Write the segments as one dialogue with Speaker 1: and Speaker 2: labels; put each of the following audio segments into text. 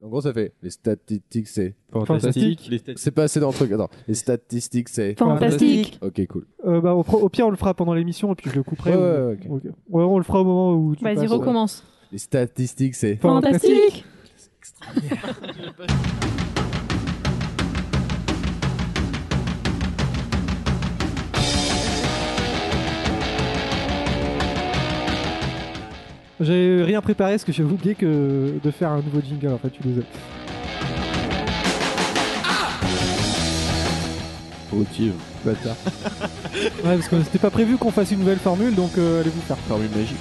Speaker 1: En gros, ça fait les statistiques, c'est.
Speaker 2: Fantastique.
Speaker 3: Les statistiques.
Speaker 1: C'est pas assez dans le truc. Attends, les statistiques, c'est.
Speaker 4: Fantastique.
Speaker 1: Ok, cool.
Speaker 2: Euh, bah, on fera- au pire, on le fera pendant l'émission et puis je le couperai.
Speaker 1: Ouais,
Speaker 2: ou-
Speaker 1: ouais,
Speaker 2: ok. Ouais, on le fera au moment où tu
Speaker 4: Vas-y,
Speaker 2: passes.
Speaker 4: recommence.
Speaker 1: Les statistiques, c'est.
Speaker 4: Fantastique.
Speaker 2: J'ai rien préparé parce que j'ai oublié que de faire un nouveau jingle. En fait, tu les as.
Speaker 3: Fautive.
Speaker 1: Bâtard.
Speaker 2: Ouais, parce que c'était pas prévu qu'on fasse une nouvelle formule, donc euh, allez vous faire.
Speaker 3: Formule magique.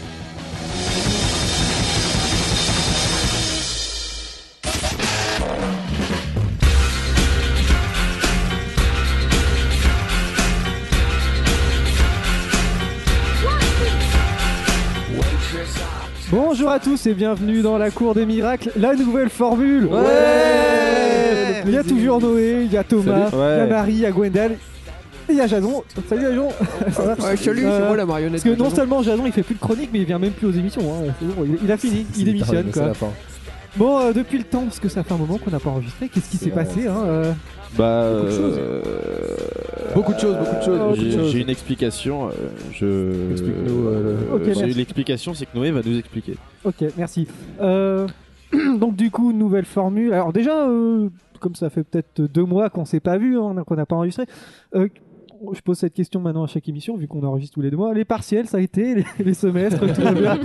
Speaker 2: Bonjour à tous et bienvenue dans la cour des miracles, la nouvelle formule. Ouais. il y a toujours Noé, il y a Thomas,
Speaker 3: Salut. Ouais.
Speaker 2: il y a Marie, il y a Gwendal, et il y a Jason. Salut Jason. Ça va
Speaker 5: salut,
Speaker 2: Euh,
Speaker 5: c'est moi la marionnette.
Speaker 2: Parce que non
Speaker 5: Jason.
Speaker 2: seulement Jason il fait plus de chronique mais il vient même plus aux émissions. hein. C'est bon, il, il a fini, il démissionne
Speaker 1: C'est
Speaker 2: quoi.
Speaker 1: la fin.
Speaker 2: Bon euh, depuis le temps parce que ça fait un moment qu'on n'a pas enregistré, qu'est-ce qui
Speaker 1: C'est
Speaker 2: s'est
Speaker 1: vrai,
Speaker 2: passé hein, euh,
Speaker 3: Bah.
Speaker 2: Beaucoup de choses.
Speaker 3: euh,
Speaker 5: Beaucoup de choses, beaucoup de
Speaker 3: euh,
Speaker 5: choses.
Speaker 2: Beaucoup de
Speaker 3: j'ai-
Speaker 2: choses.
Speaker 3: J'ai une explication. euh, je.
Speaker 1: Explique-nous, euh,
Speaker 2: le- Ok,
Speaker 3: j'ai-
Speaker 2: merci.
Speaker 3: L'explication, c'est que Noé va nous expliquer.
Speaker 2: Ok merci. Euh, donc du coup nouvelle formule. Alors déjà euh, comme ça fait peut-être deux mois qu'on s'est pas vu, hein, qu'on n'a pas enregistré. euh, je pose cette question maintenant à chaque émission vu qu'on enregistre tous les deux mois. Les partiels ça a été, les, les semestres, tout va bien.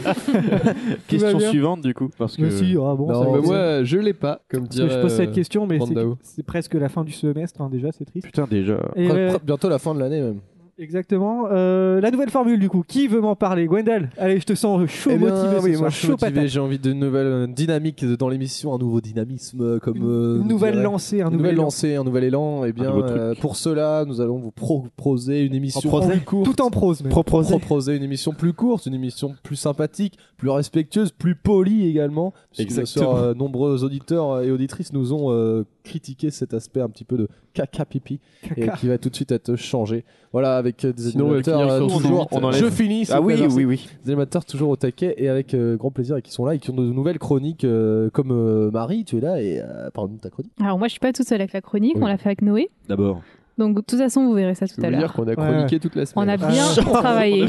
Speaker 3: Question
Speaker 2: bien.
Speaker 3: suivante, du coup. Parce que.
Speaker 2: Mais si, ah bon,
Speaker 1: Non,
Speaker 2: ça va
Speaker 1: mais euh,
Speaker 2: bien.
Speaker 5: moi, euh, je l'ai pas, comme
Speaker 2: Parce que
Speaker 5: dire.
Speaker 2: je euh, pose cette question mais c'est-
Speaker 5: Brandao.
Speaker 2: c'est presque la fin du semestre hein, déjà c'est triste.
Speaker 3: Putain, déjà.
Speaker 2: Et,
Speaker 1: Pre-
Speaker 2: euh,
Speaker 1: pre- Bientôt la fin de l'année, même.
Speaker 2: Exactement. Euh, la nouvelle formule, du coup. Qui veut m'en parler Gwendal, allez, je te sens chaud
Speaker 1: Eh bien,
Speaker 2: motivé. ce
Speaker 1: oui,
Speaker 2: soir,
Speaker 1: moi je suis
Speaker 2: chaud
Speaker 1: motivé,
Speaker 2: patate.
Speaker 1: j'ai envie d'une nouvelle euh, dynamique dans l'émission, un nouveau dynamisme euh, comme euh,
Speaker 2: Une nouvelle
Speaker 1: dirait-
Speaker 2: lancée, un
Speaker 1: une nouvelle
Speaker 2: nouvel lance.
Speaker 1: lancée, un nouvel élan. Et bien
Speaker 3: nouveau truc.
Speaker 1: euh, pour cela, nous allons vous proposer une émission
Speaker 3: Proposer.
Speaker 1: plus courte,
Speaker 2: Tout en prose, même.
Speaker 3: Proposé.
Speaker 1: proposer une émission plus courte, une émission plus sympathique, plus respectueuse, plus polie également. Puisque, bien sûr,
Speaker 3: Exactement.
Speaker 1: euh, nombreux auditeurs et auditrices nous ont euh, critiqué cet aspect un petit peu de caca pipi et qui va tout de suite être changé. Voilà, avec euh, des
Speaker 5: Sinon, on va
Speaker 1: animateurs
Speaker 5: finir
Speaker 1: euh,
Speaker 5: sur
Speaker 1: toujours.
Speaker 3: son vite.
Speaker 1: Je finis. s'il
Speaker 3: Ah
Speaker 1: vous
Speaker 3: oui,
Speaker 1: plaît, merci
Speaker 3: oui, oui.
Speaker 1: des animateurs toujours au taquet et avec euh, grand plaisir et qui sont là et qui ont de nouvelles chroniques euh, comme euh, Marie, tu es là et euh, parle-nous de ta chronique.
Speaker 4: Alors moi je suis pas toute seule avec la chronique,
Speaker 1: Oui.
Speaker 4: on l'a fait avec Noé.
Speaker 3: D'abord.
Speaker 4: Donc de toute façon vous verrez ça tout
Speaker 5: Ça
Speaker 4: à
Speaker 5: veut dire
Speaker 4: l'heure.
Speaker 5: qu'on a chroniqué toute la semaine.
Speaker 4: On a bien
Speaker 2: Ah.
Speaker 4: travaillé.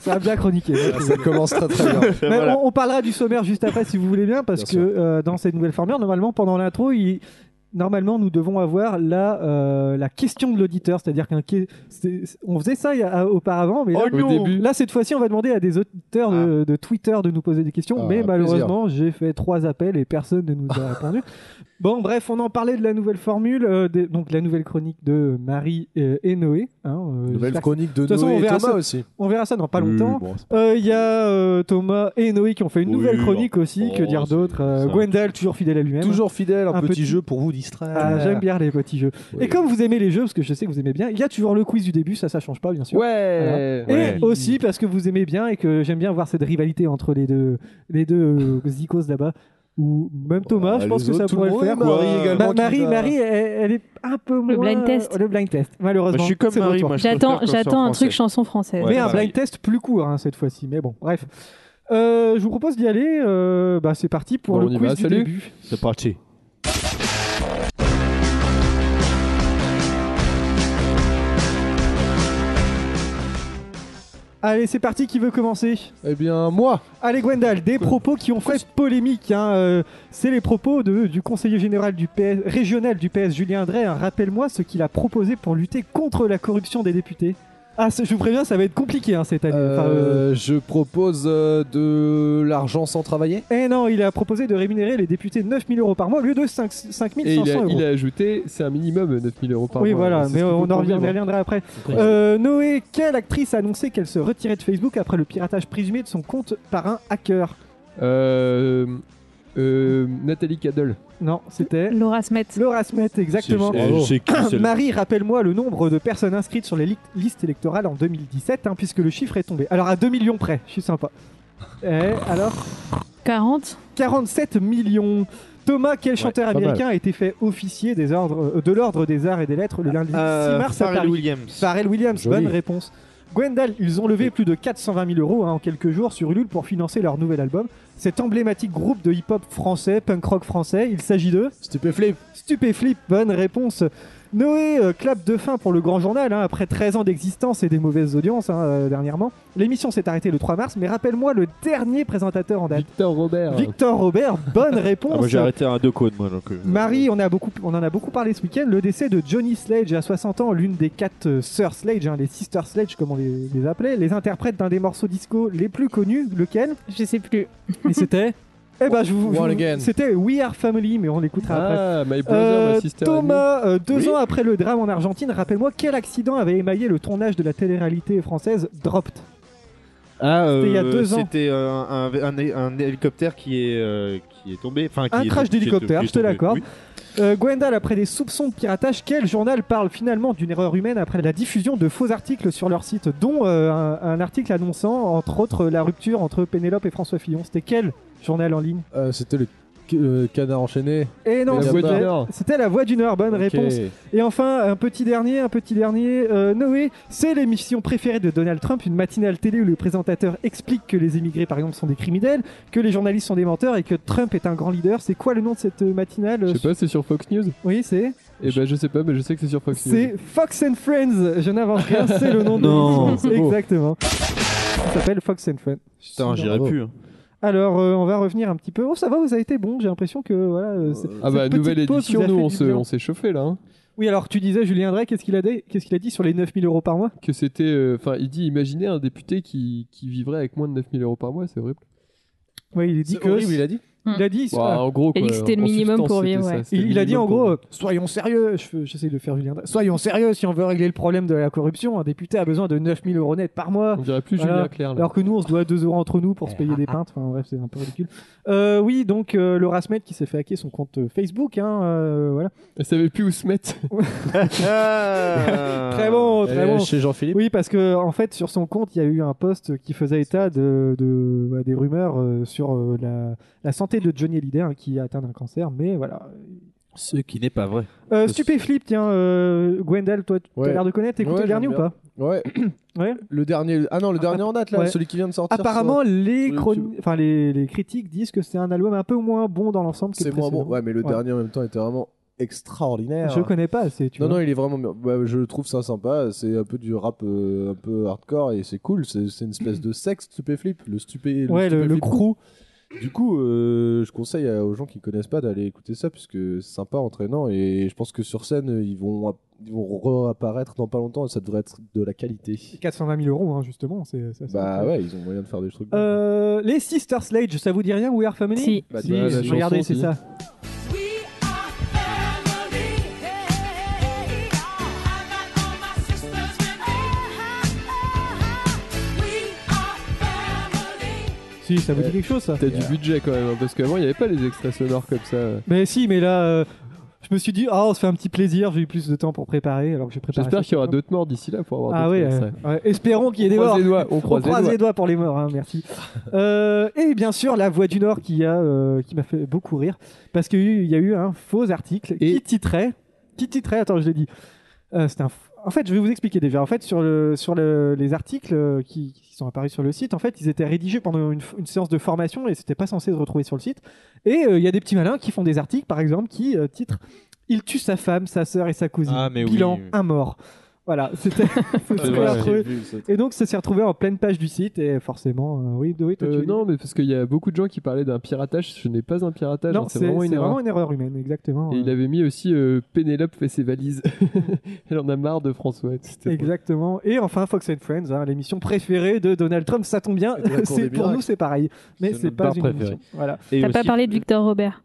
Speaker 2: Ça a bien chroniqué.
Speaker 1: Ah, Ça commence très très bien.
Speaker 2: Mais on, on parlera du sommaire juste après, si vous voulez bien, parce
Speaker 1: Bien
Speaker 2: que euh, dans cette nouvelle formule, normalement, pendant l'intro, il- Normalement, nous devons avoir la, euh, la question de l'auditeur, c'est-à-dire qu'on on faisait ça il y a- euh, auparavant, mais là,
Speaker 3: Oh
Speaker 5: Au début.
Speaker 2: Là, cette fois-ci, on va demander à des auditeurs de, de Twitter de nous poser des questions,
Speaker 1: Ah,
Speaker 2: mais
Speaker 1: plaisir.
Speaker 2: malheureusement, j'ai fait trois appels et personne ne nous a répondu. Bon, bref, on en parlait de la nouvelle formule, euh, des- donc la nouvelle chronique de Marie euh, et Noé. hein, euh,
Speaker 1: Nouvelle
Speaker 2: j'espère-
Speaker 1: chronique de
Speaker 2: toute façon,
Speaker 1: Noé
Speaker 2: on
Speaker 1: et
Speaker 2: verra
Speaker 1: Thomas
Speaker 2: ça.
Speaker 1: aussi.
Speaker 2: on verra ça dans pas
Speaker 3: Oui,
Speaker 2: longtemps.
Speaker 3: Hmm, bon, c'est-
Speaker 2: Euh, Il y a euh, Thomas et Noé qui ont fait une
Speaker 3: Oui,
Speaker 2: nouvelle
Speaker 3: alors,
Speaker 2: chronique aussi, que
Speaker 3: oh,
Speaker 2: dire
Speaker 3: c'est-
Speaker 2: d'autre Euh,
Speaker 3: c'est un-
Speaker 2: Gwendal, toujours fidèle à lui-même.
Speaker 1: Toujours fidèle, un,
Speaker 2: Un
Speaker 1: petit,
Speaker 2: petit-
Speaker 1: jeu pour vous distraire.
Speaker 2: Ah, J'aime bien les petits jeux.
Speaker 1: Ouais.
Speaker 2: Et comme vous aimez les jeux, parce que je sais que vous aimez bien, il y a toujours le quiz du début, ça, ça change pas, bien sûr.
Speaker 5: Ouais.
Speaker 2: Et aussi parce que vous aimez bien et que j'aime bien voir cette rivalité entre les deux, les deux euh, Zikos là-bas. Ou même Thomas,
Speaker 1: Ah,
Speaker 2: je pense
Speaker 1: les
Speaker 2: que ça
Speaker 1: autres, tout
Speaker 2: pourrait
Speaker 1: le monde,
Speaker 2: le faire.
Speaker 1: et Marie également
Speaker 2: Ma-
Speaker 1: qui
Speaker 2: Marie,
Speaker 1: nous a-
Speaker 2: Marie, elle, elle est un peu moins.
Speaker 4: blind test.
Speaker 2: Le blind test, malheureusement.
Speaker 3: Bah, je suis comme
Speaker 2: C'est votre
Speaker 3: Marie,
Speaker 2: tour.
Speaker 3: moi, je
Speaker 4: J'attends,
Speaker 3: préfère que ce soit
Speaker 4: j'attends
Speaker 3: en
Speaker 4: un truc
Speaker 3: français.
Speaker 4: chanson française.
Speaker 3: Ouais.
Speaker 2: Mais un
Speaker 3: Marie.
Speaker 2: blind test plus court hein, cette fois-ci. Mais bon, bref. Euh, je vous propose d'y aller. euh, bah, c'est parti pour
Speaker 5: Bon,
Speaker 2: le
Speaker 5: on y
Speaker 2: quiz
Speaker 5: va,
Speaker 2: du
Speaker 5: salut.
Speaker 2: début.
Speaker 3: C'est parti.
Speaker 2: Allez, c'est parti. Qui veut commencer
Speaker 1: Eh bien, moi,
Speaker 2: Allez Gwendal, des propos qui ont fait polémique. hein, euh, c'est les propos de- du conseiller général du PS, régional du PS, Julien Drey. hein. Rappelle-moi ce qu'il a proposé pour lutter contre la corruption des députés. Ah, c'est- je vous préviens, ça va être compliqué hein, cette année. Enfin, euh,
Speaker 1: euh, je propose euh, de l'argent sans travailler.
Speaker 2: Eh non, il a proposé de rémunérer les députés 9000 euros par mois au lieu de 5, 5500
Speaker 5: Et il a,
Speaker 2: euros.
Speaker 5: il a ajouté, c'est un minimum 9000 euros par
Speaker 2: Oui,
Speaker 5: mois.
Speaker 2: voilà, mais
Speaker 5: C'est ce qu'il
Speaker 2: on
Speaker 5: faut hein.
Speaker 2: en
Speaker 5: convenir.
Speaker 2: reviendra après. Euh, Noé, quelle actrice a annoncé qu'elle se retirait de Facebook après le piratage présumé de son compte par un hacker
Speaker 5: Euh, euh, Nathalie Cadel.
Speaker 2: Non, c'était
Speaker 4: Laura Smet.
Speaker 2: Laura Smet, exactement.
Speaker 3: C'est- euh, c'est qui, c'est le-
Speaker 2: Marie, rappelle-moi le nombre de personnes inscrites sur les li- listes électorales en 2017, hein, puisque le chiffre est tombé. Alors à 2 millions près, je suis sympa. Eh, alors
Speaker 4: 40.
Speaker 2: 47 millions. Thomas, quel chanteur
Speaker 1: pas mal.
Speaker 2: américain a été fait officier des ordres, euh, de l'ordre des arts et des lettres le lundi 6 mars à
Speaker 3: Euh, Pharrell
Speaker 2: Paris
Speaker 3: Williams.
Speaker 2: Pharrell Williams,
Speaker 1: Joli.
Speaker 2: bonne réponse. Gwendal, ils ont levé plus de 420 000 euros hein, en quelques jours sur Ulule pour financer leur nouvel album. cet emblématique groupe de hip-hop français, punk rock français. Il s'agit de
Speaker 1: Stupéflip
Speaker 2: Stupéflip, bonne réponse. Noé euh, clap de fin pour le grand journal, hein, après 13 ans d'existence et des mauvaises audiences hein, euh, dernièrement. L'émission s'est arrêtée le 3 mars, mais rappelle-moi le dernier présentateur en date.
Speaker 5: Victor Robert.
Speaker 2: Victor Robert, bonne réponse.
Speaker 3: Ah, moi j'ai arrêté à un deux cônes moi donc. euh,
Speaker 2: Marie, on, a beaucoup, on en a beaucoup parlé ce week-end, le décès de Johnny Slade à 60 ans, l'une des quatre euh, sœurs Slade, hein, les sisters Slade comme on les, les appelait, les interprètes d'un des morceaux disco les plus connus, lequel
Speaker 4: Je sais plus.
Speaker 2: Et c'était Eh ben je vous... je
Speaker 1: One
Speaker 2: vous-
Speaker 1: Again.
Speaker 2: C'était We Are Family, mais on l'écoutera après.
Speaker 5: Ah, My
Speaker 2: Euh,
Speaker 5: Brother, My Sister. and Me.
Speaker 2: Thomas, euh, deux
Speaker 5: Oui.
Speaker 2: ans après le drame en Argentine, rappelle-moi quel accident avait émaillé le tournage de la télé-réalité française Dropped.
Speaker 3: Ah, euh,
Speaker 2: C'était il y a deux ans.
Speaker 3: C'était euh, un, un- un- un hélicoptère qui est, euh, qui est tombé. Enfin, qui
Speaker 2: Un
Speaker 3: est-
Speaker 2: crash
Speaker 3: qui est-
Speaker 2: d'hélicoptère,
Speaker 3: qui est
Speaker 2: je te
Speaker 3: tombé,
Speaker 2: l'accorde.
Speaker 3: oui.
Speaker 2: Euh, Gwendal, après des soupçons de piratage, quel journal parle finalement d'une erreur humaine après la diffusion de faux articles sur leur site, dont euh, un, un article annonçant, entre autres, la rupture entre Pénélope et François Fillon C'était quel journal en ligne
Speaker 1: Euh, C'était le ca- euh, canard enchaîné.
Speaker 2: Et non,
Speaker 1: La Voix du
Speaker 2: c'était-
Speaker 5: Nord.
Speaker 2: c'était la voix du Nord, bonne
Speaker 1: Ok.
Speaker 2: réponse. Et enfin, un petit dernier, un petit dernier. euh, Noé, c'est l'émission préférée de Donald Trump, une matinale télé où le présentateur explique que les émigrés, par exemple, sont des criminels, que les journalistes sont des menteurs et que Trump est un grand leader. C'est quoi le nom de cette euh, matinale
Speaker 5: Je sais pas, c'est sur Fox News
Speaker 2: Oui, c'est
Speaker 5: Eh ben, je sais pas, mais je sais que c'est sur Fox News.
Speaker 2: c'est Fox and Friends. Je n'invente rien, c'est le nom de
Speaker 3: Non,
Speaker 2: l'émission.
Speaker 3: c'est beau.
Speaker 2: Exactement. Ça s'appelle Fox and Friends.
Speaker 3: Putain, j'irai
Speaker 1: Bravo.
Speaker 3: plus. hein.
Speaker 2: Alors, euh, on va revenir un petit peu. Oh, ça va, vous avez été bon. J'ai l'impression que voilà. euh, c'est-
Speaker 5: Ah bah,
Speaker 2: cette petite
Speaker 5: nouvelle
Speaker 2: pause
Speaker 5: édition,
Speaker 2: vous a
Speaker 5: nous,
Speaker 2: fait
Speaker 5: on
Speaker 2: du
Speaker 5: se-
Speaker 2: bien.
Speaker 5: on s'est chauffé là. hein.
Speaker 2: Oui, alors tu disais, Julien Drey, qu'est-ce qu'il a dit Qu'est-ce qu'il a dit sur les 9000 euros par mois
Speaker 5: Que c'était. euh, Enfin, il dit imaginez un député qui, qui vivrait avec moins de 9000 euros par mois, c'est horrible.
Speaker 2: Oui, il a dit
Speaker 1: C'est
Speaker 2: que
Speaker 1: horrible, il a Mmh. dit
Speaker 2: il a dit.
Speaker 5: Ouah, en gros,
Speaker 4: Il
Speaker 5: quoi.
Speaker 4: dit que c'était le
Speaker 5: en
Speaker 4: minimum
Speaker 5: substance,
Speaker 4: pour
Speaker 5: c'était
Speaker 4: vivre,
Speaker 5: ça,
Speaker 4: ouais.
Speaker 5: c'était
Speaker 2: Il,
Speaker 5: le
Speaker 2: il a dit en
Speaker 5: minimum pour
Speaker 2: gros,
Speaker 5: vivre.
Speaker 2: euh, soyons sérieux, Je- j'essaie de le faire Julien Drey. Soyons sérieux, si on veut régler le problème de la corruption, un député a besoin de 9000 euros net par mois.
Speaker 5: On dirait plus
Speaker 2: Voilà.
Speaker 5: Julien Clerc là.
Speaker 2: euh, Alors que nous, on se doit 2 euros entre nous pour se payer des peintes. Enfin bref, c'est un peu ridicule. Euh, oui, donc euh, Laura Smet qui s'est fait hacker son compte euh, Facebook. Hein, euh, voilà.
Speaker 5: Elle savait plus où se mettre.
Speaker 3: Ah.
Speaker 2: Très bon, très
Speaker 1: Elle est
Speaker 2: bon.
Speaker 1: Eh, Chez Jean-Philippe.
Speaker 2: Oui, parce que en fait, sur son compte, il y a eu un post qui faisait état de, de- ouais, des rumeurs euh, sur euh, la, la santé de Johnny Hallyday hein, qui a atteint d'un cancer. Mais voilà.
Speaker 3: Ce qui n'est pas vrai.
Speaker 2: Euh, Stupéflip, tiens, euh, Gwendal, toi, tu as
Speaker 1: Ouais.
Speaker 2: l'air de connaître. T'écoutes
Speaker 1: Ouais,
Speaker 2: le dernier ou
Speaker 1: j'aime
Speaker 2: pas
Speaker 1: Ouais.
Speaker 2: Ouais.
Speaker 1: Le dernier. Ah non, le
Speaker 2: Ah,
Speaker 1: dernier en date là,
Speaker 2: ouais.
Speaker 1: celui qui vient de sortir.
Speaker 2: Apparemment, les,
Speaker 1: sur
Speaker 2: chroni-
Speaker 1: YouTube.
Speaker 2: enfin, les, les critiques disent que c'est un album un peu moins bon dans l'ensemble que
Speaker 1: c'est
Speaker 2: le
Speaker 1: c'est moins bon.
Speaker 2: précédent.
Speaker 1: Ouais, mais le
Speaker 2: Ouais.
Speaker 1: dernier en même temps était vraiment extraordinaire.
Speaker 2: Je connais pas assez, tu
Speaker 1: non,
Speaker 2: vois.
Speaker 1: non, il est vraiment bien. Ouais, je trouve ça sympa. C'est un peu du rap euh, un peu hardcore et c'est cool. C'est c'est une espèce de sexe stupéflip. Le stupé.
Speaker 2: Ouais, le- le
Speaker 1: Stupéflip crew. Du coup, euh, je conseille à- aux gens qui connaissent pas d'aller écouter ça puisque c'est sympa, entraînant et je pense que sur scène ils vont ils vont réapparaître dans pas longtemps et ça devrait être de la qualité.
Speaker 2: 420 000 euros, hein, justement. C'est, c'est assez
Speaker 1: Bah
Speaker 2: incroyable.
Speaker 1: ouais, ils ont moyen de faire des trucs.
Speaker 2: Euh, les Sister Slade, ça vous dit rien, We Are Family
Speaker 4: Si.
Speaker 1: Bah,
Speaker 2: Si,
Speaker 1: bah, la
Speaker 2: regardez,
Speaker 5: chanson,
Speaker 2: c'est
Speaker 5: si.
Speaker 2: ça.
Speaker 6: We are family. Hey, I got all my sisters with me. We are family.
Speaker 2: Si, ça vous dit quelque chose, ça
Speaker 5: T'as du budget quand même, hein, parce qu'avant il n'y avait pas les extraits sonores comme ça.
Speaker 2: Mais si, mais là, euh, je me suis dit, ah, on se fait un petit plaisir, j'ai eu plus de temps pour préparer, alors que j'ai préparé.
Speaker 5: J'espère
Speaker 2: ça
Speaker 5: qu'il y aura
Speaker 2: tout
Speaker 5: d'autres morts d'ici là pour
Speaker 2: le temps.
Speaker 5: avoir
Speaker 2: Ah
Speaker 5: d'autres
Speaker 2: oui,
Speaker 5: extraits.
Speaker 2: espérons qu'il y ait des
Speaker 5: On croise
Speaker 2: morts.
Speaker 5: les doigts, on
Speaker 2: On
Speaker 5: croise
Speaker 2: croise
Speaker 5: les
Speaker 2: les doigts pour les morts, hein, merci. Euh, et bien sûr, la voix du Nord qui a, euh, qui m'a fait beaucoup rire parce qu'il y a eu un faux article
Speaker 5: Et-
Speaker 2: qui titrait, qui titrait. Attends, je l'ai dit. Euh, c'est un. f- En fait, je vais vous expliquer déjà. En fait, sur le, sur le- les articles euh, qui, qui sont apparus sur le site, en fait, ils étaient rédigés pendant une, f- une séance de formation et c'était pas censé se retrouver sur le site. Et euh, il y a des petits malins qui font des articles, par exemple, qui euh, titrent "Il tue sa femme, sa sœur et sa cousine".
Speaker 3: Ah, mais oui,
Speaker 2: Bilan
Speaker 3: oui.
Speaker 2: un mort. Voilà, c'était. c'est ce qu'on
Speaker 3: vrai,
Speaker 2: a
Speaker 3: j'ai
Speaker 2: trouvé.
Speaker 1: vu,
Speaker 2: Et donc ça s'est retrouvé en pleine page du site et forcément, euh, oui, oui, toi,
Speaker 5: Euh,
Speaker 2: tu l'as
Speaker 5: non, mais parce qu'il y a beaucoup de gens qui parlaient d'un piratage. Ce n'est pas un
Speaker 2: dit.
Speaker 5: piratage,
Speaker 2: non,
Speaker 5: hein,
Speaker 2: c'est
Speaker 5: c'est vraiment une
Speaker 2: c'est
Speaker 5: erreur.
Speaker 2: vraiment une erreur humaine, exactement.
Speaker 5: Et il avait mis aussi euh, Pénélope fait ses valises. Elle en a marre de François. C'était
Speaker 2: Exactement. Et enfin Fox and Friends, hein, l'émission préférée de Donald Trump, ça tombe bien,
Speaker 1: Et de la Cour
Speaker 2: c'est
Speaker 1: des
Speaker 2: pour
Speaker 1: miracles.
Speaker 2: nous c'est pareil, mais
Speaker 3: C'est
Speaker 2: c'est
Speaker 3: notre
Speaker 2: pas
Speaker 3: barre
Speaker 2: une
Speaker 3: préférée.
Speaker 2: émission. Voilà.
Speaker 3: Et
Speaker 4: T'as
Speaker 3: aussi-
Speaker 4: pas parlé de Victor Robert.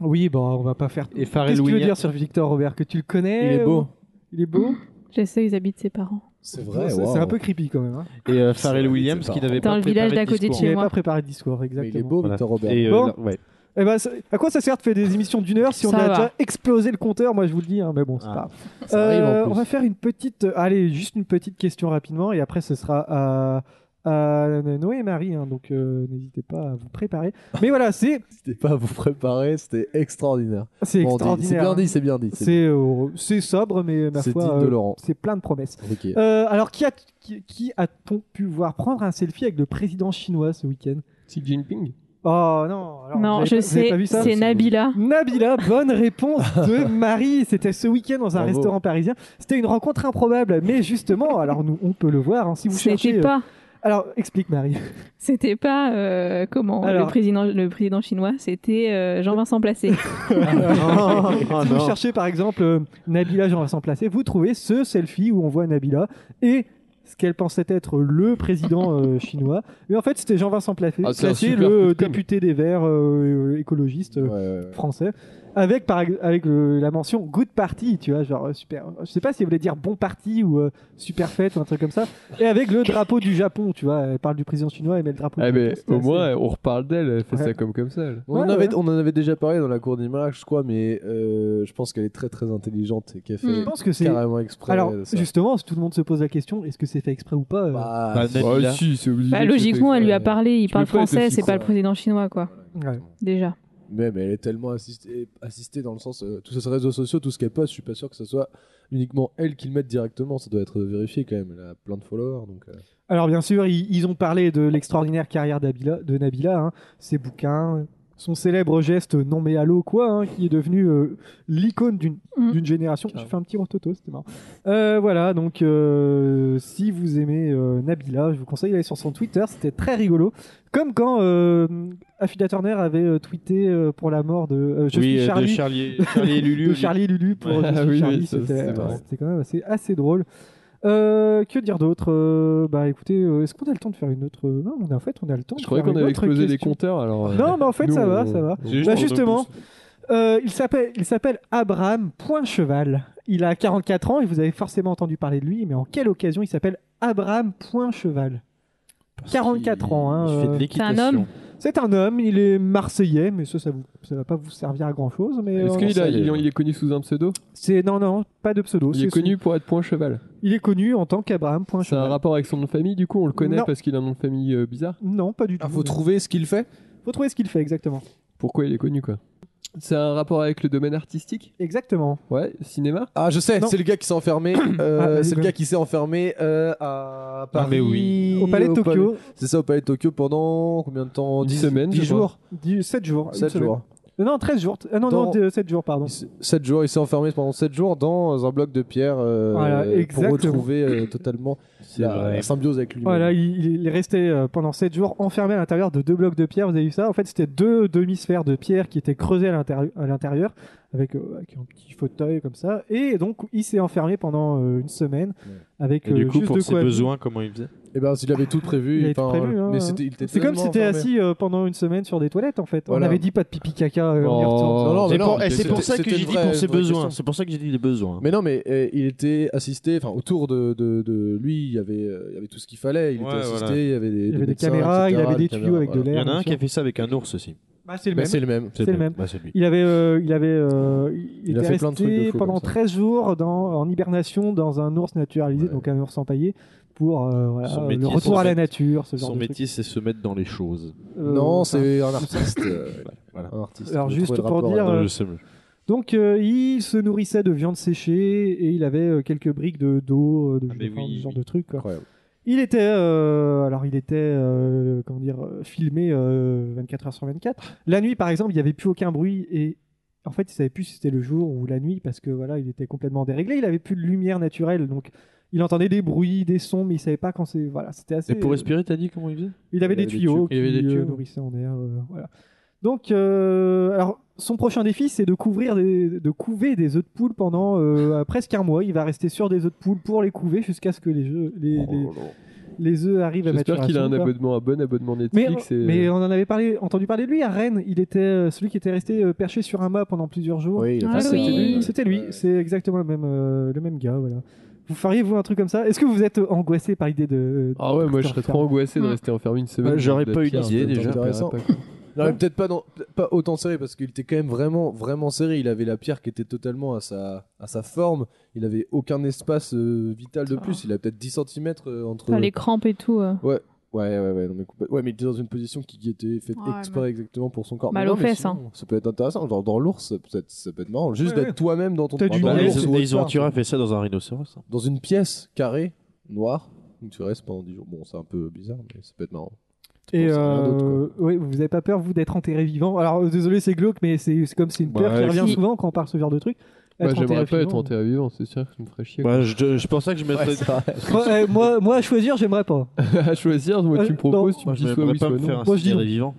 Speaker 2: Oui, bon, on va pas faire.
Speaker 3: Et
Speaker 2: Qu'est-ce
Speaker 3: Pharrell
Speaker 2: que tu veux
Speaker 3: Williams.
Speaker 2: dire sur Victor Robert que tu le connais
Speaker 1: Il est beau.
Speaker 2: ou- Il est beau.
Speaker 4: Je sais, ils habitent ses parents.
Speaker 1: C'est
Speaker 2: Non,
Speaker 1: vrai,
Speaker 2: c'est
Speaker 1: waouh.
Speaker 2: c'est un peu creepy quand même. hein.
Speaker 3: Et euh, Pharrell
Speaker 1: C'est-
Speaker 3: Williams
Speaker 1: c'est
Speaker 3: qui
Speaker 1: pas-
Speaker 3: n'avait
Speaker 4: Dans
Speaker 3: pas
Speaker 4: le
Speaker 3: préparé
Speaker 4: village d'à côté de
Speaker 3: discours.
Speaker 2: Il
Speaker 4: Chez
Speaker 2: n'avait
Speaker 4: moi.
Speaker 2: pas préparé de discours,
Speaker 1: Mais il est
Speaker 2: exactement.
Speaker 1: beau,
Speaker 3: Voilà.
Speaker 1: Victor Robert.
Speaker 3: Et, euh,
Speaker 2: Bon.
Speaker 3: là- ouais.
Speaker 2: Eh ben, ça- à quoi ça sert de faire des émissions d'une heure si on
Speaker 4: Ça
Speaker 2: a
Speaker 4: va.
Speaker 2: déjà explosé le compteur Moi, je vous le dis, hein, mais bon, c'est pas
Speaker 3: Ah.
Speaker 2: grave.
Speaker 1: Ça arrive, en
Speaker 2: Euh,
Speaker 1: plus.
Speaker 2: on va faire une petite, euh, allez, juste une petite question rapidement, et après, ce sera à, à Noé et Marie, hein, donc euh, n'hésitez pas à vous préparer. Mais voilà, c'est,
Speaker 1: N'hésitez pas à vous préparer, c'était extraordinaire.
Speaker 2: c'est
Speaker 1: Bon, on dit- C'est
Speaker 2: extraordinaire.
Speaker 1: bien
Speaker 2: hein.
Speaker 1: dit, c'est bien dit.
Speaker 2: C'est, euh, c'est sobre, mais ma
Speaker 1: C'est
Speaker 2: foi,
Speaker 1: digne de
Speaker 2: euh,
Speaker 1: Laurent.
Speaker 2: c'est plein de promesses.
Speaker 1: Ok.
Speaker 2: Euh, alors, qui, a, qui, qui a-t-on pu voir prendre un selfie avec le président chinois ce week-end
Speaker 5: Xi Jinping.
Speaker 2: Oh non, alors, vous
Speaker 4: non,
Speaker 2: avez
Speaker 4: je
Speaker 2: pas- vous avez pas
Speaker 4: sais,
Speaker 2: vu ça
Speaker 4: c'est Nabila.
Speaker 2: Nabila, bonne réponse de Marie. C'était ce week-end dans un
Speaker 1: Bravo.
Speaker 2: restaurant parisien. C'était une rencontre improbable, mais justement, alors nous, on peut le voir hein, si vous cherchez.
Speaker 4: C'était
Speaker 2: euh,
Speaker 4: pas,
Speaker 2: Alors, explique Marie.
Speaker 4: c'était pas euh, comment
Speaker 2: Alors-
Speaker 4: le président, le président chinois, c'était euh, Jean-Vincent Placé.
Speaker 5: Ah,
Speaker 2: si vous cherchez par exemple euh, Nabila, j'en vais s'en placer, vous trouvez ce selfie où on voit Nabila et ce qu'elle pensait être le président euh, chinois. Mais en fait, c'était Jean-Vincent Placé,
Speaker 5: Ah, c'est un
Speaker 2: Placé,
Speaker 5: super coup
Speaker 2: le
Speaker 5: de com'.
Speaker 2: député des Verts euh, écologiste euh, français, avec, par, ex- avec euh, la mention good party, tu vois, genre euh, super. Je sais pas si elle voulait dire bon parti ou euh, super fête ou un truc comme ça, et avec le drapeau du Japon, tu vois. Elle parle du président chinois et met le drapeau
Speaker 5: Eh
Speaker 2: du
Speaker 5: ben,
Speaker 2: Japon. c'était
Speaker 5: au
Speaker 2: assez-
Speaker 5: moins, on reparle d'elle, elle fait
Speaker 2: Ouais.
Speaker 5: ça comme comme ça. elle.
Speaker 1: On, en
Speaker 2: Ouais,
Speaker 1: avait,
Speaker 2: ouais.
Speaker 1: on en avait déjà parlé dans la cour des miracles, je crois, mais euh, je pense qu'elle est très très intelligente et qu'elle fait
Speaker 2: Je pense que Hmm. c'est.
Speaker 1: carrément exprès.
Speaker 2: Alors,
Speaker 1: ça.
Speaker 2: justement, si tout le monde se pose la question, est-ce que c'est fait exprès ou pas euh,
Speaker 1: Bah,
Speaker 3: Bah,
Speaker 1: c'est-
Speaker 3: Nabila.
Speaker 5: Ah, si, c'est obligé.
Speaker 4: Bah,
Speaker 5: que
Speaker 4: logiquement,
Speaker 5: c'est-
Speaker 4: elle lui a
Speaker 1: ouais.
Speaker 4: parlé. Il
Speaker 5: euh, Tu
Speaker 4: parle
Speaker 5: peux pas être
Speaker 4: français,
Speaker 5: aussi
Speaker 4: c'est pas le
Speaker 1: con,
Speaker 4: président chinois, quoi.
Speaker 2: Ouais.
Speaker 4: Déjà.
Speaker 1: Même elle est tellement assistée, assistée dans le sens, euh, tous ces réseaux sociaux, tout ce qu'elle poste, je suis pas sûr que ce soit uniquement elle qui le mette directement. Ça doit être vérifié quand même. Elle a plein de followers, donc. euh,
Speaker 2: Alors bien sûr, ils, ils ont parlé de l'extraordinaire carrière d'Abila- de Nabila, hein, ses bouquins, son célèbre geste non mais allô quoi, hein, qui est devenu euh, l'icône d'une
Speaker 4: Mm.
Speaker 2: d'une génération. J'ai
Speaker 5: Carrément.
Speaker 2: fait un petit rototo, c'était marrant. Euh, voilà, donc euh, si vous aimez euh, Nabila, je vous conseille d'aller sur son Twitter, c'était très rigolo. Comme quand euh, Affida Turner avait euh, tweeté euh, pour la mort de euh, Je
Speaker 3: oui,
Speaker 2: suis
Speaker 3: euh,
Speaker 2: Charlie.
Speaker 3: de Charlie, Charlie et Lulu.
Speaker 2: de Charlie et Lulu pour
Speaker 5: Ouais.
Speaker 2: Je suis
Speaker 5: Ah oui,
Speaker 2: Charlie,
Speaker 5: oui, ça,
Speaker 2: c'était-
Speaker 5: c'est
Speaker 1: marrant.
Speaker 2: c'était quand même assez, assez drôle. Euh, que dire d'autre Euh, Bah écoutez, euh, est-ce qu'on a le temps de faire une autre Non, on a- en fait, on a le temps.
Speaker 5: Je
Speaker 2: de
Speaker 5: croyais
Speaker 2: faire
Speaker 5: qu'on
Speaker 2: une
Speaker 5: avait
Speaker 2: autre
Speaker 5: explosé les
Speaker 2: question.
Speaker 5: compteurs, alors. euh,
Speaker 2: Non, mais en fait,
Speaker 5: nous,
Speaker 2: ça va,
Speaker 5: on-
Speaker 2: ça va.
Speaker 5: on-
Speaker 3: C'est juste
Speaker 2: Bah
Speaker 3: pour-
Speaker 2: justement, euh, il s'appelle, il s'appelle Abraham Point Cheval. Il a 44 ans et vous avez forcément entendu parler de lui, mais en quelle occasion il s'appelle Abraham Point Cheval
Speaker 3: Parce
Speaker 2: 44
Speaker 3: qu'il-
Speaker 2: ans, hein,
Speaker 3: il fait de
Speaker 2: euh,
Speaker 3: l'équitation.
Speaker 4: C'est un homme.
Speaker 2: C'est un homme, il est marseillais, mais ça, ça, vous, ça va pas vous servir à grand chose. Mais
Speaker 5: Est-ce
Speaker 2: euh,
Speaker 5: qu'il a-
Speaker 1: ça y est.
Speaker 5: il est- il est connu sous un pseudo
Speaker 2: c'est non, non, pas de pseudo.
Speaker 5: Il
Speaker 2: c'est
Speaker 5: est
Speaker 2: son-
Speaker 5: connu pour être point cheval.
Speaker 2: Il est connu en tant qu'Abraham Point
Speaker 5: C'est un
Speaker 2: Cheval.
Speaker 5: rapport avec son nom de famille, du coup, on le connaît
Speaker 2: Non.
Speaker 5: parce qu'il a un nom de famille euh, bizarre.
Speaker 2: Non, pas du tout.
Speaker 1: Ah, faut trouver ce qu'il fait.
Speaker 2: Faut trouver ce qu'il fait exactement.
Speaker 5: Pourquoi il est connu, quoi C'est un rapport avec le domaine artistique
Speaker 2: Exactement.
Speaker 5: Ouais, cinéma
Speaker 1: Ah, je sais,
Speaker 2: Non.
Speaker 1: c'est le gars qui s'est enfermé. euh,
Speaker 2: Ah, vas-y,
Speaker 1: c'est le
Speaker 2: vas-y.
Speaker 1: gars qui s'est enfermé euh, à Paris.
Speaker 3: mais oui.
Speaker 2: Au palais de Tokyo,
Speaker 1: C'est ça, au palais de Tokyo pendant combien de temps
Speaker 5: Une
Speaker 1: 10
Speaker 5: semaine, je crois.
Speaker 1: jours
Speaker 2: 7 jours. une
Speaker 1: 7
Speaker 2: semaine.
Speaker 1: jours.
Speaker 2: Euh, Non, 13 jours. Ah non,
Speaker 1: Dans-
Speaker 2: non, 7 jours, pardon.
Speaker 1: 7 jours, il s'est enfermé pendant 7 jours dans un bloc de pierre euh,
Speaker 2: Voilà,
Speaker 1: pour
Speaker 2: exactement.
Speaker 1: retrouver euh, totalement
Speaker 3: C'est
Speaker 5: Bah,
Speaker 1: la,
Speaker 3: vrai.
Speaker 1: la symbiose avec lui.
Speaker 2: Voilà, il, il est resté euh, pendant 7 jours enfermé à l'intérieur de deux blocs de pierre. Vous avez vu ça En fait, c'était deux demi-sphères de pierre qui étaient creusées à l'intérieur- à l'intérieur avec, euh, avec un petit fauteuil comme ça. Et donc, il s'est enfermé pendant euh, une semaine
Speaker 1: Ouais.
Speaker 2: avec
Speaker 3: Et du
Speaker 2: euh,
Speaker 3: coup,
Speaker 2: juste
Speaker 3: pour
Speaker 2: de
Speaker 3: ses
Speaker 2: quoi vivre.
Speaker 3: besoins, comment il faisait
Speaker 1: Et ben, s'il avait tout prévu,
Speaker 2: Il avait tout
Speaker 1: enfin,
Speaker 2: prévu, hein.
Speaker 1: mais c'était, il était
Speaker 2: C'est comme
Speaker 1: tellement
Speaker 2: si t'étais
Speaker 1: enfermé.
Speaker 2: assis euh, pendant une semaine sur des toilettes en fait. On
Speaker 1: Voilà.
Speaker 2: avait dit pas de pipi caca. euh, on y retourne.
Speaker 5: Oh.
Speaker 1: Non, non, mais
Speaker 3: C'est
Speaker 1: non,
Speaker 3: pour- eh, c'est
Speaker 1: c'était-
Speaker 3: pour ça que
Speaker 1: c'était
Speaker 3: j'ai
Speaker 1: une
Speaker 3: dit
Speaker 1: vraie-
Speaker 3: pour ses
Speaker 1: vraie
Speaker 3: besoins.
Speaker 1: question.
Speaker 3: C'est pour ça que j'ai dit les besoins.
Speaker 1: Mais non, mais euh, il était assisté, enfin autour de, de, de lui, il y avait, euh, il y avait tout ce qu'il fallait. Il
Speaker 3: Ouais,
Speaker 1: était assisté,
Speaker 3: voilà.
Speaker 1: il y avait des,
Speaker 2: Il y avait des
Speaker 1: médecins,
Speaker 2: caméras,
Speaker 1: etc.,
Speaker 2: il avait
Speaker 1: des
Speaker 2: des tuyaux
Speaker 1: caméras,
Speaker 2: avec de
Speaker 1: voilà.
Speaker 2: l'air.
Speaker 3: Il y en a un
Speaker 2: machin.
Speaker 3: qui a fait ça avec un ours aussi.
Speaker 2: Bah, c'est le
Speaker 1: Mais
Speaker 2: même.
Speaker 1: c'est le même.
Speaker 2: C'est le même.
Speaker 3: Bah, c'est lui.
Speaker 2: Il avait, euh, il avait, euh,
Speaker 1: Il a
Speaker 2: était
Speaker 1: fait plein de
Speaker 2: resté
Speaker 1: trucs de fous
Speaker 2: pendant
Speaker 1: comme ça.
Speaker 2: 13 jours dans, en hibernation dans un ours naturalisé,
Speaker 1: Ouais.
Speaker 2: donc un ours empaillé, pour euh, voilà,
Speaker 3: Son
Speaker 2: euh,
Speaker 3: métier,
Speaker 2: le retour
Speaker 3: son
Speaker 2: à la
Speaker 3: métier.
Speaker 2: nature, ce genre
Speaker 3: Son
Speaker 2: de
Speaker 3: métier, c'est se mettre dans les choses.
Speaker 2: truc. Euh,
Speaker 1: Non,
Speaker 2: enfin,
Speaker 1: c'est un artiste. euh,
Speaker 3: Voilà.
Speaker 1: un artiste.
Speaker 2: Alors,
Speaker 1: J'ai
Speaker 2: juste
Speaker 1: trouvé le
Speaker 2: pour
Speaker 1: rapport
Speaker 2: dire,
Speaker 1: à-
Speaker 2: euh,
Speaker 3: Je sais.
Speaker 2: Donc euh, il se nourrissait de viande séchée et il avait euh, quelques briques de d'eau, euh, de,
Speaker 3: Ah, mais
Speaker 2: enfin,
Speaker 3: oui,
Speaker 2: ce genre
Speaker 3: oui.
Speaker 2: de truc. quoi.
Speaker 1: Incroyable.
Speaker 2: Il était, euh, alors il était, euh, comment dire, euh, filmé euh, 24 heures sur 24. La nuit, par exemple, il n'y avait plus aucun bruit et en fait, il savait plus si c'était le jour ou la nuit parce que voilà, il était complètement déréglé. Il avait plus de lumière naturelle, donc il entendait des bruits, des sons, mais il savait pas quand c'est. Voilà, c'était assez. euh,
Speaker 3: Et pour respirer, t'as dit comment il faisait
Speaker 2: Il avait
Speaker 1: Il
Speaker 2: des
Speaker 1: avait des
Speaker 2: tuyaux
Speaker 1: tuyaux.
Speaker 2: qui
Speaker 3: Il avait des
Speaker 2: euh,
Speaker 3: tuyaux.
Speaker 2: nourrissaient en air. euh, voilà. Donc, euh, alors, son prochain défi, c'est de couvrir, des- de couver des œufs de poule pendant euh, presque un mois. Il va rester sur des œufs de poule pour les couver jusqu'à ce que les, jeux, les, les,
Speaker 3: Oh
Speaker 2: les œufs arrivent à maturation.
Speaker 5: J'espère qu'il a un
Speaker 2: quoi.
Speaker 5: abonnement, un bon abonnement
Speaker 2: Mais,
Speaker 5: Netflix. et- euh,
Speaker 2: mais on en avait parlé, entendu parler de lui à Rennes. Il était euh, celui qui était resté euh, perché sur un mât pendant plusieurs jours.
Speaker 1: Oui, il a fait
Speaker 4: Ah
Speaker 1: ça,
Speaker 2: C'était
Speaker 4: oui.
Speaker 1: c'était-
Speaker 2: lui, c'était lui.
Speaker 1: Ouais.
Speaker 2: C'est exactement le même, euh, le même gars. Voilà. Vous feriez vous un truc comme ça Est-ce que vous êtes euh, angoissé par l'idée de
Speaker 1: Oh,
Speaker 5: Ah ouais, moi je serais
Speaker 2: Docteur
Speaker 5: trop angoissé de
Speaker 4: Mm.
Speaker 5: rester enfermé une semaine.
Speaker 3: Bah, j'aurais
Speaker 5: dans
Speaker 3: pas
Speaker 5: la
Speaker 3: eu
Speaker 5: pierre,
Speaker 3: d'idée,
Speaker 5: ça
Speaker 3: déjà.
Speaker 5: m'intéresserait
Speaker 1: Intéressant.
Speaker 5: pas, quoi.
Speaker 1: Non, mais peut-être pas, dans- peut-être pas autant serré parce qu'il était quand même vraiment, vraiment serré. Il avait la pierre qui était totalement à sa, à sa forme. Il avait aucun espace euh, vital de plus. Il avait peut-être 10 cm entre.
Speaker 4: Ah. Enfin, les crampes et tout. euh,
Speaker 1: Ouais, ouais, ouais, non, mais complète- ouais, mais il était dans une position qui qui était faite
Speaker 4: Ouais,
Speaker 1: exprès exactement pour son corps.
Speaker 4: Mal
Speaker 1: Mais non,
Speaker 4: aux
Speaker 1: mais
Speaker 4: fesses, hein.
Speaker 1: sinon, Ça peut être intéressant. Genre dans l'ours, ça peut être, ça peut être marrant. Juste
Speaker 2: Ouais,
Speaker 1: d'être
Speaker 2: ouais.
Speaker 1: toi-même dans ton
Speaker 2: T'as
Speaker 1: dans
Speaker 2: du
Speaker 3: Bah,
Speaker 1: dans
Speaker 2: nez,
Speaker 1: l'ours ou autre
Speaker 3: Ils ont
Speaker 1: part.
Speaker 3: tiré fait ça dans un rhinocéros. hein.
Speaker 1: Dans une pièce carrée, noire, où tu restes pendant 10 jours. Bon, c'est un peu bizarre, mais ça peut être marrant.
Speaker 2: Et
Speaker 1: penses à rien d'autre,
Speaker 2: euh, ouais, vous avez pas peur, vous, d'être enterré vivant Alors, euh, désolé, c'est glauque, mais c'est c'est comme c'est une
Speaker 1: Bah,
Speaker 2: peur qui
Speaker 1: ouais.
Speaker 2: revient
Speaker 4: Si.
Speaker 2: souvent quand on parle ce genre de truc.
Speaker 5: Bah,
Speaker 2: Être
Speaker 5: J'aimerais
Speaker 2: enterré
Speaker 5: pas être
Speaker 2: vivant.
Speaker 5: enterré vivant, c'est sûr que ça me ferait chier.
Speaker 3: Bah, je, je pense ça que je mettrais.
Speaker 2: Ouais, euh, moi, moi, à choisir, j'aimerais pas.
Speaker 5: à choisir, moi,
Speaker 2: Euh,
Speaker 5: tu me proposes, tu
Speaker 3: Moi,
Speaker 5: me
Speaker 3: je
Speaker 5: dis soit
Speaker 3: mettrais
Speaker 5: oui,
Speaker 3: pas
Speaker 5: soit
Speaker 3: me
Speaker 5: non.
Speaker 3: faire
Speaker 2: Moi, je dis
Speaker 3: incinéré vivant.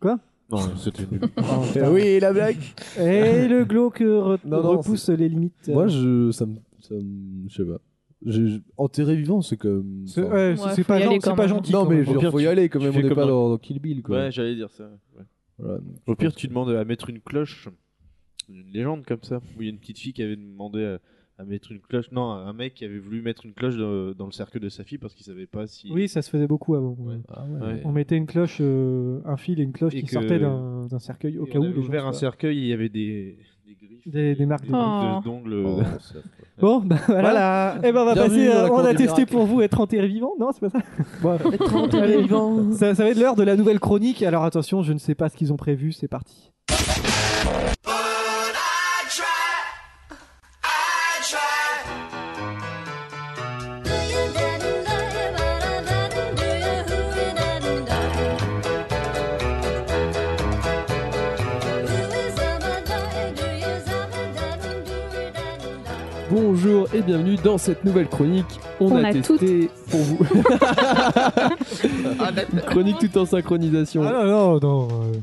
Speaker 2: Quoi
Speaker 3: Non, c'était nul.
Speaker 1: Ah, oui, la blague
Speaker 2: Et le glauque euh, re-
Speaker 1: Non, non,
Speaker 2: repousse les limites. euh.
Speaker 1: Moi, je, ça me. ça me- Je sais pas. Je- je- Enterré vivant, c'est comme.
Speaker 2: C'est
Speaker 1: enfin,
Speaker 2: ouais,
Speaker 4: Ouais,
Speaker 2: c'est-
Speaker 4: faut
Speaker 2: c'est
Speaker 4: y
Speaker 2: pas, gen-
Speaker 4: aller
Speaker 2: c'est
Speaker 4: quand
Speaker 2: pas
Speaker 4: même.
Speaker 2: gentil.
Speaker 1: Non, mais
Speaker 2: quand
Speaker 1: je
Speaker 2: même.
Speaker 1: veux dire, faut y aller quand
Speaker 3: hein, tu
Speaker 1: même,
Speaker 3: fais
Speaker 1: on n'est
Speaker 3: comme
Speaker 1: pas
Speaker 3: un-
Speaker 1: dans, dans Kill Bill quoi.
Speaker 3: Ouais, j'allais dire ça. ouais.
Speaker 1: Voilà.
Speaker 3: Au pire, tu demandes à mettre une cloche. Une légende comme ça. Où il y a une petite fille qui avait demandé à, à mettre une cloche. Non, un mec qui avait voulu mettre une cloche dans, dans le cercle de sa fille parce qu'il savait pas si.
Speaker 2: Oui, ça se faisait beaucoup avant.
Speaker 3: Ouais.
Speaker 1: Ah ouais.
Speaker 3: Ouais.
Speaker 2: On mettait une cloche, euh, un fil et une cloche
Speaker 3: Et
Speaker 2: qui
Speaker 3: que-
Speaker 2: sortait d'un d'un cercueil au
Speaker 3: Et
Speaker 2: cas
Speaker 3: on
Speaker 2: où.
Speaker 3: avait
Speaker 2: les gens
Speaker 3: ouvert un
Speaker 2: se-
Speaker 3: cercueil, il y avait des, des griffes.
Speaker 2: Des- des marques
Speaker 4: de-
Speaker 3: marques de- d'ongles.
Speaker 1: Oh,
Speaker 2: Bon, bah voilà. Et ben on va
Speaker 1: Bienvenue
Speaker 2: passer.
Speaker 1: dans la
Speaker 2: euh, on
Speaker 1: cour
Speaker 2: a
Speaker 1: du
Speaker 2: testé
Speaker 1: miracle.
Speaker 2: pour vous être enterré vivant. Non, c'est pas ça. Bon,
Speaker 4: Être enterré
Speaker 2: Allez.
Speaker 4: vivant.
Speaker 2: ça. Ça va être l'heure de la nouvelle chronique. Alors attention, je ne sais pas ce qu'ils ont prévu. C'est parti.
Speaker 6: I tried, I tried. Do you didn't die, but I didn't do you who didn't die. Who is ever die? Do you ever die? Do you didn't die?
Speaker 5: Bonjour et bienvenue dans cette nouvelle chronique. On,
Speaker 4: On a
Speaker 5: testé pour vous.
Speaker 3: Ah,
Speaker 5: Une chronique tout en synchronisation.
Speaker 2: Ah non, non, non. euh,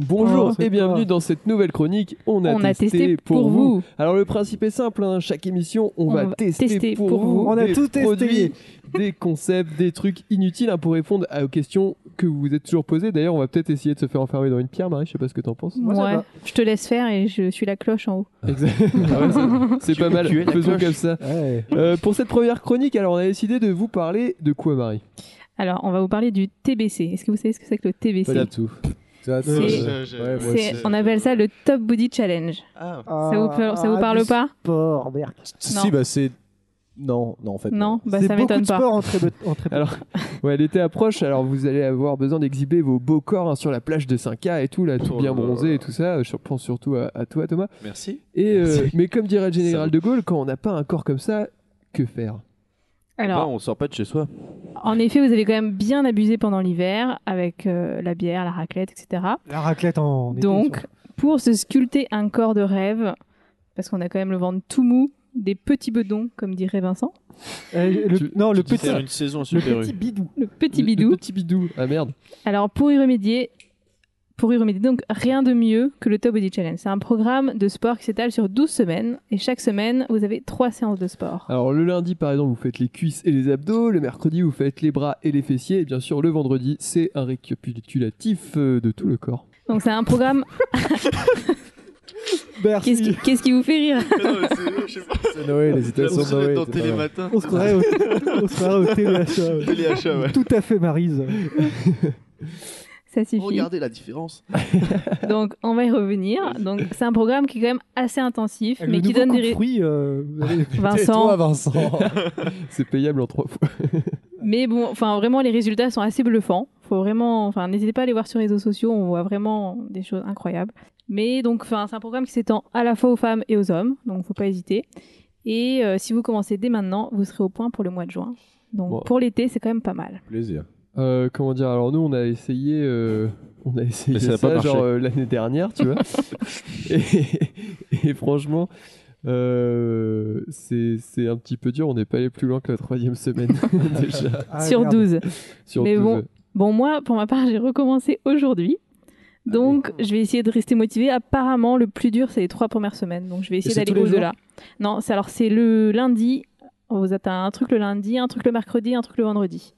Speaker 5: Bonjour
Speaker 2: Oh, c'est
Speaker 5: et bienvenue
Speaker 2: quoi
Speaker 5: dans cette nouvelle chronique. On a,
Speaker 4: On a testé pour vous.
Speaker 5: Alors le principe est simple, hein. chaque émission on,
Speaker 4: On
Speaker 5: va,
Speaker 4: va
Speaker 5: tester,
Speaker 4: tester
Speaker 5: pour,
Speaker 4: pour
Speaker 5: vous.
Speaker 4: vous.
Speaker 2: On a
Speaker 5: des
Speaker 2: tout testé.
Speaker 5: produits, des concepts, des trucs inutiles hein, pour répondre à- aux questions que vous vous êtes toujours posées. D'ailleurs on va peut-être essayer de se faire enfermer dans une pierre, Marie, je sais pas ce que t'en penses.
Speaker 2: Moi, ça
Speaker 4: Ouais.
Speaker 2: va.
Speaker 4: Je te laisse faire et je suis la cloche en haut.
Speaker 5: Exact. Ah ouais, c'est- c'est pas mal,
Speaker 3: tu es la
Speaker 5: faisons
Speaker 3: cloche.
Speaker 5: comme ça.
Speaker 2: Ouais.
Speaker 5: Euh, pour cette première chronique, alors on a décidé de vous parler de quoi Marie
Speaker 4: Alors, on va vous parler du TBC. Est-ce que vous savez ce que c'est que le
Speaker 1: Pas du
Speaker 4: TBC
Speaker 1: tout. Ça,
Speaker 2: C'est-
Speaker 1: ouais,
Speaker 3: C'est-
Speaker 1: ouais, moi
Speaker 4: C'est-
Speaker 1: aussi.
Speaker 4: On appelle ça le Top Body Challenge.
Speaker 3: Ah,
Speaker 4: ça vous, par- ça vous
Speaker 2: Ah,
Speaker 4: parle
Speaker 2: du
Speaker 4: pas
Speaker 2: Sport, merde.
Speaker 1: Si, bah c'est. Non, non, en fait.
Speaker 4: Non Bah,
Speaker 2: C'est
Speaker 4: ça
Speaker 2: beaucoup
Speaker 4: m'étonne
Speaker 2: de
Speaker 4: pas.
Speaker 2: sport en très peu- en très peu-
Speaker 5: Alors, ouais, l'été approche, alors vous allez avoir besoin d'exhiber vos beaux corps hein, sur la plage de 5K et tout, là, tout
Speaker 3: Oh
Speaker 5: bien
Speaker 3: là là
Speaker 5: bronzé
Speaker 3: là.
Speaker 5: et tout ça. Je pense surtout à, à toi, Thomas.
Speaker 3: merci.
Speaker 5: Et, euh,
Speaker 3: Merci.
Speaker 5: mais comme dirait le général de Gaulle, quand on n'a pas un corps comme ça, que faire
Speaker 4: Alors,
Speaker 3: Bah, on sort pas de chez soi.
Speaker 4: en effet, vous avez quand même bien abusé pendant l'hiver avec euh, la bière, la raclette, etc.
Speaker 2: La raclette en. été,
Speaker 4: Donc,
Speaker 2: surtout.
Speaker 4: pour se sculpter un corps de rêve, parce qu'on a quand même le ventre tout mou, des petits bedons, comme dirait Vincent,
Speaker 2: Euh, le-
Speaker 5: tu-
Speaker 2: non, le
Speaker 3: Tu dis
Speaker 2: petit,
Speaker 3: faire une saison à
Speaker 2: le
Speaker 3: Super
Speaker 2: petit
Speaker 3: U.
Speaker 2: bidou.
Speaker 4: le petit
Speaker 5: Le-
Speaker 4: bidou.
Speaker 5: le Petit bidou, ah merde.
Speaker 4: Alors pour y remédier, pour y remédier donc rien de mieux que le Top Body Challenge. C'est un programme de sport qui s'étale sur 12 semaines et chaque semaine vous avez trois séances de sport.
Speaker 5: Alors le lundi par exemple vous faites les cuisses et les abdos, le mercredi vous faites les bras et les fessiers, et bien sûr le vendredi c'est un récapitulatif euh, de tout le corps.
Speaker 4: Donc c'est un programme. Qu'est-ce qui, qu'est-ce qui vous fait rire
Speaker 1: C'est Noé, les
Speaker 3: On
Speaker 1: citations de
Speaker 3: se met
Speaker 1: Noé.
Speaker 3: dans
Speaker 1: c'est pas mal.
Speaker 3: Télématin.
Speaker 2: On se croirait au, on se croirait au TVHA, ouais.
Speaker 3: Téléachat, ouais.
Speaker 2: Tout à fait, Marise.
Speaker 4: Ça suffit.
Speaker 3: Regardez la différence.
Speaker 4: Donc on va y revenir. Donc c'est un programme qui est quand même assez intensif, mais qui donne des ré-
Speaker 2: fruits. euh, vous avez-
Speaker 4: Vincent.
Speaker 1: Vincent.
Speaker 5: C'est payable en trois fois.
Speaker 4: Mais bon, enfin vraiment les résultats sont assez bluffants. Faut vraiment, enfin n'hésitez pas à les voir sur les réseaux sociaux, on voit vraiment des choses incroyables. Mais donc, enfin c'est un programme qui s'étend à la fois aux femmes et aux hommes, donc faut pas hésiter. Et euh, si vous commencez dès maintenant, vous serez au point pour le mois de juin. Donc
Speaker 5: Bon.
Speaker 4: pour l'été, c'est quand même pas mal.
Speaker 1: Plaisir.
Speaker 5: Euh, comment dire Alors nous, on a essayé, euh, on a essayé
Speaker 3: Mais ça
Speaker 5: ça,
Speaker 3: a pas marché.
Speaker 5: genre euh, l'année dernière, tu vois. et, et franchement, euh, c'est c'est un petit peu dur. On n'est pas allé plus loin que la troisième semaine déjà. euh,
Speaker 2: Ah,
Speaker 4: sur
Speaker 2: merde.
Speaker 4: 12.
Speaker 5: Sur
Speaker 4: Mais
Speaker 5: 12.
Speaker 4: bon. Bon moi, pour ma part, j'ai recommencé aujourd'hui. Donc, je vais essayer de rester motivée. Apparemment, le plus dur, c'est les trois premières semaines. Donc, je vais essayer
Speaker 1: c'est tous
Speaker 4: d'aller
Speaker 1: les
Speaker 4: au-delà. Non, c'est alors c'est le lundi. On Vous atteint un truc le lundi, un truc le mercredi, un truc le vendredi.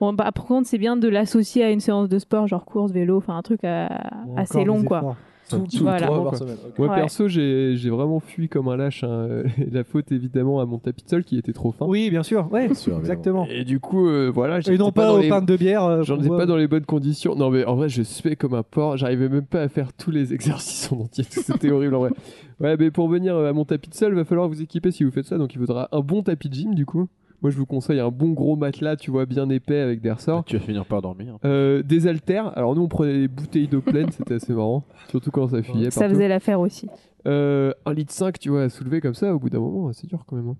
Speaker 4: Bon, bah, par contre, c'est bien de l'associer à une séance de sport, genre course, vélo, enfin un truc euh,
Speaker 2: Ou
Speaker 4: assez
Speaker 2: encore
Speaker 4: long,
Speaker 2: des
Speaker 4: quoi.
Speaker 2: efforts.
Speaker 1: Tout, tout,
Speaker 4: Voilà.
Speaker 1: trois
Speaker 5: Bon,
Speaker 1: par
Speaker 5: quoi.
Speaker 1: semaine. ok.
Speaker 5: Moi
Speaker 4: Ouais.
Speaker 5: perso, j'ai j'ai vraiment fui comme un lâche. hein. La faute évidemment à mon tapis de sol qui était trop fin.
Speaker 2: Oui, bien sûr. Ouais,
Speaker 1: Bien sûr,
Speaker 2: exactement.
Speaker 5: Et du coup, euh, voilà,
Speaker 2: Et
Speaker 5: j'étais
Speaker 2: non pas
Speaker 5: dans
Speaker 2: aux
Speaker 5: les-
Speaker 2: pintes de bière. euh,
Speaker 5: J'en
Speaker 2: qu'on
Speaker 5: étais
Speaker 2: voit.
Speaker 5: pas dans les bonnes conditions. Non, mais en vrai, je suais comme un porc. J'arrivais même pas à faire tous les exercices en entier. C'était horrible en vrai. Ouais, mais pour venir euh, à mon tapis de sol, va falloir vous équiper si vous faites ça. Donc, il faudra un bon tapis de gym du coup. Moi, je vous conseille un bon gros matelas, tu vois, bien épais avec des ressorts.
Speaker 3: Ah, Tu vas finir par dormir.
Speaker 5: Euh, des haltères. Alors, nous, on prenait des bouteilles d'eau pleine. C'était assez marrant. Surtout quand ça fuyait.
Speaker 4: Ça
Speaker 5: partout.
Speaker 4: faisait l'affaire aussi.
Speaker 5: Euh, un litre 5, tu vois, à soulever comme ça, au bout d'un moment, c'est dur quand même. hein.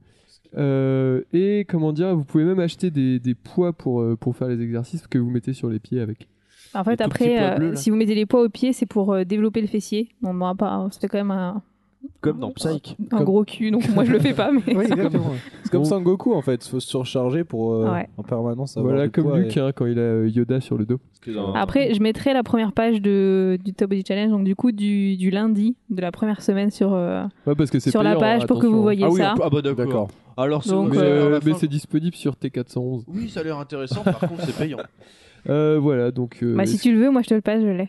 Speaker 5: Euh, et comment dire, vous pouvez même acheter des, des poids pour, euh, pour faire les exercices que vous mettez sur les pieds avec.
Speaker 4: En
Speaker 5: Les
Speaker 4: fait,
Speaker 5: tout petits
Speaker 4: après,
Speaker 5: poids
Speaker 4: euh,
Speaker 5: bleus, là.
Speaker 4: si vous mettez les poids au pied, c'est pour euh, développer le fessier. Bon, bon, à part- c'était quand même un,
Speaker 3: Comme dans Psych.
Speaker 4: un
Speaker 1: Comme-
Speaker 4: gros cul, donc moi je le fais pas. Mais...
Speaker 2: Oui, exactement.
Speaker 1: C'est comme
Speaker 5: Bon.
Speaker 1: Sangoku en fait, faut se surcharger pour euh,
Speaker 4: Ouais.
Speaker 1: en permanence avoir
Speaker 5: Voilà,
Speaker 1: du
Speaker 5: comme
Speaker 1: poids
Speaker 5: Luc hein, quand il a euh, Yoda sur le dos.
Speaker 3: Ah,
Speaker 4: Après, je mettrai la première page de, du Top Body Challenge, donc du coup du, du lundi de la première semaine sur. euh,
Speaker 5: Ouais, parce que c'est
Speaker 4: Sur la
Speaker 5: payant,
Speaker 4: page pour que
Speaker 5: attention.
Speaker 4: vous voyez
Speaker 3: Ah oui,
Speaker 4: ça.
Speaker 3: ah bah
Speaker 1: et-
Speaker 3: d'accord.
Speaker 1: D'accord.
Speaker 3: Alors c'est
Speaker 4: Donc,
Speaker 5: Mais,
Speaker 3: c'est-
Speaker 5: euh,
Speaker 3: alors, à la
Speaker 5: mais
Speaker 3: fin,
Speaker 5: c'est disponible sur T411.
Speaker 3: Oui, ça a l'air intéressant, par contre c'est payant.
Speaker 5: Euh, voilà, donc. euh,
Speaker 4: Bah, si tu le veux, moi je te le passe, je l'ai.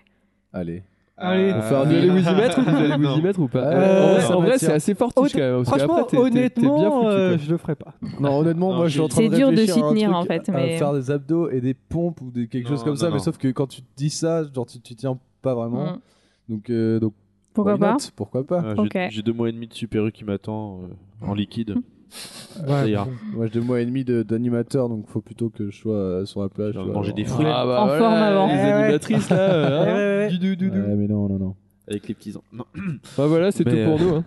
Speaker 1: Allez.
Speaker 2: Allez.
Speaker 5: Vous
Speaker 3: Ah,
Speaker 5: allez vous y mettre, vous allez vous y mettre ou pas
Speaker 1: Euh,
Speaker 5: En vrai,
Speaker 1: ça
Speaker 5: en vrai,
Speaker 1: m'attire.
Speaker 5: c'est assez fort
Speaker 2: Honnête-
Speaker 5: touche, quand même. parce
Speaker 2: Franchement,
Speaker 5: qu'après, t'es- t'es-
Speaker 2: honnêtement,
Speaker 5: t'es bien foutu, quoi.
Speaker 2: euh, je le ferai pas.
Speaker 1: Non, honnêtement,
Speaker 3: Non,
Speaker 1: moi je suis en train de
Speaker 4: C'est dur de
Speaker 1: réfléchir à
Speaker 4: s'y
Speaker 1: un
Speaker 4: tenir,
Speaker 1: truc,
Speaker 4: en fait,
Speaker 1: à
Speaker 4: mais-
Speaker 1: faire des abdos et des pompes ou des, quelque
Speaker 3: Non,
Speaker 1: chose comme
Speaker 3: non,
Speaker 1: ça,
Speaker 3: non.
Speaker 1: mais sauf que quand tu te dis ça, genre tu t'y tiens pas vraiment.
Speaker 4: Mm.
Speaker 1: Donc, euh, donc
Speaker 4: Pourquoi
Speaker 1: why
Speaker 4: pas
Speaker 1: not Pourquoi pas
Speaker 3: Ah,
Speaker 4: Ok.
Speaker 3: j'ai- J'ai deux mois et demi de Super U qui m'attend euh, en liquide.
Speaker 2: Ouais,
Speaker 3: ça ira.
Speaker 1: Moi j'ai deux mois et demi de- d'animateur, donc faut plutôt que je sois euh, sur la plage.
Speaker 3: J'ai
Speaker 1: euh,
Speaker 3: mangé
Speaker 1: en-
Speaker 3: des fruits
Speaker 5: Ah, bah,
Speaker 4: En
Speaker 5: voilà,
Speaker 4: forme avant.
Speaker 5: Les
Speaker 2: Eh ouais.
Speaker 5: animatrices là. euh, hein.
Speaker 2: Ouais, ouais, ouais.
Speaker 5: Du, du, du, du.
Speaker 1: Ouais, mais non, non, non.
Speaker 3: avec les petits ans. Non.
Speaker 5: Bah, voilà, c'est
Speaker 3: Mais,
Speaker 5: tout pour
Speaker 3: euh,
Speaker 5: nous. hein.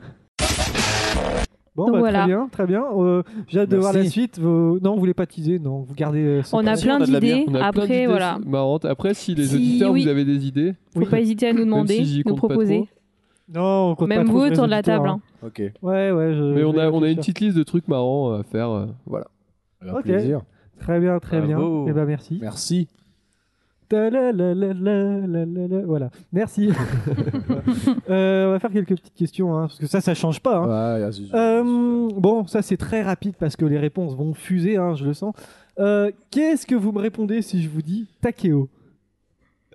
Speaker 2: Bon,
Speaker 4: Donc
Speaker 2: bah,
Speaker 4: voilà.
Speaker 2: très bien, très bien. Euh, J'ai hâte de voir la
Speaker 1: Merci.
Speaker 2: suite. Vos- Non, vous voulez pas teaser, non, vous gardez. euh, ce
Speaker 4: On a
Speaker 2: passé.
Speaker 4: plein
Speaker 3: on a de la bière,
Speaker 4: d'idées.
Speaker 5: On a plein
Speaker 4: Après,
Speaker 5: d'idées
Speaker 4: voilà.
Speaker 5: marrantes. Après, si les
Speaker 4: Si,
Speaker 5: auditeurs,
Speaker 4: oui.
Speaker 5: vous avez des idées,
Speaker 4: Faut pas hésiter à nous demander,
Speaker 5: même si j'y
Speaker 4: nous
Speaker 5: compte pas
Speaker 4: proposer.
Speaker 5: trop.
Speaker 2: Non, on compte pas
Speaker 4: Même
Speaker 2: trop
Speaker 4: vous
Speaker 2: sur les
Speaker 4: autour de la
Speaker 2: auditeurs,
Speaker 4: table.
Speaker 2: hein.
Speaker 4: hein.
Speaker 1: Ok.
Speaker 2: Ouais, ouais. je-
Speaker 5: Mais
Speaker 2: je
Speaker 5: on
Speaker 2: vais
Speaker 5: a, on a une
Speaker 2: réfléchir.
Speaker 5: petite liste de trucs marrants à faire. euh, voilà.
Speaker 1: Avec
Speaker 2: Ok.
Speaker 1: plaisir.
Speaker 2: Très bien, très
Speaker 3: Bravo.
Speaker 2: bien. Et ben merci.
Speaker 1: Merci.
Speaker 2: Ta la la la la la la la. Voilà, merci. Euh, on va faire quelques petites questions, hein, parce que ça, ça change pas. hein.
Speaker 1: Ouais, vas-y, vas-y.
Speaker 2: Euh, bon, ça c'est très rapide parce que les réponses vont fuser, hein, je le sens. Euh, Qu'est-ce que vous me répondez si je vous dis Takeo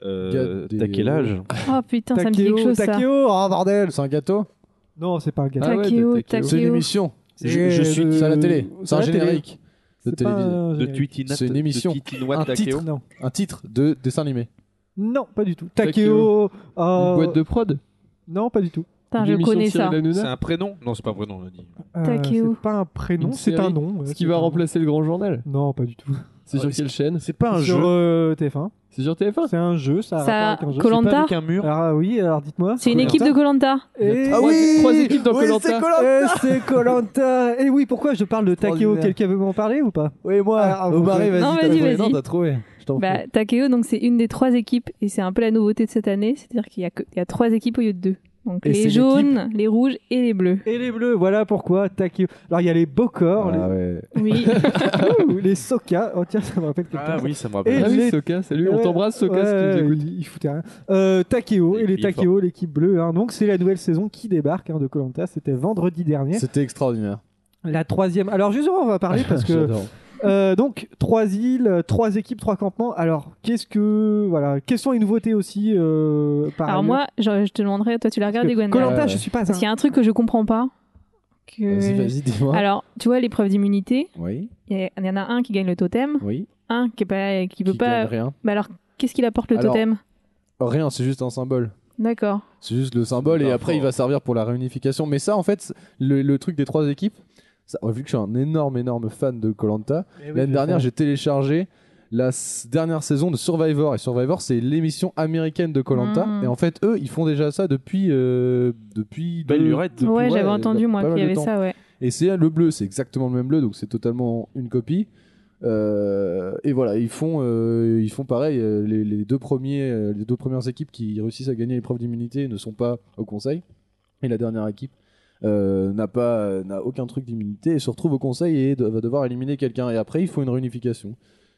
Speaker 3: Euh,
Speaker 1: Il y a des- Ah,
Speaker 3: T'as quel âge
Speaker 4: Oh putain, ça me dit
Speaker 2: Takeo,
Speaker 4: quelque chose ça.
Speaker 2: Takeo, oh, bordel.
Speaker 1: Bordel, c'est un gâteau
Speaker 2: Non, c'est pas un gars.
Speaker 5: Ah ouais,
Speaker 4: Takeo,
Speaker 5: de Takeo.
Speaker 1: C'est une
Speaker 4: Théo.
Speaker 1: émission.
Speaker 2: C'est
Speaker 1: Je, je suis
Speaker 2: de-
Speaker 1: c'est à la télé. C'est
Speaker 2: c'est à
Speaker 1: un
Speaker 2: la télé.
Speaker 1: générique de
Speaker 2: C'est pas
Speaker 1: télévision.
Speaker 2: un
Speaker 3: De
Speaker 2: générique.
Speaker 3: Tweetinat
Speaker 1: C'est une émission.
Speaker 3: De Tweetinois
Speaker 1: Un
Speaker 3: de
Speaker 1: titre.
Speaker 3: Takeo.
Speaker 2: Non.
Speaker 1: Un titre de dessin animé.
Speaker 2: non, pas du tout.
Speaker 5: Takeo.
Speaker 2: Takeo.
Speaker 5: Une
Speaker 2: euh,
Speaker 5: boîte de prod
Speaker 2: Non, pas du tout.
Speaker 4: Putain, je
Speaker 5: L'émission de
Speaker 4: connais
Speaker 5: Cyril
Speaker 4: ça.
Speaker 3: C'est
Speaker 5: Hanouna
Speaker 3: un prénom Non, c'est pas un prénom, on l'a dit.
Speaker 2: Euh,
Speaker 4: Takeo.
Speaker 2: C'est pas un prénom,
Speaker 5: Une
Speaker 2: c'est
Speaker 5: série.
Speaker 2: un nom.
Speaker 5: Ce
Speaker 2: ouais,
Speaker 5: qui
Speaker 2: c'est
Speaker 5: va
Speaker 2: un nom.
Speaker 5: remplacer le grand journal.
Speaker 2: Non, pas du tout.
Speaker 5: C'est sur quelle chaîne
Speaker 3: C'est pas
Speaker 2: sur euh, TF1.
Speaker 5: C'est sur TF1
Speaker 2: C'est un jeu, ça. a
Speaker 4: Ça-
Speaker 2: rapport avec un jeu.
Speaker 4: Koh-Lanta.
Speaker 3: Pas avec un mur.
Speaker 2: Alors ah oui, alors dites-moi.
Speaker 4: C'est une
Speaker 5: Koh-Lanta.
Speaker 4: équipe de Colanta.
Speaker 2: Et...
Speaker 5: Ah oui, trois équipes dans
Speaker 1: Oui,
Speaker 5: Koh-Lanta.
Speaker 1: c'est Koh-Lanta.
Speaker 2: Et c'est Colanta. Et oui, pourquoi je parle de Takeo
Speaker 1: Extraordinaire.
Speaker 2: Quelqu'un veut m'en parler ou pas
Speaker 1: Oui, moi.
Speaker 2: Ah,
Speaker 1: Au
Speaker 2: vous-
Speaker 1: barré, vas-y.
Speaker 4: Non,
Speaker 1: t'as
Speaker 4: vas-y,
Speaker 1: trouvé.
Speaker 4: vas-y.
Speaker 1: Non, t'as trouvé. Je t'en prie.
Speaker 4: Bah, Takeo, donc c'est une des trois équipes et c'est un peu la nouveauté de cette année, c'est-à-dire qu'il y, a que- il y a trois équipes au lieu de deux. Donc
Speaker 1: Et c'est
Speaker 4: les jaunes, les rouges et les bleus.
Speaker 2: Et les bleus, voilà pourquoi Takeo. Alors il y a les Bokor,
Speaker 1: Ah ouais.
Speaker 4: Oui,
Speaker 2: les... Ouh, les Soka. Oh tiens, ça me rappelle quelqu'un.
Speaker 3: Ah oui,
Speaker 1: Eh,
Speaker 3: ça me
Speaker 2: Et
Speaker 5: Ah
Speaker 3: rappelle.
Speaker 5: oui,
Speaker 2: les-
Speaker 5: Soka, salut, on
Speaker 2: Ouais,
Speaker 5: t'embrasse Soka si tu nous
Speaker 2: Ouais,
Speaker 5: écoutes.
Speaker 2: il, il foutait rien. Euh, Takeo et
Speaker 3: Il-
Speaker 2: les
Speaker 3: il est
Speaker 2: Takeo, l'équipe bleue. hein. Donc c'est la nouvelle saison qui débarque hein, de Colanta. C'était vendredi dernier.
Speaker 1: C'était extraordinaire.
Speaker 2: La troisième. Alors justement, on va parler parce que
Speaker 1: J'adore.
Speaker 2: Euh, donc trois îles, euh, trois équipes, trois campements. Alors qu'est-ce que voilà, quelles sont les nouveautés aussi euh, par
Speaker 4: alors moi, je, je te demanderais, toi tu l'as regardé Gwen
Speaker 1: Koh-Lanta,
Speaker 2: Colanta,
Speaker 1: Ouais.
Speaker 2: je suis pas un.
Speaker 4: Parce qu'il y a un truc que je comprends pas. Que...
Speaker 1: Vas-y, vas-y, dis-moi.
Speaker 4: Euh, Alors, tu vois, l'épreuve d'immunité,
Speaker 1: Oui,
Speaker 4: il y, a- il y en a un qui gagne le totem,
Speaker 1: oui.
Speaker 4: un qui, est pas, qui peut
Speaker 1: Qui
Speaker 4: pas.
Speaker 1: gagne rien.
Speaker 4: Mais alors, qu'est-ce qu'il apporte le
Speaker 1: Alors-
Speaker 4: totem
Speaker 1: Oh, Rien, c'est juste un symbole.
Speaker 4: D'accord.
Speaker 1: C'est juste le symbole et
Speaker 3: Bah,
Speaker 1: après
Speaker 3: faut-
Speaker 1: il va servir pour la réunification. Mais ça, en fait, c'est- le, le truc des trois équipes, ça, oh, vu que je suis un énorme, énorme fan de Colanta, l'année dernière j'ai téléchargé la s- dernière saison de Survivor. Et Survivor, c'est l'émission américaine de Colanta.
Speaker 4: Mm.
Speaker 1: Et en fait, eux, ils font déjà ça depuis. euh, depuis
Speaker 3: Belle
Speaker 1: deux-
Speaker 3: lurette.
Speaker 1: depuis-
Speaker 4: ouais, j'avais entendu
Speaker 1: pas
Speaker 4: moi
Speaker 1: mal
Speaker 4: qu'il
Speaker 1: de
Speaker 4: y avait
Speaker 1: temps.
Speaker 4: ça, ouais.
Speaker 1: Et c'est le bleu, c'est exactement le même bleu, donc c'est totalement une copie. Euh, et voilà, ils font, euh, ils font pareil. euh, Les, les deux premiers, euh, les deux premières équipes qui réussissent à gagner l'épreuve d'immunité ne sont pas au conseil, et la dernière équipe euh, n'a pas, euh, n'a aucun truc d'immunité et se retrouve au conseil et de- va devoir éliminer quelqu'un. Et après, il faut une réunification.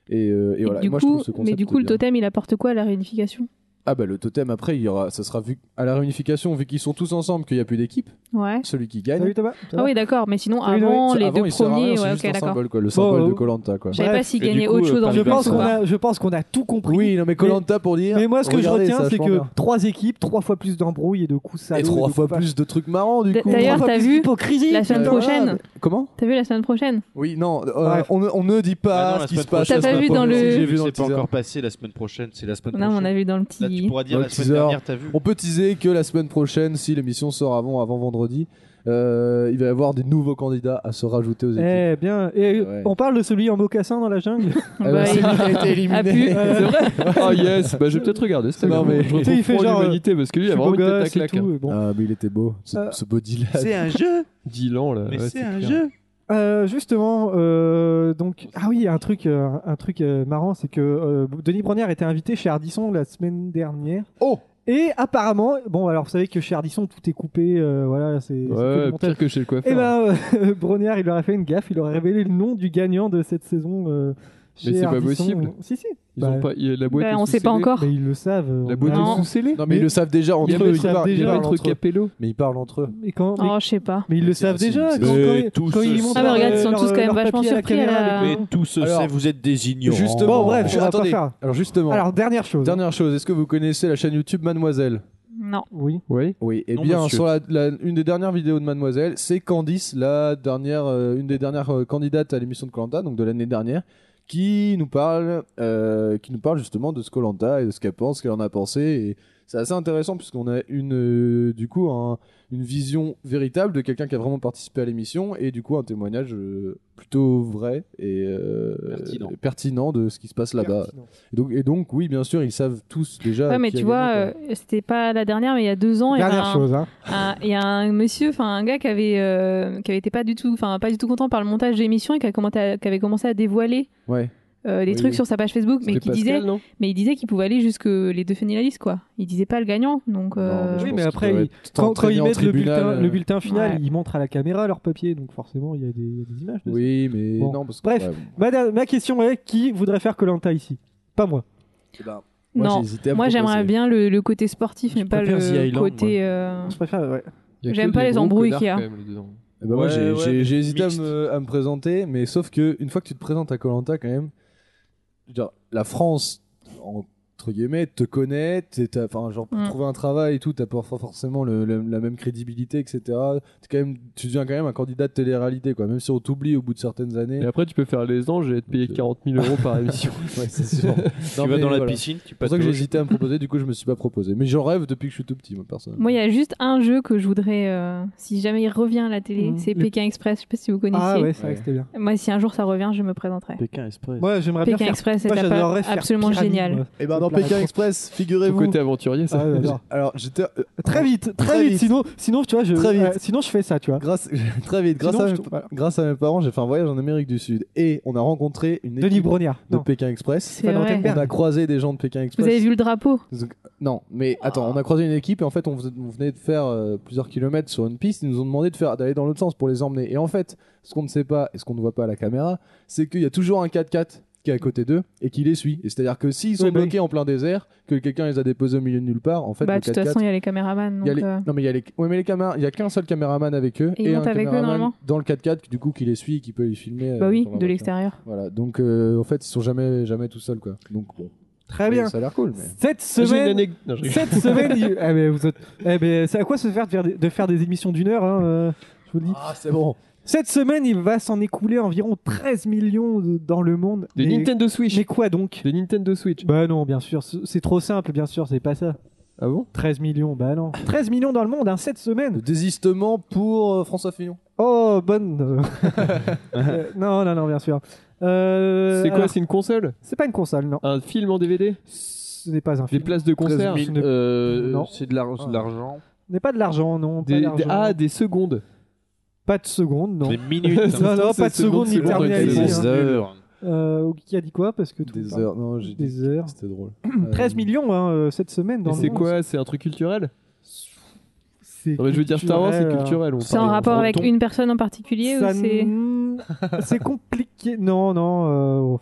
Speaker 1: Et, euh, et
Speaker 4: Et
Speaker 1: voilà.
Speaker 4: du
Speaker 1: Et moi, je
Speaker 4: coup,
Speaker 1: trouve ce concept
Speaker 4: mais du coup, le
Speaker 1: bien.
Speaker 4: totem, il apporte quoi à la réunification
Speaker 1: Ah bah le totem après, il y aura, ça sera vu à la réunification vu qu'ils sont tous ensemble, qu'il n'y a plus d'équipe.
Speaker 4: Ouais.
Speaker 1: Celui qui gagne.
Speaker 2: Salut Thomas.
Speaker 4: Ah oui, d'accord, mais sinon,
Speaker 2: Salut,
Speaker 4: avant,
Speaker 1: Ça,
Speaker 4: les
Speaker 1: avant,
Speaker 4: deux
Speaker 1: il sert à rien,
Speaker 4: premiers,
Speaker 1: c'est
Speaker 4: ouais,
Speaker 1: juste
Speaker 4: ok,
Speaker 1: un
Speaker 4: d'accord.
Speaker 1: symbole, quoi, le
Speaker 2: Bon,
Speaker 1: symbole
Speaker 2: euh,
Speaker 1: de Colanta, quoi.
Speaker 4: Je savais
Speaker 2: Bref.
Speaker 4: pas s'il
Speaker 3: Et du
Speaker 4: gagnait
Speaker 3: coup,
Speaker 4: autre chose
Speaker 3: euh,
Speaker 4: en
Speaker 2: je
Speaker 3: Parmi
Speaker 2: pense
Speaker 4: plus.
Speaker 2: qu'on
Speaker 4: quoi.
Speaker 2: a, je pense qu'on a tout compris.
Speaker 1: Oui, non, mais Colanta pour dire.
Speaker 2: Mais moi, ce que
Speaker 1: regardez,
Speaker 2: je
Speaker 1: ça,
Speaker 2: retiens, c'est
Speaker 1: vachement
Speaker 2: que
Speaker 1: bien.
Speaker 2: trois équipes, trois fois plus d'embrouilles et de coups salauds.
Speaker 1: Et trois
Speaker 2: de
Speaker 1: fois
Speaker 2: coups
Speaker 1: plus de trucs marrants, du
Speaker 4: D-
Speaker 1: coup.
Speaker 4: D'ailleurs,
Speaker 2: Trois fois
Speaker 4: t'as
Speaker 2: plus
Speaker 4: vu
Speaker 2: d'hypocrisie.
Speaker 4: la semaine
Speaker 2: Putain,
Speaker 4: prochaine
Speaker 2: voilà.
Speaker 1: Comment
Speaker 4: T'as vu la semaine prochaine
Speaker 3: Bah,
Speaker 1: Oui, non, euh,
Speaker 2: Bref.
Speaker 1: on, ne- on ne dit pas
Speaker 3: Ah non,
Speaker 1: ce
Speaker 3: la
Speaker 1: qui se
Speaker 3: semaine
Speaker 1: passe.
Speaker 4: prochaine. T'as pas vu dans le-
Speaker 1: J'ai
Speaker 3: J'ai
Speaker 1: vu dans le
Speaker 3: c'est pas
Speaker 1: teaser.
Speaker 3: encore passé la semaine prochaine, c'est la semaine
Speaker 4: Non,
Speaker 3: prochaine.
Speaker 4: on a vu dans le
Speaker 3: Là, tu
Speaker 4: petit.
Speaker 3: pourras dire
Speaker 1: Dans
Speaker 3: la
Speaker 1: le
Speaker 3: semaine
Speaker 1: teaser. Ah,
Speaker 3: dernière, t'as vu
Speaker 1: On peut teaser que la semaine prochaine, si l'émission sort avant, avant vendredi, euh, il va y avoir des nouveaux candidats à se rajouter aux équipes.
Speaker 2: Eh bien, et
Speaker 1: Ouais.
Speaker 2: on parle de celui en mocassin dans la jungle.
Speaker 1: Ah bah,
Speaker 4: Bah,
Speaker 1: c'est
Speaker 4: il-
Speaker 1: lui qui a été
Speaker 4: a
Speaker 1: éliminé.
Speaker 4: pu.
Speaker 2: Euh,
Speaker 5: C'est vrai Oh yes, bah je vais peut-être regarder ça.
Speaker 1: Non, mais-
Speaker 5: je
Speaker 2: Tu sais,
Speaker 5: retrouve
Speaker 2: il fait
Speaker 5: pour
Speaker 2: genre,
Speaker 5: l'humanité parce que lui il
Speaker 2: je
Speaker 5: a
Speaker 2: suis
Speaker 5: vraiment
Speaker 2: beau
Speaker 5: une tête à
Speaker 2: gosse et
Speaker 5: claque.
Speaker 2: tout. et bon.
Speaker 1: Ah, mais il était beau, ce,
Speaker 2: Euh,
Speaker 1: ce body là.
Speaker 3: un jeu
Speaker 5: Dylan là. ouais, clair.
Speaker 3: jeu
Speaker 2: Euh, justement, euh, donc ah oui, un truc, euh, un truc euh, marrant, c'est que euh, Denis Brogniart était invité chez Ardisson la semaine dernière.
Speaker 5: Oh
Speaker 2: Et apparemment, bon, alors vous savez que chez Ardisson tout est coupé, euh, voilà, c'est c'est que
Speaker 5: Ouais,
Speaker 2: du montage.
Speaker 5: pire que chez le coiffeur.
Speaker 2: Et ben, euh, Brognard, il aurait fait une gaffe, il aurait révélé le nom du gagnant de cette saison. euh,
Speaker 5: Mais
Speaker 2: chez
Speaker 5: c'est pas
Speaker 2: Ardisson.
Speaker 5: possible.
Speaker 2: Si si.
Speaker 5: Ils
Speaker 2: bah,
Speaker 5: ont pas, il y a la boîte
Speaker 4: Bah,
Speaker 5: est
Speaker 4: on sait pas
Speaker 5: sous-scellée.
Speaker 4: encore.
Speaker 2: Mais ils le savent. euh,
Speaker 5: La boîte
Speaker 4: Non.
Speaker 5: est sous-scellée
Speaker 1: Non, mais,
Speaker 2: Mais-
Speaker 1: ils le savent déjà
Speaker 5: Il y
Speaker 1: entre
Speaker 5: avait
Speaker 1: eux.
Speaker 2: le
Speaker 1: ils
Speaker 2: savent
Speaker 1: parlent-
Speaker 2: déjà
Speaker 5: Il y
Speaker 1: ils
Speaker 5: avait
Speaker 1: parlent
Speaker 5: le truc
Speaker 1: entre eux.
Speaker 5: Capello.
Speaker 1: Mais ils parlent entre eux.
Speaker 2: Mais quand, mais-
Speaker 4: Oh, je sais pas.
Speaker 2: mais ils le
Speaker 1: C'est-
Speaker 2: savent
Speaker 1: c'est-
Speaker 2: déjà.
Speaker 1: c'est-
Speaker 2: Quand,
Speaker 3: Mais
Speaker 2: quand-
Speaker 3: tous
Speaker 2: quand ils
Speaker 3: se-
Speaker 2: montrent
Speaker 4: Ah, mais
Speaker 2: leur- euh,
Speaker 4: regarde, ils sont
Speaker 2: leur-
Speaker 4: tous quand même
Speaker 2: leur
Speaker 4: vachement
Speaker 2: papier à la
Speaker 4: surpris, euh.
Speaker 2: caméra,
Speaker 4: là.
Speaker 2: les
Speaker 3: Mais
Speaker 2: mecs.
Speaker 3: tout ce
Speaker 1: Alors-
Speaker 3: sait, vous êtes des ignorants.
Speaker 1: Justement,
Speaker 2: Bon, bref, on va
Speaker 1: attendez.
Speaker 2: pas faire.
Speaker 1: Alors justement,
Speaker 2: Alors dernière chose. hein.
Speaker 1: dernière chose, est-ce que vous connaissez la chaîne YouTube Mademoiselle
Speaker 4: Non.
Speaker 2: Oui.
Speaker 5: Oui.
Speaker 1: Oui, et
Speaker 3: Non,
Speaker 1: bien
Speaker 3: monsieur.
Speaker 1: sur la, la- une des dernières vidéos de Mademoiselle, c'est Candice, la dernière, euh, une des dernières euh, candidates à l'émission de Colanta, donc de l'année dernière, qui nous parle, euh, qui nous parle justement de ce Colanta et de ce qu'elle pense, ce qu'elle en a pensé. Et c'est assez intéressant puisqu'on a une, euh, du coup, un- une vision véritable de quelqu'un qui a vraiment participé à l'émission et du coup un témoignage euh, plutôt vrai et euh,
Speaker 3: Pertinent.
Speaker 1: et pertinent de ce qui se passe là-bas. Et donc, et donc, oui, bien sûr, ils savent tous déjà.
Speaker 4: Ouais, mais
Speaker 1: Ah, qui a
Speaker 4: tu vois,
Speaker 1: gagné, quoi.
Speaker 4: euh, c'était pas la dernière, mais il y a deux ans, il y a
Speaker 2: Dernière
Speaker 4: un-
Speaker 2: chose. Hein.
Speaker 4: un- il y a un monsieur, enfin un gars qui avait, euh, qui avait été pas du tout, enfin pas du tout content par le montage de l'émission et qui, a commenté à- qui avait commencé à dévoiler
Speaker 1: Ouais.
Speaker 4: euh, des
Speaker 1: Oui,
Speaker 4: trucs
Speaker 1: oui.
Speaker 4: sur sa page Facebook, mais qui disait,
Speaker 5: non
Speaker 4: mais il disait qu'il pouvait aller jusque les deux finalistes, quoi. Il disait pas le gagnant, donc. euh,
Speaker 1: je
Speaker 2: Oui,
Speaker 1: pense qu'il
Speaker 2: mais après,
Speaker 1: devrait
Speaker 2: il-
Speaker 1: être
Speaker 2: Quand, quand
Speaker 1: entraîné
Speaker 2: ils
Speaker 1: en
Speaker 2: mettent le
Speaker 1: tribunal,
Speaker 2: bulletin,
Speaker 1: euh,
Speaker 2: le bulletin final,
Speaker 4: Ouais.
Speaker 2: ils montrent à la caméra leur papier, donc forcément il y a des, il y a des images. de ça.
Speaker 1: euh, Oui, mais
Speaker 2: Bon.
Speaker 1: non, parce que. bah,
Speaker 2: Bref. Madame, ma question est qui voudrait faire Colanta ici Pas moi.
Speaker 3: Eh ben,
Speaker 1: Moi,
Speaker 4: non.
Speaker 1: j'ai hésité à
Speaker 4: Moi,
Speaker 1: proposer.
Speaker 4: j'aimerais bien le, le côté sportif, mais pas
Speaker 3: préfère
Speaker 4: le
Speaker 3: The Island,
Speaker 4: côté. euh,
Speaker 2: Je préfère. ouais.
Speaker 4: J'aime pas les embrouilles qu'il y a.
Speaker 1: Eh ben, moi,
Speaker 3: Ouais,
Speaker 1: j'ai
Speaker 3: ouais,
Speaker 1: j'ai-
Speaker 3: mais
Speaker 1: j'ai hésité à
Speaker 3: mixte.
Speaker 1: me, à me présenter, mais sauf que une fois que tu te présentes à Colanta, quand même, je veux dire, la France, entre guillemets, te connaît, t'es- t'as- enfin, genre, pour
Speaker 4: Mm.
Speaker 1: trouver un travail et tout, t'as pas for- forcément le- le- la même crédibilité, etc. T'es Quand même, tu deviens quand même un candidat de télé-réalité, quoi, même si on t'oublie au bout de certaines
Speaker 5: Et
Speaker 1: années.
Speaker 5: après, tu peux faire les anges et être payé 40 000 euros par émission.
Speaker 1: Ouais, c'est sûr.
Speaker 3: Tu
Speaker 1: Non,
Speaker 3: vas
Speaker 1: mais
Speaker 3: dans la
Speaker 1: voilà.
Speaker 3: piscine, tu
Speaker 1: C'est pour
Speaker 3: passes
Speaker 1: ça que j'ai hésité à me proposer, du coup, je me suis pas proposé. Mais j'en rêve depuis que je suis tout petit, moi, personne.
Speaker 4: Moi, il y a juste un jeu que je voudrais, euh, si jamais il revient à la télé,
Speaker 2: Mhm.
Speaker 4: c'est
Speaker 2: Le-
Speaker 4: Pékin Express. Je sais pas si vous connaissez.
Speaker 2: Ah ouais, c'est vrai
Speaker 1: Ouais.
Speaker 2: que c'était bien.
Speaker 4: Moi, si un jour ça revient, je me présenterai.
Speaker 3: Pékin Express.
Speaker 2: Moi, j'aimerais bien
Speaker 4: Pékin
Speaker 2: faire.
Speaker 4: Express, c'est
Speaker 2: Moi, j'adorerais faire
Speaker 4: absolument
Speaker 2: pyramide,
Speaker 4: génial.
Speaker 2: moi.
Speaker 1: Et ben,
Speaker 2: dans Pékin
Speaker 1: Express,
Speaker 5: Ton côté aventurier, ça.
Speaker 2: Ah ouais, j'adore.
Speaker 1: Alors, j'étais. euh,
Speaker 2: Très vite, très,
Speaker 1: Très
Speaker 2: vite.
Speaker 1: vite.
Speaker 2: Sinon, sinon, tu vois, je,
Speaker 1: Très vite.
Speaker 2: euh, sinon, je fais ça, tu vois.
Speaker 1: Grâce, très vite, grâce,
Speaker 2: Sinon,
Speaker 1: à
Speaker 2: je
Speaker 1: mes,
Speaker 2: trouve- voilà.
Speaker 1: grâce à mes parents, j'ai fait un voyage en Amérique du Sud et on a rencontré une
Speaker 2: Denis
Speaker 1: équipe
Speaker 2: Brognard.
Speaker 1: de
Speaker 2: Non.
Speaker 1: Pékin Express.
Speaker 4: C'est
Speaker 2: Pas
Speaker 4: vrai.
Speaker 1: On
Speaker 2: Rotenberg.
Speaker 1: a croisé des gens de Pékin
Speaker 4: Vous
Speaker 1: Express.
Speaker 4: avez vu le drapeau
Speaker 1: Non, mais attends, on a croisé une équipe et en fait, on faisait- on venait de faire euh, plusieurs kilomètres sur une piste. Ils nous ont demandé de faire d'aller dans l'autre sens pour les emmener. Et en fait, ce qu'on ne sait pas et ce qu'on ne voit pas à la caméra, c'est qu'il y a toujours un 4x4 qui est à côté d'eux et qui les suit. Et c'est-à-dire que s'ils sont
Speaker 2: Oui, bah oui.
Speaker 1: bloqués en plein désert, que quelqu'un les a déposés au milieu de nulle part, en fait,
Speaker 4: Bah,
Speaker 1: le
Speaker 4: de toute
Speaker 1: 4x4
Speaker 4: façon, il y a les caméramans.
Speaker 1: Il y a
Speaker 4: Donc,
Speaker 1: les-
Speaker 4: euh,
Speaker 1: Non mais il y a les, ouais, mais les caméras, il y a qu'un seul caméraman avec eux
Speaker 4: Et ils
Speaker 1: et un
Speaker 4: montent avec eux,
Speaker 1: caméraman
Speaker 4: normalement
Speaker 1: dans le 4x4 qui, du coup qui les suit, et qui peut les filmer. euh,
Speaker 4: Bah oui,
Speaker 1: sur leur
Speaker 4: de
Speaker 1: voiture.
Speaker 4: l'extérieur.
Speaker 1: Voilà, donc euh, en fait ils sont jamais jamais tout seuls quoi. Donc bon,
Speaker 2: Très bien.
Speaker 1: ça a l'air cool. Mais...
Speaker 2: Cette
Speaker 5: J'ai une
Speaker 2: semaine,
Speaker 5: anecdote. Non, je rigole.
Speaker 2: cette semaine, il- eh ben, vous êtes- eh ben, c'est à quoi se faire de faire des, de faire des émissions d'une heure, hein, euh, je vous le dis.
Speaker 1: Ah c'est bon.
Speaker 2: Cette semaine, il va s'en écouler environ 13 millions de- dans le monde.
Speaker 5: Des
Speaker 2: mais,
Speaker 5: Nintendo Switch.
Speaker 2: mais quoi donc
Speaker 5: Des Nintendo Switch.
Speaker 2: Bah non, bien sûr, c'est c'est trop simple, bien sûr, c'est pas ça.
Speaker 5: Ah bon
Speaker 2: 13 millions, bah non. 13 millions dans le monde, hein, cette semaine.
Speaker 1: Le désistement pour euh, François Fillon.
Speaker 2: Oh, bonne. Euh, non, non, non, bien sûr. Euh,
Speaker 5: C'est quoi
Speaker 2: alors,
Speaker 5: C'est une console
Speaker 2: C'est pas une console, non.
Speaker 5: Un film en DVD
Speaker 2: Ce n'est pas un
Speaker 5: Des
Speaker 2: film.
Speaker 5: places de concert
Speaker 2: 13 000.
Speaker 1: Euh,
Speaker 2: Non.
Speaker 3: c'est de l'ar- c'est de l'argent.
Speaker 2: Ce n'est pas de l'argent, non.
Speaker 5: Des-
Speaker 2: pas,
Speaker 5: des-
Speaker 2: d'argent.
Speaker 5: Ah, des secondes.
Speaker 2: pas de seconde, non.
Speaker 3: Des minutes.
Speaker 2: Non, non, pas de seconde ni
Speaker 5: C'est bon,
Speaker 2: terminalité.
Speaker 5: c'est
Speaker 3: Des
Speaker 2: hein.
Speaker 3: heures.
Speaker 2: Euh, qui a dit quoi Parce que tout
Speaker 1: Des
Speaker 2: parle.
Speaker 1: heures. Non, j'ai dit.
Speaker 2: Des heures.
Speaker 1: C'était drôle.
Speaker 2: 13
Speaker 1: Euh,
Speaker 2: millions hein, euh, cette semaine dans
Speaker 5: Et
Speaker 2: le
Speaker 5: c'est
Speaker 2: monde.
Speaker 5: quoi C'est un truc culturel
Speaker 2: C'est
Speaker 5: Non, mais je veux dire, Star Wars, c'est
Speaker 2: culturel, hein.
Speaker 5: culturel. euh, on
Speaker 4: C'est
Speaker 5: parle-
Speaker 4: en
Speaker 5: on
Speaker 4: rapport
Speaker 5: parle
Speaker 4: avec
Speaker 5: ton-
Speaker 4: une personne en particulier
Speaker 2: Ça
Speaker 4: ou c'est
Speaker 2: n- C'est compliqué. Non, non. euh,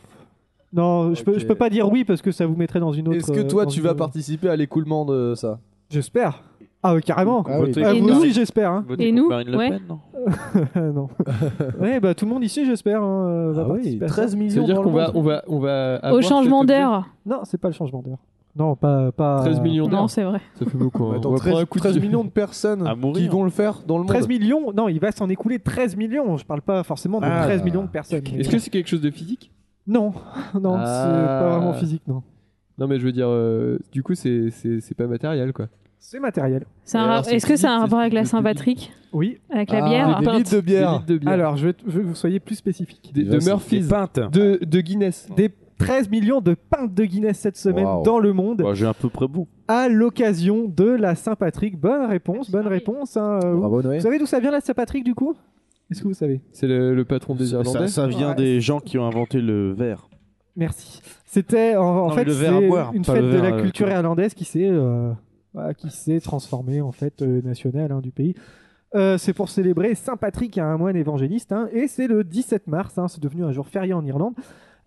Speaker 2: Non, je peux, je
Speaker 1: Ok.
Speaker 2: peux pas dire oui parce que ça vous mettrait dans une autre.
Speaker 1: Est-ce que
Speaker 2: euh,
Speaker 1: toi
Speaker 2: dans
Speaker 1: tu
Speaker 2: une-
Speaker 1: vas participer à l'écoulement de ça
Speaker 2: J'espère. Ah, ouais, carrément.
Speaker 1: Ah oui.
Speaker 3: Votez
Speaker 2: Ah,
Speaker 4: Et
Speaker 2: vous
Speaker 4: nous
Speaker 2: aussi, j'espère. hein.
Speaker 3: Votez
Speaker 4: Et
Speaker 3: contre
Speaker 4: nous
Speaker 3: Marine Le
Speaker 4: Ouais.
Speaker 3: Pen, non
Speaker 2: non. Ouais, bah tout le monde ici, j'espère. hein, euh, va
Speaker 1: Ah oui,
Speaker 2: participer à ça.
Speaker 1: 13 millions.
Speaker 5: Ça veut dire
Speaker 1: dans
Speaker 5: qu'on
Speaker 1: le
Speaker 5: va,
Speaker 1: monde.
Speaker 5: on va, on va.
Speaker 1: Ah,
Speaker 4: au
Speaker 5: avoir
Speaker 4: changement
Speaker 5: cet objet.
Speaker 4: d'heure
Speaker 2: Non, c'est pas le changement d'heure. Non, pas. pas
Speaker 5: 13 millions
Speaker 4: Non,
Speaker 5: d'heures.
Speaker 4: c'est vrai.
Speaker 5: Ça fait beaucoup. hein.
Speaker 1: Attends,
Speaker 5: on va
Speaker 1: 13,
Speaker 5: prendre un coup de
Speaker 1: 13 millions de personnes
Speaker 3: À mourir.
Speaker 1: qui vont le faire dans le monde.
Speaker 2: 13 millions Non, il va s'en écouler 13 millions. Je parle pas forcément de
Speaker 1: Ah.
Speaker 2: 13 millions de personnes.
Speaker 5: Est-ce que c'est quelque chose de physique
Speaker 2: Non, non,
Speaker 5: Ah.
Speaker 2: c'est pas vraiment physique, non.
Speaker 5: Non, mais je veux dire, euh, du coup, c'est, c'est, c'est pas matériel quoi.
Speaker 2: C'est matériel.
Speaker 4: C'est un
Speaker 5: Alors,
Speaker 4: rap-
Speaker 5: c'est
Speaker 4: Est-ce que c'est
Speaker 5: physique,
Speaker 4: un rapport
Speaker 5: c'est
Speaker 4: avec la
Speaker 5: physique.
Speaker 4: Saint-Patrick
Speaker 2: Oui.
Speaker 4: Avec la
Speaker 1: Ah,
Speaker 4: bière
Speaker 1: des litres de
Speaker 5: Des
Speaker 1: bière.
Speaker 5: litres de bière.
Speaker 2: Alors, je veux, je veux que vous soyez plus spécifique.
Speaker 5: Des-
Speaker 1: Déjà,
Speaker 5: de
Speaker 1: c'est-
Speaker 5: Murphy's.
Speaker 3: Pinte.
Speaker 5: De, de Guinness.
Speaker 2: Des 13 millions de pintes de Guinness cette semaine
Speaker 1: Wow.
Speaker 2: dans le monde
Speaker 3: Bah, J'ai un peu près bon.
Speaker 2: à l'occasion
Speaker 3: Ah
Speaker 2: de la Saint-Patrick. Bonne réponse, bonne réponse. hein.
Speaker 1: Bravo Noé.
Speaker 2: Vous savez d'où ça vient la Saint-Patrick du coup Est-ce que vous savez
Speaker 5: C'est le, le patron des
Speaker 3: Ça-
Speaker 5: Irlandais.
Speaker 3: Ça, ça vient
Speaker 2: Ouais.
Speaker 3: des gens qui ont inventé le verre.
Speaker 2: Merci. C'était en, en
Speaker 3: Non,
Speaker 2: fait
Speaker 3: le verre à
Speaker 2: c'est
Speaker 3: boire,
Speaker 2: une
Speaker 3: pas
Speaker 2: fête
Speaker 3: le
Speaker 2: de
Speaker 3: verre,
Speaker 2: la
Speaker 3: euh,
Speaker 2: culture
Speaker 3: quoi.
Speaker 2: irlandaise qui s'est euh, voilà, qui s'est transformée en fête euh, nationale hein, du pays. Euh, c'est pour célébrer Saint Patrick, un moine évangéliste, hein, et c'est le 17 mars. hein, c'est devenu un jour férié en Irlande.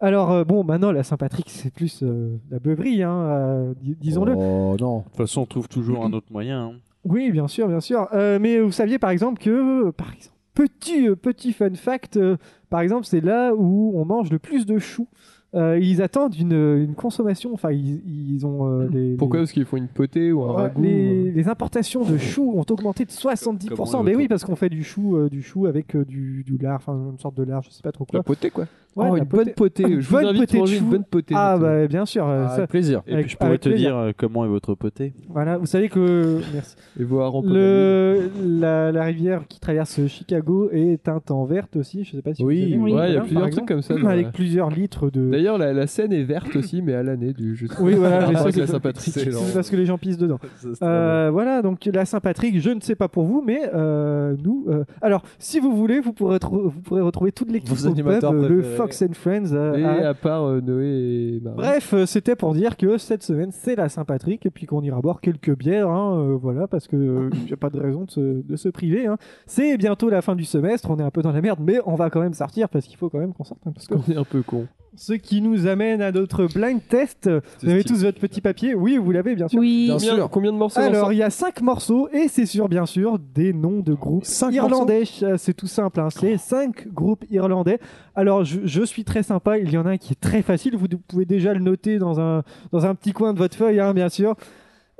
Speaker 2: Alors euh, bon, maintenant la Saint Patrick c'est plus euh, la beuverie, hein, euh, dis- disons-le.
Speaker 1: Oh non.
Speaker 3: De toute façon, on trouve toujours un autre moyen. hein.
Speaker 2: Oui, bien sûr, bien sûr. Euh, mais vous saviez par exemple que, euh, par exemple, petit, euh, petit fun fact, euh, par exemple, c'est là où on mange le plus de choux. Euh, ils attendent une, une consommation, enfin, ils, ils ont euh, les,
Speaker 5: Pourquoi
Speaker 2: les-
Speaker 5: Parce qu'ils font une potée ou un
Speaker 2: Ouais,
Speaker 5: ragoût
Speaker 2: les,
Speaker 5: euh.
Speaker 2: les importations de choux ont augmenté de
Speaker 3: Comment
Speaker 2: 70%.
Speaker 3: on
Speaker 2: Mais
Speaker 3: veut
Speaker 2: oui,
Speaker 3: tout.
Speaker 2: parce qu'on fait du chou, euh, du chou avec euh, du, du lard, enfin une sorte de lard, je sais pas trop quoi.
Speaker 5: La potée, quoi.
Speaker 2: Ouais,
Speaker 5: oh,
Speaker 2: la
Speaker 5: une
Speaker 2: potée.
Speaker 5: bonne potée. Je vous
Speaker 2: Bonne
Speaker 5: invite
Speaker 2: potée
Speaker 5: à
Speaker 2: de
Speaker 5: manger une
Speaker 2: chou.
Speaker 5: bonne potée.
Speaker 2: Ah
Speaker 5: maintenant.
Speaker 2: bah bien sûr, euh,
Speaker 1: Ah,
Speaker 2: ça-
Speaker 1: avec plaisir.
Speaker 3: Et
Speaker 2: Avec-
Speaker 3: puis, je pourrais
Speaker 2: avec
Speaker 3: te
Speaker 2: plaisir.
Speaker 3: dire euh, comment est votre poté.
Speaker 5: Ah,
Speaker 2: voilà, vous savez que merci.
Speaker 5: Et voir en
Speaker 2: Le, la, la rivière qui traverse Chicago est teinte en verte aussi. Je sais pas si
Speaker 1: Oui.
Speaker 2: vous avez
Speaker 4: Oui,
Speaker 5: Ouais, il
Speaker 2: Voilà,
Speaker 5: y a
Speaker 2: par
Speaker 5: plusieurs trucs
Speaker 2: exemple.
Speaker 5: comme ça. dans la-
Speaker 2: Avec plusieurs litres de.
Speaker 5: D'ailleurs, la, la scène est verte aussi, mais à l'année du jeu. Ah,
Speaker 2: Oui, voilà, j'ai ça
Speaker 5: avec
Speaker 2: que-
Speaker 5: la Saint-Patrick.
Speaker 1: c'est
Speaker 2: C'est parce que les gens pissent dedans.
Speaker 5: Euh,
Speaker 2: Euh, voilà, donc la Saint-Patrick, je ne sais pas pour vous, mais euh, nous. euh, alors, si vous voulez, vous pourrez, retrou- vous pourrez retrouver toute l'équipe
Speaker 1: Vos
Speaker 2: au pub,
Speaker 1: animateurs
Speaker 2: euh, le
Speaker 1: préférés.
Speaker 2: Fox and Friends. euh,
Speaker 5: Et
Speaker 2: à-
Speaker 5: à part euh, Noé et Marie.
Speaker 2: Bref, euh, c'était pour dire que cette semaine, c'est la Saint-Patrick, et puis qu'on ira boire quelques bières, hein, euh, voilà, parce que euh, il n'y a pas de raison de se, de se priver. hein. C'est bientôt la fin du semestre, on est un peu dans la merde, mais on va quand même sortir, parce qu'il faut quand même qu'on sorte. hein, parce que...
Speaker 5: on est un peu con.
Speaker 2: Ce qui nous amène à notre blind test. Vous avez tous votre petit papier Oui, vous l'avez, bien sûr.
Speaker 4: Oui.
Speaker 1: Bien
Speaker 5: Combien,
Speaker 1: sûr.
Speaker 5: combien de morceaux
Speaker 2: Alors, il y a cinq morceaux, et c'est sur, bien sûr, des noms de groupes
Speaker 1: Cinq
Speaker 2: irlandais. Euh, C'est tout simple, hein. c'est cinq groupes irlandais. Alors, je, je suis très sympa, il y en a un qui est très facile, vous d- pouvez déjà le noter dans un, dans un petit coin de votre feuille, hein, bien sûr.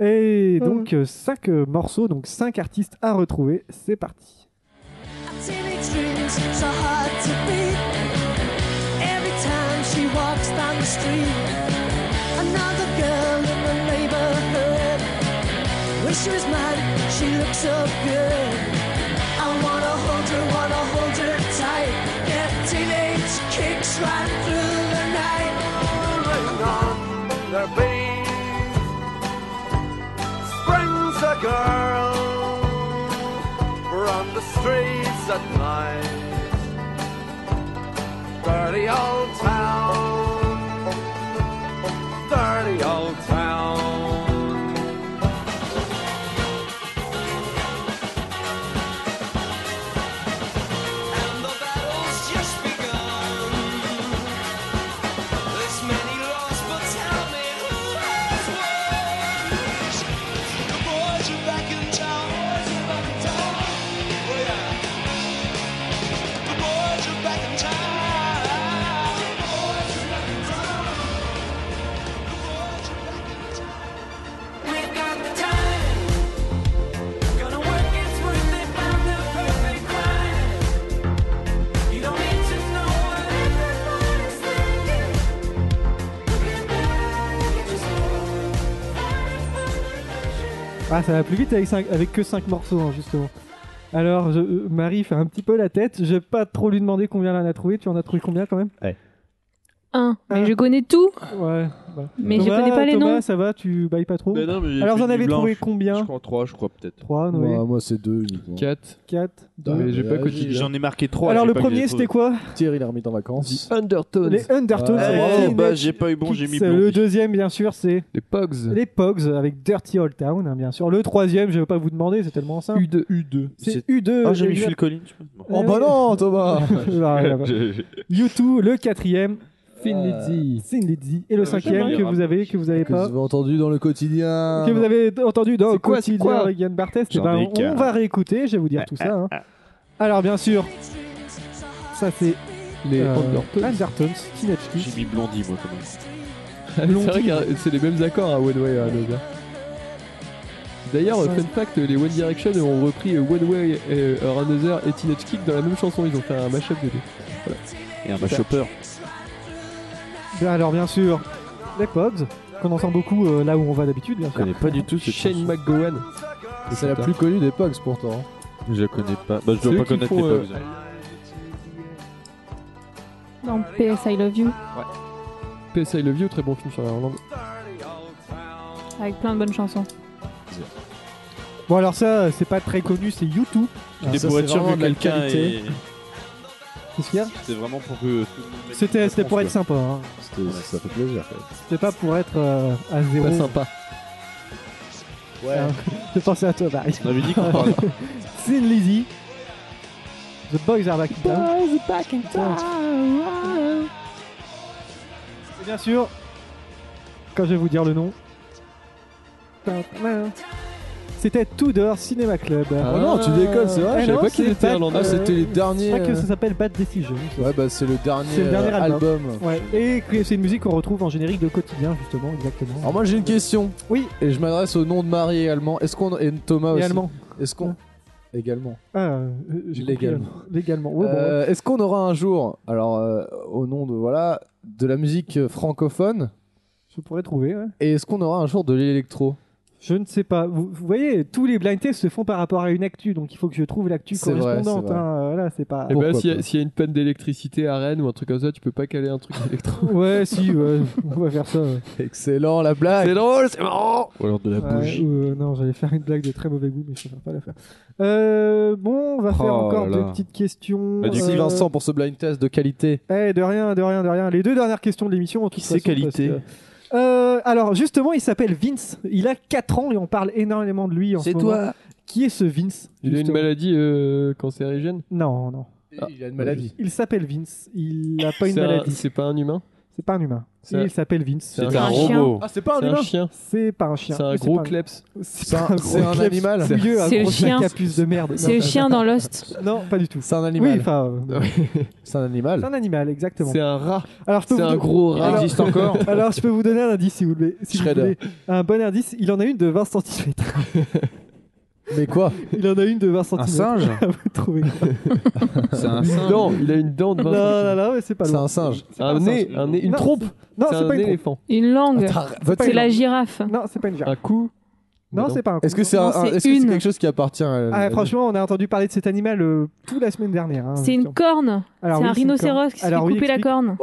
Speaker 2: Et
Speaker 4: Mm.
Speaker 2: donc, euh, cinq euh, morceaux, donc cinq artistes à retrouver. C'est parti.
Speaker 6: Teenage dreams so hard to beat. Every time she walks down the street, another girl in the neighborhood. Wish she was mine, she looks so good. I wanna hold her, wanna hold her tight. That teenage kicks right through the night.
Speaker 7: there be springs a girl from the streets at night. Dirty old town, dirty old town.
Speaker 8: And the battle's just begun. There's many laws, but tell me who has won? The boys are back in town. Boys are back in town. Oh yeah. The boys are back in town. The boys are back in town. The boys are back in town.
Speaker 6: We've got the time. Gonna work its worth. They found the perfect crime. You don't need to know what everyone's thinking. Looking back, you just
Speaker 2: Ah, ça va plus vite avec, cinq- avec que 5 morceaux, hein, justement. Alors, je- euh, Marie fait un petit peu la tête. Je vais pas trop lui demander combien elle en a trouvé. Tu en as trouvé combien quand même
Speaker 4: Un.
Speaker 2: Un.
Speaker 4: Mais je connais tout,
Speaker 2: Ouais. voilà.
Speaker 4: mais je
Speaker 2: Thomas,
Speaker 4: connais pas les
Speaker 2: Thomas,
Speaker 4: noms.
Speaker 2: ça va Tu bailles pas
Speaker 3: Ben
Speaker 2: trop Alors,
Speaker 3: Alors,
Speaker 2: vous en avez trouvé combien
Speaker 3: Je crois 3, je crois peut-être.
Speaker 2: 3, Noé,
Speaker 1: Moi, moi, c'est deux uniquement.
Speaker 5: 4.
Speaker 2: 4,
Speaker 1: Ah,
Speaker 2: 2.
Speaker 5: mais j'ai
Speaker 1: bah,
Speaker 5: pas
Speaker 1: vas-y,
Speaker 5: quotidien.
Speaker 1: là.
Speaker 3: J'en ai marqué 3.
Speaker 2: Alors, le premier, c'était quoi
Speaker 1: Thierry l'ermite en vacances.
Speaker 5: Undertones. Les,
Speaker 2: Les Undertones.
Speaker 1: Ah,
Speaker 2: avec
Speaker 1: bravo,
Speaker 2: Teenage
Speaker 3: bah, j'ai pas eu bon, j'ai
Speaker 2: Kicks.
Speaker 3: mis
Speaker 2: Le
Speaker 3: blond.
Speaker 2: deuxième, bien sûr, c'est
Speaker 5: Pogs.
Speaker 2: les Pogs avec Dirty Old Town, hein, bien sûr. Le troisième, je vais pas vous demander, c'est tellement simple.
Speaker 5: U2. U2.
Speaker 2: C'est U2.
Speaker 3: Ah, j'ai mis
Speaker 2: exact-
Speaker 3: Phil Collins. Bon.
Speaker 1: Oh bah non, Thomas
Speaker 2: Bah, voilà, bah. U2, le quatrième,
Speaker 5: Finlizzy.
Speaker 2: c'est une Lizzy. Et le
Speaker 3: Euh,
Speaker 2: cinquième
Speaker 3: j'aimerais
Speaker 2: que
Speaker 3: bien. Ah,
Speaker 2: vous avez, que vous avez
Speaker 1: Que vous
Speaker 2: pas,
Speaker 1: avez entendu dans le quotidien.
Speaker 2: que vous avez entendu dans
Speaker 5: C'est quoi, c'est
Speaker 2: Quotidien
Speaker 5: quoi
Speaker 2: avec Yann Barthès, eh
Speaker 3: J'en
Speaker 2: ben,
Speaker 3: ai
Speaker 2: on
Speaker 3: qu'un. Ah,
Speaker 2: va réécouter, je vais vous dire tout ça. hein. Alors bien sûr, ça c'est
Speaker 5: Les
Speaker 2: euh,
Speaker 5: Undertones.
Speaker 2: Undertones, Teenage Kids.
Speaker 3: J'ai mis Blondie, moi, quand même.
Speaker 5: Ah, mais c'est vrai que c'est les mêmes accords à One Way et à Another. D'ailleurs, euh, fun fact, les One Direction ont repris euh, One Way et euh, or Another et Teenage Kick dans la même chanson. Ils ont fait un mashup des deux.
Speaker 3: Et un mashopper.
Speaker 2: Ben alors bien sûr, les Pogs, qu'on entend beaucoup euh, là où on va d'habitude, bien
Speaker 3: Je
Speaker 2: sûr.
Speaker 3: connais pas du tout cette
Speaker 5: Shane
Speaker 3: chanson.
Speaker 5: McGowan.
Speaker 1: C'est la plus connue des Pogs pourtant. hein.
Speaker 3: Je la connais pas. Bah, je
Speaker 5: C'est eux
Speaker 3: dois pas
Speaker 5: qui
Speaker 3: connaître les
Speaker 5: font,
Speaker 3: Pogs.
Speaker 4: Dans PS I Love You,
Speaker 5: PS I Love You, très bon film sur l'Irlande.
Speaker 4: avec plein de bonnes chansons.
Speaker 2: Bon alors ça, euh, c'est pas très connu, c'est U2.
Speaker 3: J'étais
Speaker 1: ça,
Speaker 3: pour
Speaker 1: c'est
Speaker 3: être sûr
Speaker 1: vraiment
Speaker 3: que
Speaker 1: de la
Speaker 3: quelqu'un
Speaker 1: qualité.
Speaker 3: ait-
Speaker 2: Qu'est-ce qu'il y a
Speaker 3: C'était vraiment pour que tout le monde mette une
Speaker 2: C'était c'était
Speaker 3: réponse,
Speaker 2: pour être
Speaker 3: quoi.
Speaker 2: sympa. hein.
Speaker 1: C'était- Ça fait plaisir. quoi.
Speaker 2: C'était pas pour être euh, à zéro.
Speaker 5: Pas sympa.
Speaker 2: Hein. Je pensais à toi, Barry.
Speaker 3: On avait dit qu'on parlait.
Speaker 2: Sin Lizzy. The Boys Are Back in Town. Et bien sûr, quand je vais vous dire le nom, c'était Tudor Cinema Club.
Speaker 5: Ah.
Speaker 1: Oh non, tu décolles, c'est vrai, je
Speaker 2: Eh
Speaker 1: savais
Speaker 2: non,
Speaker 1: pas qu'ils
Speaker 2: c'est
Speaker 1: étaient
Speaker 2: pas-
Speaker 1: irlandais.
Speaker 2: euh,
Speaker 1: Ah, C'était les
Speaker 2: C'est
Speaker 1: derniers.
Speaker 2: vrai que
Speaker 1: euh,
Speaker 2: ça s'appelle Bad Decision.
Speaker 1: Ouais, bah c'est le dernier,
Speaker 2: C'est le dernier
Speaker 1: euh,
Speaker 2: album.
Speaker 1: album.
Speaker 2: Ouais, et que- c'est une musique qu'on retrouve en générique de quotidien, justement, exactement.
Speaker 1: Alors Ah, moi j'ai une question.
Speaker 2: Oui.
Speaker 1: Et je m'adresse au nom de Marie et Allemand. Est-ce qu'on et Thomas
Speaker 2: Et
Speaker 1: aussi.
Speaker 2: allemand.
Speaker 1: Est-ce qu'on également.
Speaker 2: Ah, euh, j'ai compris,
Speaker 1: Légalement.
Speaker 2: euh, légalement. Ouais, bon, ouais.
Speaker 1: Euh, Est-ce qu'on aura un jour, alors euh, au nom de voilà, de la musique euh, francophone,
Speaker 2: je pourrais trouver. ouais.
Speaker 1: et est-ce qu'on aura un jour de l'électro
Speaker 2: Je ne sais pas. Vous, vous voyez, tous les blind tests se font par rapport à une actu, donc il faut que je trouve l'actu
Speaker 1: C'est vrai,
Speaker 2: correspondante.
Speaker 1: c'est vrai.
Speaker 2: hein. Euh, Là, c'est pas.
Speaker 5: Et bah,
Speaker 1: Pourquoi
Speaker 5: s'il y,
Speaker 1: pas
Speaker 5: a- s'il y a une panne d'électricité à Rennes ou un truc comme ça, tu peux pas caler un truc électro.
Speaker 2: Ouais, si, ouais, on va faire ça. ouais.
Speaker 1: Excellent la blague.
Speaker 5: c'est drôle, c'est marrant!
Speaker 3: Ou alors de la
Speaker 2: Ouais,
Speaker 3: bougie.
Speaker 2: ou, euh, non, j'allais faire une blague de très mauvais goût, mais je préfère pas la faire. Euh, bon, on va faire
Speaker 3: Oh
Speaker 2: encore
Speaker 3: là
Speaker 2: deux
Speaker 3: là.
Speaker 2: petites questions.
Speaker 3: Bah, du
Speaker 1: Merci
Speaker 2: Euh,
Speaker 1: Vincent pour ce blind test de qualité.
Speaker 2: eh, de rien, de rien, de rien. Les deux dernières questions de l'émission, en toute
Speaker 3: Qui c'est
Speaker 2: façon,
Speaker 3: qualité
Speaker 2: parce que- Euh, alors justement, il s'appelle Vince. Il a 4 ans et on parle énormément de lui en ce moment. Qui est ce Vince
Speaker 5: Il a une
Speaker 2: justement
Speaker 5: maladie euh, cancérigène?
Speaker 2: Non, non.
Speaker 5: Ah,
Speaker 1: il a une
Speaker 5: maladie.
Speaker 2: Il s'appelle Vince. Il n'a pas une
Speaker 5: C'est un-
Speaker 2: maladie.
Speaker 5: C'est pas un humain?
Speaker 2: C'est pas un humain.
Speaker 5: C'est un-
Speaker 2: Il s'appelle Vince.
Speaker 5: C'est
Speaker 3: C'était un
Speaker 4: un chien.
Speaker 3: robot.
Speaker 1: Ah c'est pas
Speaker 5: C'est un chien.
Speaker 2: C'est pas un chien.
Speaker 5: C'est un
Speaker 2: Mais c'est
Speaker 5: gros
Speaker 2: pas
Speaker 5: kleps.
Speaker 1: C'est
Speaker 2: C'est
Speaker 1: un-
Speaker 2: un
Speaker 1: c'est un
Speaker 2: gros clef
Speaker 1: animal.
Speaker 2: fouilleux, un
Speaker 4: C'est le
Speaker 2: gros sac
Speaker 4: chien.
Speaker 2: à puce de merde.
Speaker 4: C'est
Speaker 2: Non,
Speaker 4: le chien dans Lost.
Speaker 2: Non, pas du tout.
Speaker 1: C'est un
Speaker 2: Oui,
Speaker 1: animal.
Speaker 2: enfin, euh,
Speaker 1: c'est un
Speaker 2: c'est
Speaker 1: animal.
Speaker 2: un animal, exactement.
Speaker 5: C'est un rat.
Speaker 2: Alors, je peux
Speaker 5: C'est
Speaker 2: vous
Speaker 5: un
Speaker 2: don-
Speaker 5: gros
Speaker 1: Il
Speaker 5: rat.
Speaker 2: Alors-
Speaker 1: existe encore.
Speaker 2: Alors, je peux vous donner un indice si vous voulez. Si vous
Speaker 1: Shredder.
Speaker 2: voulez. Un bon indice, il en a une de 20 cm.
Speaker 1: Mais quoi
Speaker 2: Il en a une de 20 cm.
Speaker 9: Un singe
Speaker 2: Vous trouvez quoi
Speaker 9: C'est un
Speaker 5: Une
Speaker 9: singe.
Speaker 5: dent. Il a une dent de
Speaker 2: Non,
Speaker 5: 20
Speaker 2: non, non, mais c'est pas
Speaker 1: C'est
Speaker 2: loin.
Speaker 1: un singe.
Speaker 5: C'est un nez, un nez, une
Speaker 2: Non,
Speaker 5: trompe.
Speaker 2: Non,
Speaker 5: C'est
Speaker 2: c'est
Speaker 5: un
Speaker 2: pas une trompe.
Speaker 5: éléphant.
Speaker 4: Une langue.
Speaker 1: Votre-
Speaker 4: C'est la girafe.
Speaker 2: Non, c'est pas une
Speaker 5: Un
Speaker 2: girafe.
Speaker 5: coup.
Speaker 2: Non,
Speaker 5: non.
Speaker 2: c'est pas un.
Speaker 1: Est-ce que c'est
Speaker 4: Non,
Speaker 1: un-
Speaker 4: c'est
Speaker 1: un- est-ce que c'est
Speaker 4: une.
Speaker 1: quelque chose qui appartient à
Speaker 2: Ah, franchement, on a entendu parler de cet animal euh, toute la semaine dernière. hein,
Speaker 4: C'est une
Speaker 2: sur-
Speaker 4: corne.
Speaker 2: Alors,
Speaker 4: c'est
Speaker 2: oui,
Speaker 4: un
Speaker 2: une
Speaker 4: rhinocéros
Speaker 2: corne.
Speaker 4: qui s'est
Speaker 2: Alors, oui,
Speaker 4: coupé la Ah
Speaker 2: explique.
Speaker 4: corne.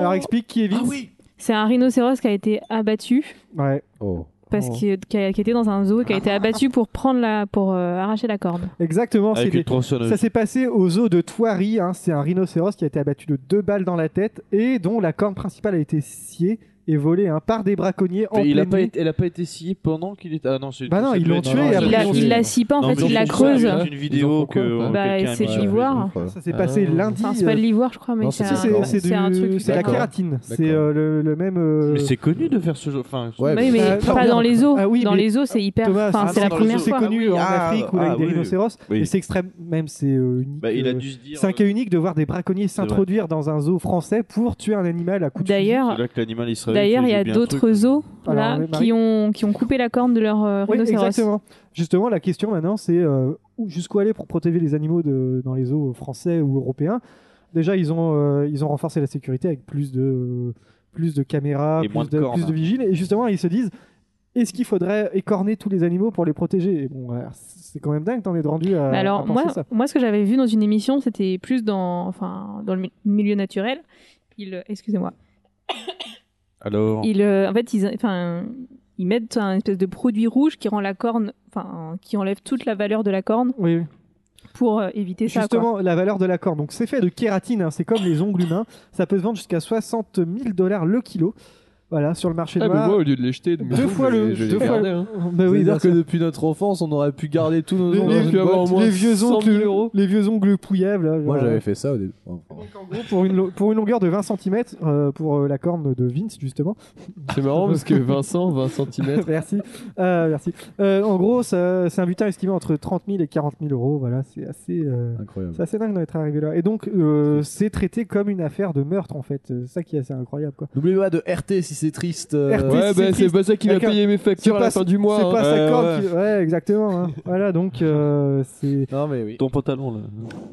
Speaker 2: Alors, explique qui est Vince.
Speaker 4: C'est un rhinocéros qui a été abattu
Speaker 2: Ouais.
Speaker 1: Oh.
Speaker 4: parce
Speaker 2: Oh.
Speaker 4: qu'il qui a- qui était dans un zoo, qui a été abattu pour prendre la, pour euh, arracher la corne.
Speaker 2: Exactement.
Speaker 3: Avec
Speaker 2: c'était-
Speaker 3: une tronçonneuse.
Speaker 2: Ça s'est passé au zoo de Thoiry. hein. C'est un rhinocéros qui a été abattu de deux balles dans la tête et dont la corne principale a été sciée et volée hein, par des braconniers en
Speaker 3: Mais il a
Speaker 2: pleine
Speaker 3: pas
Speaker 2: nuit.
Speaker 3: été, elle a pas été sciée pendant qu'il était. Ah non, c'est.
Speaker 2: Bah non,
Speaker 3: c'est
Speaker 2: ils
Speaker 3: pas
Speaker 2: l'ont
Speaker 3: une-
Speaker 2: tué
Speaker 3: non,
Speaker 2: et
Speaker 3: non,
Speaker 4: Il la,
Speaker 2: après-
Speaker 3: c'est-
Speaker 4: il la scie pas en
Speaker 3: Ah, Non,
Speaker 4: fait,
Speaker 3: mais
Speaker 4: il la
Speaker 3: ils ont fait
Speaker 4: creuse.
Speaker 3: ça, il y a Une vidéo
Speaker 5: pourquoi
Speaker 3: que.
Speaker 5: pas
Speaker 4: Bah,
Speaker 3: quelqu'un
Speaker 4: c'est
Speaker 3: a-
Speaker 4: de l'ivoire.
Speaker 2: Ça s'est passé
Speaker 5: Ah.
Speaker 2: lundi.
Speaker 4: Enfin, c'est pas de
Speaker 2: euh,
Speaker 4: l'ivoire, je crois, mais
Speaker 1: Non,
Speaker 4: c'est
Speaker 1: c'est-
Speaker 4: un,
Speaker 1: c'est-
Speaker 4: c'est
Speaker 2: du-
Speaker 4: un truc.
Speaker 2: C'est la
Speaker 1: D'accord.
Speaker 2: kératine. C'est
Speaker 1: D'accord.
Speaker 2: euh, le, le même. euh,
Speaker 3: Mais c'est connu de faire ce jeu. Enfin,
Speaker 1: Ouais,
Speaker 4: Oui, mais
Speaker 2: Euh,
Speaker 4: pas
Speaker 2: non.
Speaker 4: dans les eaux.
Speaker 2: Ah oui,
Speaker 4: dans
Speaker 2: mais-
Speaker 4: les eaux, c'est hyper.
Speaker 2: Thomas,
Speaker 4: Enfin,
Speaker 2: ah,
Speaker 4: c'est la
Speaker 2: dans
Speaker 3: le
Speaker 4: première
Speaker 3: zoo,
Speaker 2: C'est
Speaker 4: fois.
Speaker 2: connu
Speaker 3: Ah oui,
Speaker 2: en
Speaker 3: ah,
Speaker 2: Afrique ou
Speaker 3: ah
Speaker 2: avec des
Speaker 3: oui.
Speaker 2: rhinocéros.
Speaker 3: Oui.
Speaker 2: Et c'est extrême. Même c'est euh, unique.
Speaker 3: Bah, il a
Speaker 2: euh,
Speaker 3: dû se dire.
Speaker 2: C'est un cas unique de voir des braconniers
Speaker 3: vrai.
Speaker 2: s'introduire dans un zoo français pour tuer un animal à coups de fusil.
Speaker 4: D'ailleurs,
Speaker 3: C'est là que l'animal il se réveille,
Speaker 4: d'ailleurs,
Speaker 3: fait,
Speaker 4: il y a
Speaker 3: j'ai bien un truc. hein.
Speaker 4: d'autres zoos
Speaker 2: Alors,
Speaker 4: là
Speaker 2: Marie-
Speaker 4: qui ont qui ont coupé la corne de leur euh,
Speaker 2: Oui,
Speaker 4: rhinocéros.
Speaker 2: exactement. Justement, la question maintenant, c'est euh, où- jusqu'où aller pour protéger les animaux de- dans les eaux français ou européens Déjà, ils ont, euh, ils ont renforcé la sécurité avec plus de, plus de caméras,
Speaker 3: Et
Speaker 2: plus
Speaker 3: moins de
Speaker 2: de,
Speaker 3: cornes.
Speaker 2: plus de vigiles. Et justement, ils se disent est-ce qu'il faudrait écorner tous les animaux pour les protéger Et Bon, alors, c'est quand même dingue, t'en es rendu à,
Speaker 4: Bah
Speaker 2: à
Speaker 4: alors
Speaker 2: penser
Speaker 4: moi,
Speaker 2: Ah, ça.
Speaker 4: moi, ce que j'avais vu dans une émission, c'était plus dans, enfin, dans le mi- milieu naturel. Il, excusez-moi.
Speaker 3: Alors.
Speaker 4: Il, euh, en fait, ils, enfin, ils mettent un espèce de produit rouge qui rend la corne, enfin, qui enlève toute la valeur de la corne
Speaker 2: Oui, oui.
Speaker 4: pour euh, éviter ça. quoi.
Speaker 2: Justement, la valeur de la corne. Donc, c'est fait de kératine, hein, c'est comme les ongles humains. Ça peut se vendre jusqu'à 60 000 dollars le kilo. Voilà, sur le marché
Speaker 5: Ah, mais
Speaker 2: noir.
Speaker 5: moi, au lieu de les jeter, de mes
Speaker 2: deux
Speaker 5: ongles,
Speaker 2: fois
Speaker 5: je
Speaker 2: le.
Speaker 5: les- je les
Speaker 2: deux fois
Speaker 5: gardais,
Speaker 2: le-
Speaker 5: hein.
Speaker 2: Bah
Speaker 1: Ça
Speaker 2: oui,
Speaker 1: veut
Speaker 2: bien
Speaker 1: dire que
Speaker 2: sûr.
Speaker 1: depuis notre enfance, on aurait pu garder tous nos
Speaker 2: Les-
Speaker 1: ongles
Speaker 2: les-
Speaker 1: dans une
Speaker 5: Tu vas avoir
Speaker 1: boîte.
Speaker 5: au moins
Speaker 2: les vieux
Speaker 5: 100 000
Speaker 2: oncles,
Speaker 5: euros.
Speaker 2: les vieux ongles pouillables. là,
Speaker 1: Moi,
Speaker 2: genre,
Speaker 1: j'avais fait ça au début. Oh, Enfin,
Speaker 2: en gros, pour, une lo- pour une longueur de 20 cm pour euh, la corne de Vince, justement.
Speaker 5: C'est marrant parce que Vincent, 20 cm.
Speaker 2: merci. Euh, merci. Euh, en gros, ça- c'est un butin estimé entre 30 000 et 40 000 euros. Voilà, c'est assez. euh,
Speaker 1: Incroyable.
Speaker 2: C'est assez dingue d'en être arrivé là. Et donc, euh, c'est traité comme une affaire de meurtre, en fait. C'est ça qui est assez incroyable, quoi.
Speaker 1: N'oubliez pas de RT si c'est triste. euh,
Speaker 2: RT.
Speaker 5: Ouais,
Speaker 2: c'est
Speaker 5: bah c'est
Speaker 2: triste.
Speaker 5: pas ça qui va
Speaker 2: Quelqu'un-
Speaker 5: payer mes factures à la
Speaker 2: pas-
Speaker 5: fin du mois.
Speaker 2: c'est
Speaker 5: hein.
Speaker 2: pas sa
Speaker 3: Ouais,
Speaker 2: corne
Speaker 3: ouais.
Speaker 2: qui- Ouais, exactement. hein. voilà, donc, euh, c'est.
Speaker 1: Non, mais oui.
Speaker 3: Ton pantalon là.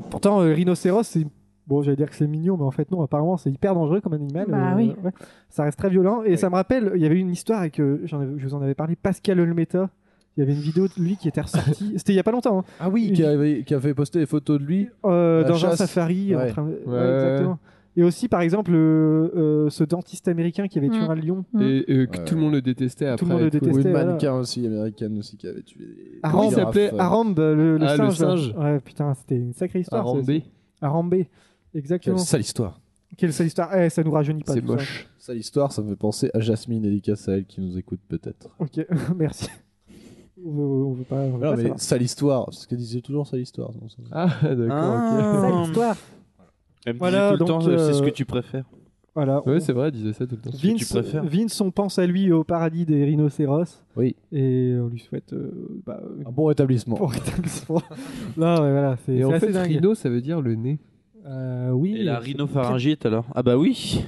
Speaker 2: Pourtant, euh, rhinocéros, c'est. Bon, j'allais dire que c'est mignon, mais en fait, non, apparemment, c'est hyper dangereux comme animal. euh,
Speaker 4: Bah oui.
Speaker 2: ouais. Ça reste très violent. Et ça me rappelle, il y avait une histoire avec. euh, j'en avais- je vous en avais parlé, Pascal Olmeta. Il y avait une vidéo de lui qui était ressortie. C'était il y a pas longtemps. hein.
Speaker 1: Ah oui, qui, avait- qui a fait poster des photos de lui.
Speaker 2: Euh,
Speaker 1: La
Speaker 2: dans un
Speaker 1: chasse.
Speaker 2: safari. en
Speaker 1: Ouais.
Speaker 2: train de- ouais,
Speaker 5: Ouais.
Speaker 2: exactement. Et aussi, par exemple, euh, euh, ce dentiste américain qui avait tué
Speaker 4: Mm.
Speaker 2: un lion.
Speaker 5: Et euh, que
Speaker 1: Ouais.
Speaker 5: tout le monde le détestait après.
Speaker 2: Tout le monde le
Speaker 5: et tout.
Speaker 1: Ou
Speaker 2: détestait.
Speaker 1: une
Speaker 2: C'était,
Speaker 1: mannequin aussi américaine aussi qui avait tué. des-
Speaker 2: Ah, comment
Speaker 1: des
Speaker 5: il s'appelait
Speaker 1: girafes, euh.
Speaker 2: Arambe, le, le
Speaker 5: Ah, le
Speaker 2: singe. là.
Speaker 5: singe.
Speaker 2: Ouais, putain, c'était une sacrée histoire.
Speaker 5: Arambé.
Speaker 2: Arambe.
Speaker 1: Quelle
Speaker 2: Exactement.
Speaker 1: sale histoire.
Speaker 2: Quelle sale histoire. Eh, ça nous rajeunit pas.
Speaker 5: C'est
Speaker 2: tout ça.
Speaker 5: moche.
Speaker 1: Sale histoire, ça me fait penser à Jasmine, dédicace à elle qui nous écoute peut-être.
Speaker 2: Ok, merci. On veut, on veut pas. On veut
Speaker 1: Non,
Speaker 2: pas
Speaker 1: mais
Speaker 2: savoir.
Speaker 1: sale histoire, c'est ce qu'elle disait toujours sale histoire. non, ça-
Speaker 5: Ah, d'accord,
Speaker 2: Sale
Speaker 3: Ah.
Speaker 2: histoire.
Speaker 3: Elle me
Speaker 2: Voilà,
Speaker 3: disait tout le
Speaker 2: donc,
Speaker 3: temps, euh, c'est ce
Speaker 2: euh,
Speaker 3: que tu préfères.
Speaker 2: Voilà.
Speaker 5: ok. Ouais, c'est vrai, il disait ça tout le temps.
Speaker 3: ce que tu
Speaker 2: Vince,
Speaker 3: préfères.
Speaker 2: Vince, on pense à lui au paradis des rhinocéros.
Speaker 1: Oui.
Speaker 2: Et on lui souhaite euh, bah,
Speaker 3: Ah
Speaker 2: euh,
Speaker 1: Un bon rétablissement.
Speaker 2: bon rétablissement. non, mais voilà, c'est
Speaker 5: Et
Speaker 2: c'est
Speaker 5: en
Speaker 2: assez
Speaker 5: fait,
Speaker 2: dingue.
Speaker 5: rhino, ça veut dire le nez.
Speaker 2: Euh, oui.
Speaker 3: Et la rhinopharyngite alors Ah bah oui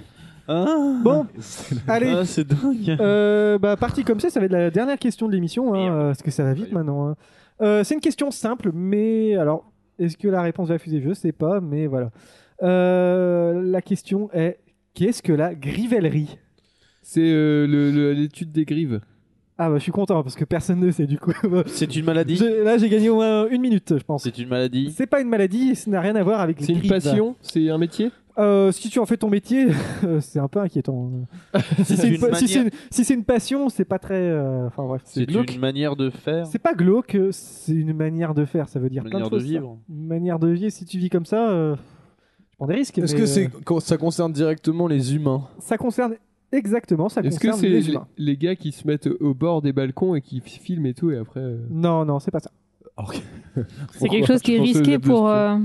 Speaker 3: ah,
Speaker 2: Bon, allez.
Speaker 3: Ah, c'est dingue
Speaker 2: Euh, bah, parti comme ça, ça va être la dernière question de l'émission, hein, euh, parce que ça va vite
Speaker 3: Merde.
Speaker 2: maintenant. hein. Euh, c'est une question simple, mais alors, est-ce que la réponse va fuser Je sais pas, mais voilà. Euh, la question est qu'est-ce que la grivellerie
Speaker 5: C'est euh, le- le- l'étude des grives.
Speaker 2: Ah bah je suis content parce que personne ne sait du coup.
Speaker 3: C'est une maladie
Speaker 2: J'ai- Là j'ai gagné au moins une minute, je pense.
Speaker 3: C'est une maladie
Speaker 2: C'est pas une maladie, et ça n'a rien à voir avec les
Speaker 5: C'est une
Speaker 2: grives.
Speaker 5: passion, c'est un métier.
Speaker 2: Euh, si tu en fais ton métier, c'est un peu inquiétant. si c'est une,
Speaker 3: une
Speaker 2: pa- si
Speaker 3: manière-
Speaker 2: c'est une- si c'est une passion, c'est pas très. euh, Enfin bref.
Speaker 3: C'est une manière de faire
Speaker 2: C'est pas glauque, c'est une manière de faire, ça veut dire
Speaker 3: Une
Speaker 2: plein de
Speaker 3: manière de
Speaker 2: choses. ça.
Speaker 3: vivre
Speaker 2: Une manière de vivre, si tu vis comme ça, euh, tu prends des risques.
Speaker 1: Est-ce
Speaker 2: mais,
Speaker 1: que c'est
Speaker 2: euh,
Speaker 1: quand ça concerne directement les humains
Speaker 2: Ça concerne exactement, ça
Speaker 5: Est-ce que
Speaker 2: concerne
Speaker 5: c'est
Speaker 2: les
Speaker 5: les,
Speaker 2: humains.
Speaker 5: les gars qui se mettent au bord des balcons et qui filment et tout et après euh,
Speaker 2: Non, non, c'est pas ça.
Speaker 4: C'est quelque chose qui est
Speaker 5: Je pense que
Speaker 4: risqué
Speaker 5: j'ai
Speaker 4: pour.
Speaker 5: plus-
Speaker 4: euh,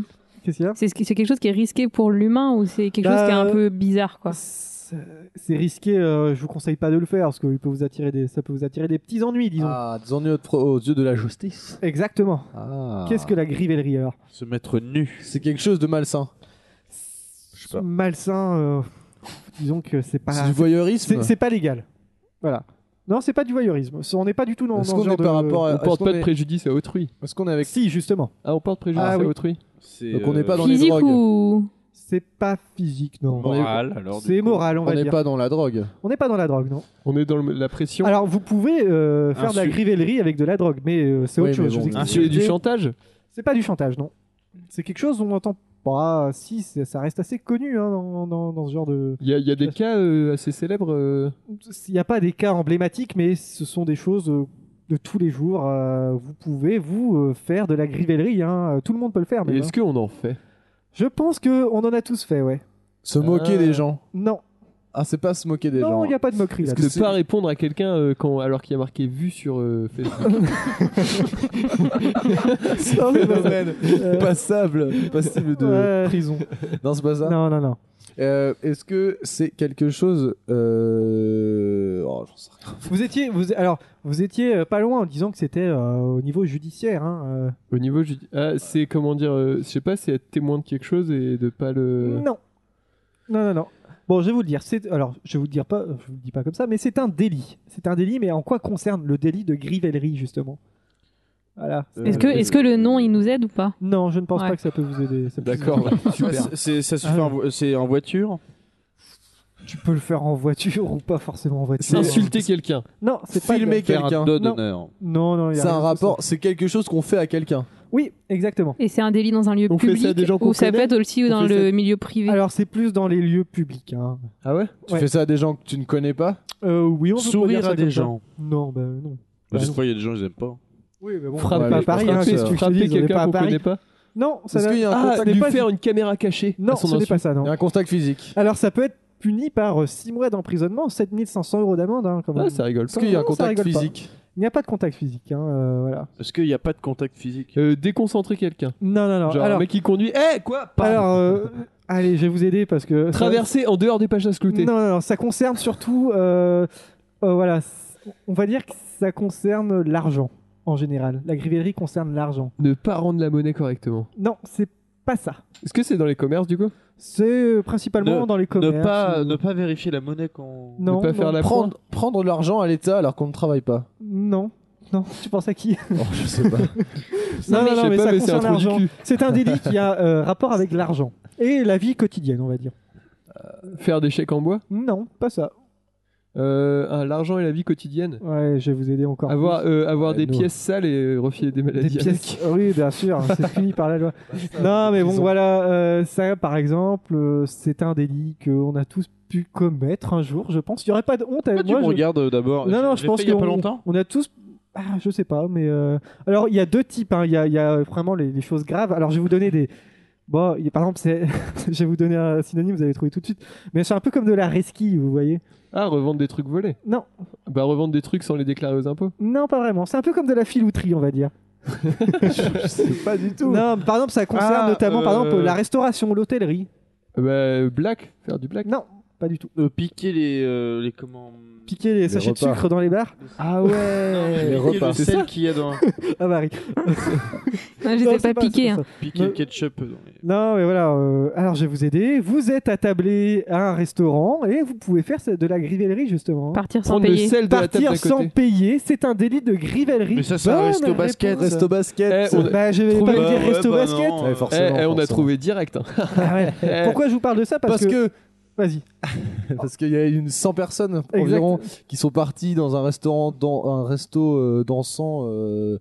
Speaker 2: Qu'est-ce qu'il y a
Speaker 4: c'est ce qui- c'est quelque chose qui est risqué pour l'humain ou c'est quelque chose qui est un
Speaker 2: Bah,
Speaker 4: peu bizarre quoi.
Speaker 2: C'est c'est risqué, euh, je vous conseille pas de le faire parce que il peut vous attirer des, ça peut vous attirer des petits ennuis, disons.
Speaker 1: Ah, des ennuis aux- aux yeux de la justice.
Speaker 2: Exactement.
Speaker 1: Ah.
Speaker 2: Qu'est-ce que la grivellerie alors
Speaker 3: Ah. Se mettre nu
Speaker 1: C'est quelque chose de malsain.
Speaker 3: Je sais pas.
Speaker 2: Malsain, euh, disons que c'est pas.
Speaker 1: C'est du voyeurisme.
Speaker 2: Bah, C'est c'est pas légal. Voilà. Non, c'est pas du voyeurisme. On n'est pas du tout dans,
Speaker 1: Est-ce
Speaker 2: dans
Speaker 1: qu'on
Speaker 2: ce genre
Speaker 1: est
Speaker 2: de...
Speaker 1: par rapport à-
Speaker 5: On
Speaker 1: est-ce
Speaker 5: porte
Speaker 1: qu'on
Speaker 5: pas de
Speaker 1: est-
Speaker 5: préjudice à autrui.
Speaker 1: Est-ce qu'on est avec
Speaker 2: Si, justement.
Speaker 5: Ah, on porte préjudice
Speaker 2: Ah
Speaker 5: à
Speaker 2: oui.
Speaker 5: autrui.
Speaker 3: C'est
Speaker 1: Donc on n'est
Speaker 3: euh,
Speaker 1: pas dans les
Speaker 4: Physique
Speaker 1: drogues.
Speaker 4: ou
Speaker 2: C'est pas physique, non.
Speaker 3: moral alors.
Speaker 2: C'est moral, on
Speaker 1: On
Speaker 2: va
Speaker 1: n'est
Speaker 2: dire.
Speaker 1: pas dans la drogue.
Speaker 2: On n'est pas dans la drogue, non.
Speaker 5: On est dans le- la pression.
Speaker 2: Alors, vous pouvez euh, faire de la
Speaker 3: Insulte.
Speaker 2: grivellerie avec de la drogue, mais euh, c'est
Speaker 1: Oui,
Speaker 2: autre
Speaker 1: mais
Speaker 2: chose. je
Speaker 1: bon,
Speaker 2: vous explique.
Speaker 5: C'est du
Speaker 2: C'est-
Speaker 5: chantage.
Speaker 2: C'est pas du chantage, non. C'est quelque chose dont on n'entend pas. Si, c'est- ça reste assez connu hein, dans, dans- dans ce genre de.
Speaker 5: Il y, a- il y a des cas euh, assez célèbres. euh,
Speaker 2: Il n'y a pas des cas emblématiques, mais ce sont des choses euh, de tous les jours. Euh, vous pouvez, vous, euh, faire de la grivellerie. hein. Tout le monde peut le faire,
Speaker 5: et
Speaker 2: mais.
Speaker 5: Est-ce qu'on en fait
Speaker 2: Je pense qu'on en a tous fait, ouais.
Speaker 1: Se moquer des gens.
Speaker 2: Non,
Speaker 1: Ah, c'est pas se moquer des gens.
Speaker 2: Euh. non, il n'y a pas de moquerie là.
Speaker 1: Est-ce que
Speaker 5: De
Speaker 1: c'est-
Speaker 5: pas répondre à quelqu'un euh, quand alors qu'il y a marqué vu sur euh, Facebook.
Speaker 2: Non, mais voilà.
Speaker 1: Phénomène passable, passible de
Speaker 2: Ouais.
Speaker 1: prison. Non, c'est pas ça.
Speaker 2: Non, non, non.
Speaker 1: Euh, Est-ce que c'est quelque chose. Euh... oh, j'en sais rien.
Speaker 2: Vous étiez, vous, alors, vous étiez euh, pas loin en disant que c'était euh, au niveau judiciaire. hein, euh.
Speaker 5: Au niveau judi- ah, c'est comment dire euh, Je sais pas, c'est être témoin de quelque chose et de pas
Speaker 1: Euh.
Speaker 5: le.
Speaker 2: euh. Non. Non, non, non. Bon, je vais vous le dire. C'est, alors, je vais vous le dire pas, je vous le dis pas comme ça, mais c'est un délit. C'est un délit, mais en quoi concerne le délit de grivellerie justement Voilà.
Speaker 4: est-ce que est-ce que le nom il nous aide ou pas
Speaker 2: Non, je ne pense
Speaker 4: Ouais.
Speaker 2: pas que ça peut vous aider. Ça peut
Speaker 5: D'accord.
Speaker 2: vous aider.
Speaker 1: bah,
Speaker 5: super.
Speaker 3: C'est- c'est- ça se
Speaker 2: Ah
Speaker 3: fait en
Speaker 2: ouais.
Speaker 3: vo- c'est en voiture
Speaker 2: Tu peux le faire en voiture ou pas forcément en voiture.
Speaker 5: Insulter quelqu'un.
Speaker 2: Non, c'est pas.
Speaker 1: Filmer
Speaker 3: Faire
Speaker 1: quelqu'un.
Speaker 3: un dos
Speaker 2: Non.
Speaker 3: d'honneur.
Speaker 2: Non, non. il y a
Speaker 1: C'est un
Speaker 2: rien de
Speaker 1: rapport, c'est quelque chose qu'on fait à quelqu'un.
Speaker 2: ça. Oui, exactement.
Speaker 4: Et c'est un délit dans un lieu
Speaker 5: On fait ça à
Speaker 4: public
Speaker 5: des gens qu'on
Speaker 4: ou ça peut
Speaker 5: connaît
Speaker 4: être aussi
Speaker 5: On
Speaker 4: dans le
Speaker 5: fait
Speaker 4: milieu privé.
Speaker 2: Alors, c'est plus dans les lieux publics. hein.
Speaker 5: Ah ouais
Speaker 1: Tu
Speaker 2: Ouais.
Speaker 1: fais ça à des gens que tu ne connais pas
Speaker 2: Euh, oui, on peut dire
Speaker 3: Sourire
Speaker 2: ça
Speaker 3: à
Speaker 2: comme
Speaker 3: des
Speaker 2: ça.
Speaker 3: gens.
Speaker 2: Non, bah non. Bah,
Speaker 3: Bah, des fois, il y a des gens, ils aiment pas.
Speaker 2: Oui, mais bon,
Speaker 1: Frapper-
Speaker 2: on est pas à Paris,
Speaker 1: frapper-
Speaker 2: hein, qu'est-ce que tu
Speaker 5: frapper
Speaker 2: te dis, on est pas à
Speaker 5: quelqu'un qu'on
Speaker 2: Paris.
Speaker 5: connaît pas.
Speaker 2: Non, ça
Speaker 1: Est-ce
Speaker 2: n'a-
Speaker 1: qu'il y a un
Speaker 5: Ah,
Speaker 1: contact
Speaker 2: n'est
Speaker 5: lui
Speaker 2: pas-
Speaker 5: faire une caméra cachée. à
Speaker 2: Non,
Speaker 5: son
Speaker 2: ce n'est
Speaker 5: insu.
Speaker 2: pas ça, non.
Speaker 1: Il y a un contact physique.
Speaker 2: Alors, ça peut être puni par 6 mois d'emprisonnement, 7500 euros d'amende, hein, quand même.
Speaker 5: Ah, ça rigole
Speaker 1: Est-ce
Speaker 5: pas.
Speaker 1: qu'il y a un
Speaker 2: Non, ça
Speaker 1: contact
Speaker 2: rigole pas.
Speaker 1: physique
Speaker 2: Il n'y a pas de contact physique, hein, euh, voilà.
Speaker 3: Est-ce qu'il n'y a pas de contact physique
Speaker 5: Euh, déconcentrer quelqu'un.
Speaker 2: Non, non, non.
Speaker 5: Genre
Speaker 2: alors,
Speaker 5: un mec qui conduit. Eh quoi Pam
Speaker 2: alors, euh, allez, je vais vous aider parce que.
Speaker 5: Traverser en dehors des pages à
Speaker 2: Non,
Speaker 5: sclouter.
Speaker 2: non, non, ça concerne surtout. euh, euh, voilà, c- on va dire que ça concerne l'argent, en général. La grivellerie concerne l'argent.
Speaker 5: Ne pas rendre la monnaie correctement.
Speaker 2: Non, c'est pas ça.
Speaker 5: Est-ce que c'est dans les commerces du coup
Speaker 2: C'est euh, principalement
Speaker 3: Ne-
Speaker 2: dans les commerces.
Speaker 3: ne pas,
Speaker 2: ou-
Speaker 3: ne pas vérifier la monnaie quand.
Speaker 2: Non,
Speaker 5: Ne pas
Speaker 2: non.
Speaker 5: faire la pointe.
Speaker 1: Prendre, prendre de l'argent à l'État alors qu'on ne travaille pas.
Speaker 2: Non, non, tu penses à qui
Speaker 1: Oh, je sais pas.
Speaker 2: Non, non,
Speaker 5: Je
Speaker 2: non,
Speaker 5: sais
Speaker 2: mais
Speaker 5: pas,
Speaker 2: ça
Speaker 5: mais c'est un
Speaker 2: concerne
Speaker 5: trou du
Speaker 2: l'argent.
Speaker 5: cul.
Speaker 2: C'est un délit qui a euh, rapport avec l'argent et la vie quotidienne, on va dire.
Speaker 5: Faire des chèques en bois.
Speaker 2: Non, pas ça.
Speaker 5: Euh, ah, L'argent et la vie quotidienne.
Speaker 2: Ouais, je vais vous aider encore.
Speaker 5: Avoir, euh, avoir
Speaker 1: Ouais,
Speaker 5: des
Speaker 1: nous.
Speaker 5: pièces sales et euh, refiler des
Speaker 2: plus.
Speaker 5: maladies.
Speaker 2: des pièces. Oui, bien sûr, c'est fini par la loi.
Speaker 3: Bah,
Speaker 2: Non, mais bon,
Speaker 1: prison.
Speaker 2: voilà, euh, ça, par exemple, euh, c'est un délit qu'on a tous pu commettre un jour, je pense. Il n'y aurait pas de honte à
Speaker 3: Pourquoi tu
Speaker 2: moi.
Speaker 3: me
Speaker 2: je-
Speaker 3: regardes euh, d'abord
Speaker 2: Non, non,
Speaker 3: Je
Speaker 2: je
Speaker 3: l'ai
Speaker 2: pense
Speaker 3: fait Il y a
Speaker 2: qu'on-
Speaker 3: pas longtemps
Speaker 2: On a tous. Ah, je sais pas, mais. euh, Alors, il y a deux types. hein. Il y, a, il y a vraiment les, les choses graves. Alors, je vais vous donner des, Bon, il- par exemple, c'est, je vais vous donner un synonyme, vous allez trouver tout de suite. Mais c'est un peu comme de la resquille, vous voyez.
Speaker 5: Ah, revendre des trucs volés.
Speaker 2: Non.
Speaker 5: Bah, revendre des trucs sans les déclarer aux impôts.
Speaker 2: Non, pas vraiment. C'est un peu comme de la filouterie, on va dire.
Speaker 1: Pas du tout.
Speaker 2: Non, par exemple, ça concerne
Speaker 5: Ah,
Speaker 2: notamment par
Speaker 5: euh,
Speaker 2: exemple la restauration, l'hôtellerie.
Speaker 5: Bah, black, faire du black.
Speaker 2: Non, pas du tout.
Speaker 3: Euh, piquer les, euh, les comment
Speaker 2: Piquer les sachets de
Speaker 1: repas.
Speaker 2: sucre dans les bars.
Speaker 5: Ah ouais
Speaker 1: les
Speaker 3: Piquer
Speaker 1: repas.
Speaker 3: le
Speaker 1: C'est
Speaker 3: sel qu'il y a dans
Speaker 2: Ah bah oui.
Speaker 4: Non, je les
Speaker 2: Non,
Speaker 4: ai
Speaker 2: c'est
Speaker 4: pas piqués.
Speaker 2: c'est
Speaker 4: hein.
Speaker 2: ça.
Speaker 3: piquer le
Speaker 2: Non.
Speaker 3: ketchup dans les-
Speaker 2: Non, mais voilà. euh, alors, je vais vous aider. Vous êtes attablé à un restaurant et vous pouvez faire de la grivellerie justement.
Speaker 4: Partir sans
Speaker 5: Prendre le
Speaker 4: payer.
Speaker 5: sel de la table
Speaker 2: Partir
Speaker 5: d'à
Speaker 2: sans
Speaker 5: côté.
Speaker 2: payer, c'est un délit de grivellerie.
Speaker 3: Mais ça, c'est un
Speaker 2: Bonne
Speaker 3: resto
Speaker 2: réponse.
Speaker 3: basket.
Speaker 1: Resto basket.
Speaker 5: Eh, on-
Speaker 2: Bah, je vais
Speaker 5: Trouver-
Speaker 2: pas vous dire
Speaker 3: Bah ouais,
Speaker 2: resto
Speaker 3: bah
Speaker 2: basket.
Speaker 3: non,
Speaker 1: Ouais,
Speaker 3: euh,
Speaker 5: Eh,
Speaker 1: forcément,
Speaker 5: eh, on a
Speaker 1: forcément.
Speaker 5: trouvé direct. hein.
Speaker 2: Ah ouais.
Speaker 5: Eh,
Speaker 2: Pourquoi je vous parle de ça
Speaker 1: Parce que
Speaker 2: Vas-y.
Speaker 1: Parce qu'il y a une 100 personnes
Speaker 2: Exact.
Speaker 1: environ qui sont parties dans un restaurant, dans un resto euh, dansant, euh,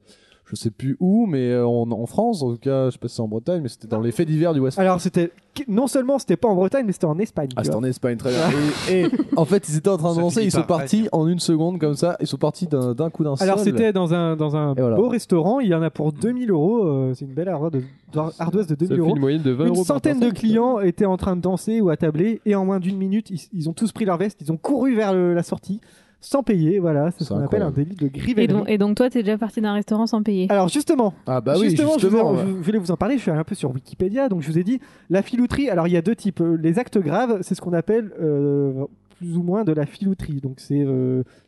Speaker 1: je sais plus où, mais euh, en, en France, en tout cas, je sais pas si c'est en Bretagne, mais c'était dans les faits divers du West.
Speaker 2: Alors, c'était. Non seulement c'était pas en Bretagne, mais c'était en Espagne.
Speaker 1: Ah,
Speaker 2: tu
Speaker 1: c'était
Speaker 2: vois.
Speaker 1: en Espagne, très bien. Et, et en fait, ils étaient en train de
Speaker 3: Ça
Speaker 1: danser,
Speaker 3: finit
Speaker 1: ils sont
Speaker 3: par
Speaker 1: partis en une seconde comme ça, ils sont partis d'un d'un coup d'un seul.
Speaker 2: Alors, c'était dans un, dans un
Speaker 1: Et voilà.
Speaker 2: beau restaurant. Il y en a pour 2000 euros. euh, c'est une belle ardoise de, d'ar- ardoise de
Speaker 5: Ça fait
Speaker 2: 2000 euros.
Speaker 5: une moyenne de 20
Speaker 2: Une
Speaker 1: hein,
Speaker 5: euros. par
Speaker 2: centaine de
Speaker 5: personne.
Speaker 2: clients étaient en train de danser ou attabler. Et en moins d'une minute, ils, ils ont tous pris leur veste. Ils ont couru vers le- la sortie sans payer. Voilà, c'est ce
Speaker 1: C'est
Speaker 2: qu'on appelle un
Speaker 1: incroyable.
Speaker 2: délit de
Speaker 4: Et
Speaker 2: grivellerie.
Speaker 4: donc, et donc, toi, t'es déjà parti d'un restaurant sans payer.
Speaker 2: Alors, justement,
Speaker 1: Ah, bah oui,
Speaker 2: justement,
Speaker 1: justement.
Speaker 2: je voulais-
Speaker 1: ouais.
Speaker 2: je, voulais vous en parler. Je suis allé un peu sur Wikipédia, donc je vous ai dit la filouterie. Alors il y a deux types. Euh, Les actes graves, c'est ce qu'on appelle euh, plus ou moins de la filouterie. Donc c'est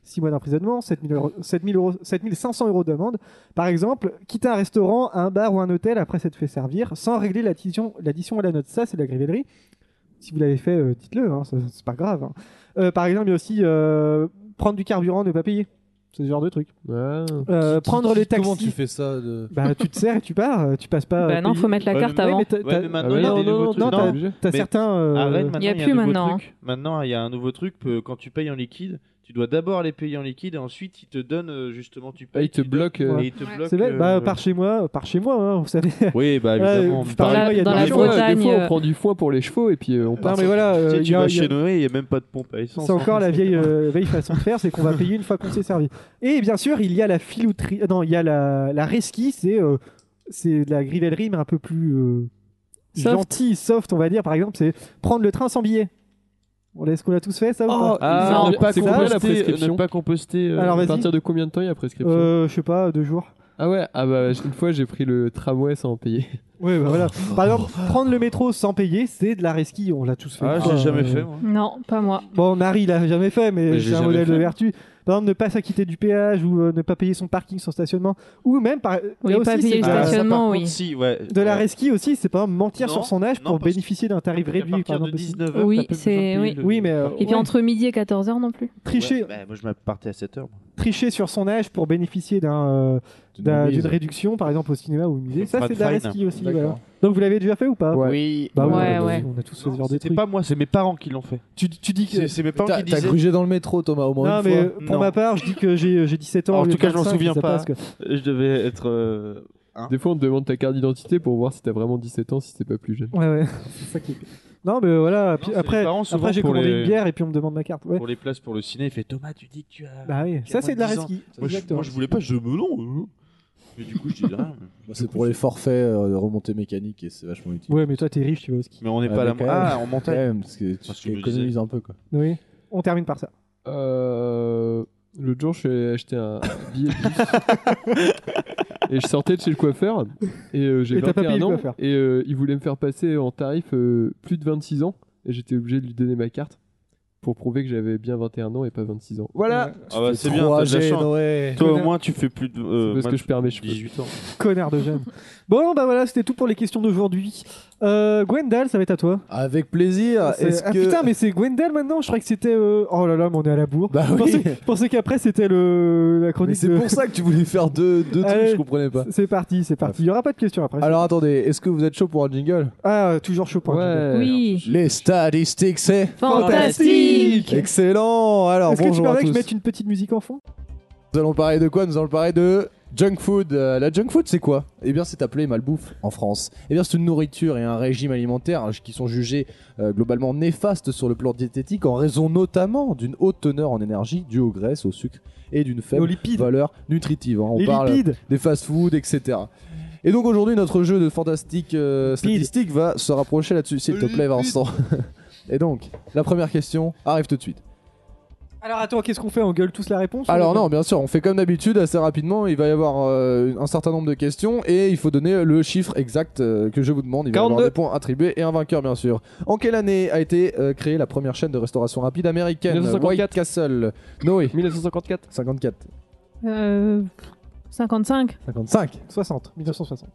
Speaker 2: 6 mois d'emprisonnement, 7000 euros, 7000 euros, 7500 euros d'amende. Par exemple, quitter un restaurant, un bar ou un hôtel après s'être fait servir sans régler l'addition l'addition à la note. Ça, c'est de la grivellerie. Si vous l'avez fait, euh, dites-le, hein, ça- c'est pas grave. hein. Euh, par exemple, il y a aussi euh, prendre du carburant, ne pas payer. C'est ce genre de truc.
Speaker 5: Ah.
Speaker 2: Euh, prendre le taxi.
Speaker 1: Comment tu fais ça de...
Speaker 2: Bah, tu te sers et tu pars, euh, tu passes pas. euh,
Speaker 4: Bah non,
Speaker 2: payer.
Speaker 4: faut mettre la
Speaker 3: Ouais,
Speaker 4: carte
Speaker 3: mais-
Speaker 4: avant.
Speaker 2: mais t'as-
Speaker 3: Ouais,
Speaker 2: t'as-
Speaker 3: mais
Speaker 5: Ah
Speaker 3: maintenant,
Speaker 5: ouais,
Speaker 3: il y a
Speaker 5: non,
Speaker 3: des nouveaux
Speaker 5: non,
Speaker 3: trucs.
Speaker 5: non,
Speaker 2: non,
Speaker 5: t'es
Speaker 2: t'as-
Speaker 5: obligé.
Speaker 2: t'as
Speaker 3: mais
Speaker 2: certains. euh,
Speaker 3: À Rennes,
Speaker 4: y a
Speaker 3: maintenant, il y a
Speaker 4: plus
Speaker 3: un nouveau
Speaker 4: maintenant,
Speaker 3: truc. Maintenant, il y a un nouveau truc. euh, Quand tu payes en liquide, tu dois d'abord les payer en liquide et ensuite ils te donnent euh, justement tu
Speaker 5: Ah,
Speaker 3: payes.
Speaker 5: il te
Speaker 3: tu donnes,
Speaker 5: bloque. euh,
Speaker 2: Ouais.
Speaker 3: Et ils te
Speaker 4: Ouais.
Speaker 3: bloquent.
Speaker 2: c'est vrai,
Speaker 3: euh,
Speaker 2: bah, par chez moi, par chez moi, hein, vous savez.
Speaker 3: Oui, bah
Speaker 2: Là,
Speaker 3: évidemment.
Speaker 2: vous
Speaker 3: mais
Speaker 2: parlez-
Speaker 3: pareil,
Speaker 2: il y a
Speaker 4: Dans
Speaker 2: des
Speaker 4: la
Speaker 5: des,
Speaker 2: gens-
Speaker 5: fois, des
Speaker 4: Bretagne,
Speaker 5: fois,
Speaker 4: euh,
Speaker 5: on prend du foin pour les chevaux et puis euh, on
Speaker 2: Non,
Speaker 5: part.
Speaker 2: mais voilà,
Speaker 3: tu
Speaker 2: euh,
Speaker 3: sais,
Speaker 2: il
Speaker 3: tu
Speaker 2: y a-
Speaker 3: vas
Speaker 2: il y a-
Speaker 3: chez Noé, il n'y a même pas de pompe à essence.
Speaker 2: c'est encore
Speaker 3: hein.
Speaker 2: la vieille, euh, vieille façon de faire, c'est qu'on va payer une fois qu'on s'est servi. Et bien sûr, il y a la filouterie. euh, Non, il y a la, la resquie, c'est euh, c'est de la grivellerie, mais un peu plus euh,
Speaker 4: Soft.
Speaker 2: gentille, soft, on va dire. Par exemple, c'est prendre le train sans billet. On laisse qu'on a tous fait ça
Speaker 4: Oh,
Speaker 2: ou pas
Speaker 5: Ah,
Speaker 4: Non.
Speaker 5: ne pas
Speaker 3: C'est
Speaker 5: composter
Speaker 3: ça,
Speaker 5: la
Speaker 3: c'est-
Speaker 5: prescription.
Speaker 3: Ne pas composter. euh,
Speaker 2: Alors,
Speaker 5: À
Speaker 2: vas-y.
Speaker 5: partir de combien de temps il y a prescription
Speaker 2: Euh, Je sais pas, deux jours.
Speaker 5: Ah ouais, ah bah, une fois j'ai pris le tramway sans payer.
Speaker 2: Ouais, bah voilà. Par exemple,
Speaker 3: Oh.
Speaker 2: prendre le métro sans payer, c'est de la resquille. On l'a tous fait.
Speaker 3: Ah,
Speaker 2: Enfin,
Speaker 3: j'ai jamais
Speaker 2: euh,
Speaker 3: fait. moi.
Speaker 4: Non, pas moi.
Speaker 2: Bon, Marie l'a jamais fait, mais,
Speaker 3: Mais j'ai
Speaker 2: c'est un
Speaker 3: jamais
Speaker 2: modèle de
Speaker 3: fait.
Speaker 2: vertu. Par exemple, ne pas s'acquitter du péage ou euh, ne pas payer son parking, son stationnement, ou même par
Speaker 4: Oui,
Speaker 2: là
Speaker 4: pas
Speaker 2: aussi,
Speaker 4: payer
Speaker 2: c'est
Speaker 4: le
Speaker 2: de la-
Speaker 3: Ah, ça, par
Speaker 4: stationnement,
Speaker 3: contre,
Speaker 4: oui.
Speaker 3: si, ouais.
Speaker 2: de la
Speaker 3: Ouais.
Speaker 2: resquille aussi, c'est pas mentir
Speaker 3: Non,
Speaker 2: sur son âge
Speaker 3: non,
Speaker 2: pour
Speaker 3: parce-
Speaker 2: bénéficier d'un tarif
Speaker 3: À
Speaker 2: réduit. par
Speaker 3: partir de
Speaker 2: exemple, aussi.
Speaker 3: 19h,
Speaker 4: Oui,
Speaker 3: t'as plus
Speaker 4: c'est-
Speaker 3: besoin de
Speaker 4: oui.
Speaker 3: payer le-
Speaker 2: Oui, mais euh,
Speaker 4: Et puis
Speaker 2: ouais,
Speaker 4: entre midi et 14h non plus.
Speaker 2: tricher,
Speaker 3: Ouais, bah, moi, je me partais à 7h.
Speaker 2: tricher sur son âge pour bénéficier d'un, euh, d'un- d'une réduction, par exemple au cinéma ou au musée, ça
Speaker 3: Pas
Speaker 2: c'est
Speaker 3: de
Speaker 2: de la
Speaker 3: fine.
Speaker 2: resquille aussi.
Speaker 1: D'accord.
Speaker 2: voilà. Donc vous l'avez déjà fait ou pas
Speaker 3: Oui.
Speaker 2: Bah
Speaker 4: Ouais,
Speaker 2: on a-
Speaker 4: ouais.
Speaker 2: On a tous fait ce genre de
Speaker 3: C'était
Speaker 2: trucs.
Speaker 3: pas moi, c'est mes parents qui l'ont fait.
Speaker 2: Tu, tu dis que
Speaker 3: C'est c'est mes parents
Speaker 1: T'as
Speaker 3: qui
Speaker 1: t'as
Speaker 3: disaient.
Speaker 1: grugé dans le métro, Thomas, au moins
Speaker 2: non,
Speaker 1: une
Speaker 2: mais
Speaker 1: fois.
Speaker 2: euh, pour
Speaker 3: Non.
Speaker 2: ma part, je dis que j'ai j'ai 17 ans.
Speaker 3: En
Speaker 2: au lieu
Speaker 3: tout
Speaker 2: de
Speaker 3: cas, je m'en
Speaker 2: 25,
Speaker 3: souviens
Speaker 2: ça
Speaker 3: pas.
Speaker 2: passe, quoi.
Speaker 3: Je devais être. euh,
Speaker 5: Des fois on te demande ta carte d'identité pour voir si t'as vraiment 17 ans, si t'es pas plus jeune.
Speaker 2: Ouais, ouais. c'est ça qui est- Non, mais voilà. puis
Speaker 3: c'est les
Speaker 2: après,
Speaker 3: parents, souvent,
Speaker 2: après j'ai
Speaker 3: pour
Speaker 2: commandé
Speaker 3: les-
Speaker 2: une bière et puis on me demande ma carte. Ouais.
Speaker 3: Pour les places pour le ciné, il fait Thomas, tu dis que tu as.
Speaker 2: Bah oui,
Speaker 3: Qui
Speaker 2: ça
Speaker 3: a
Speaker 2: c'est
Speaker 3: moins
Speaker 2: de la
Speaker 3: de 10 ans.
Speaker 2: resquille.
Speaker 3: Moi je,
Speaker 2: Exactement.
Speaker 3: moi, je voulais pas, je me non. euh. Mais du coup, je dis rien.
Speaker 1: Bah, C'est pour les forfaits euh, de remontée mécanique et c'est vachement utile.
Speaker 2: Ouais, mais toi t'es riche, tu vas au ski.
Speaker 3: Mais on n'est
Speaker 1: Ah,
Speaker 3: pas
Speaker 1: mais
Speaker 3: là.
Speaker 1: quand
Speaker 3: Ah,
Speaker 1: même.
Speaker 3: en
Speaker 1: Quand
Speaker 3: montagne.
Speaker 1: même, parce que tu
Speaker 3: Parce que je me
Speaker 1: économises un peu quoi.
Speaker 2: Oui. On termine par ça.
Speaker 5: Euh, L'autre jour, je suis allé acheter un billet de bus. et je sortais de chez le coiffeur. Et euh, j'ai
Speaker 2: Et t'as pas
Speaker 5: 21
Speaker 2: payé le
Speaker 5: ans.
Speaker 2: coiffeur.
Speaker 5: Et euh, il voulait me faire passer en tarif euh, plus de 26 ans. Et j'étais obligé de lui donner ma carte pour prouver que j'avais bien 21 ans et pas 26 ans. Voilà
Speaker 3: Ah bah, c'est bien, t'as de la
Speaker 1: 3G,
Speaker 3: chance.
Speaker 1: Noé.
Speaker 3: Toi au moins, tu fais plus de. euh,
Speaker 5: C'est parce
Speaker 3: moi,
Speaker 5: que
Speaker 3: tu-
Speaker 5: je perds mes cheveux.
Speaker 3: 18 ans.
Speaker 2: Connard de jeune. bon, bah voilà, c'était tout pour les questions d'aujourd'hui. Euh, Gwendal, ça va être à toi.
Speaker 1: Avec plaisir.
Speaker 2: C'est-
Speaker 1: Est-ce
Speaker 2: ah
Speaker 1: que
Speaker 2: putain, mais c'est Gwendal maintenant Je croyais que c'était. euh, Oh là là, mais on est à la bourre.
Speaker 1: Bah
Speaker 2: Je
Speaker 1: oui.
Speaker 2: pensais- Je pensais qu'après c'était le... la
Speaker 1: Mais
Speaker 2: chronique.
Speaker 1: c'est
Speaker 2: de-
Speaker 1: pour ça que tu voulais faire deux, deux trucs,
Speaker 2: Allez.
Speaker 1: je comprenais pas.
Speaker 2: C'est parti, c'est parti. Il y aura pas de questions après.
Speaker 1: Alors attendez, est-ce que vous êtes chaud pour un jingle
Speaker 2: Ah, toujours chaud pour un
Speaker 1: Euh,
Speaker 2: jingle.
Speaker 5: Ouais.
Speaker 4: Oui,
Speaker 1: Les statistiques, c'est
Speaker 4: fantastique.
Speaker 1: excellent. Alors
Speaker 2: Est-ce que tu
Speaker 1: Ah, bonjour à
Speaker 2: permets que je
Speaker 1: tous.
Speaker 2: mette une petite musique en fond
Speaker 1: Nous allons parler de quoi Nous allons parler de junk food. Euh, la junk food, c'est quoi Eh bien, c'est appelé malbouffe en France. Eh bien, c'est une nourriture et un régime alimentaire hein, qui sont jugés euh, globalement néfastes sur le plan diététique en raison notamment d'une haute teneur en énergie due aux graisses, au sucre et d'une
Speaker 2: Aux
Speaker 1: faible
Speaker 2: lipides.
Speaker 1: valeur nutritive. hein. On
Speaker 2: Les
Speaker 1: parle
Speaker 2: lipides
Speaker 1: des fast-food, etc. Et donc aujourd'hui, notre jeu de fantastique euh, statistique va se rapprocher là-dessus, s'il te plaît, Vincent. Et donc, la première question arrive tout de suite.
Speaker 2: Alors attends, qu'est-ce qu'on fait On gueule tous la réponse
Speaker 1: Alors
Speaker 2: ou-
Speaker 1: non, bien sûr, on fait comme d'habitude assez rapidement. Il va y avoir euh, un certain nombre de questions et il faut donner le chiffre exact euh, que je vous demande. Il va y avoir
Speaker 5: 42.
Speaker 1: des points attribués et un vainqueur, bien sûr. En quelle année a été euh, créée la première chaîne de restauration rapide américaine
Speaker 5: 1954.
Speaker 1: White Castle. Noé.
Speaker 5: 1954.
Speaker 1: 54.
Speaker 4: Euh, 55.
Speaker 1: 55.
Speaker 2: 60, 1960.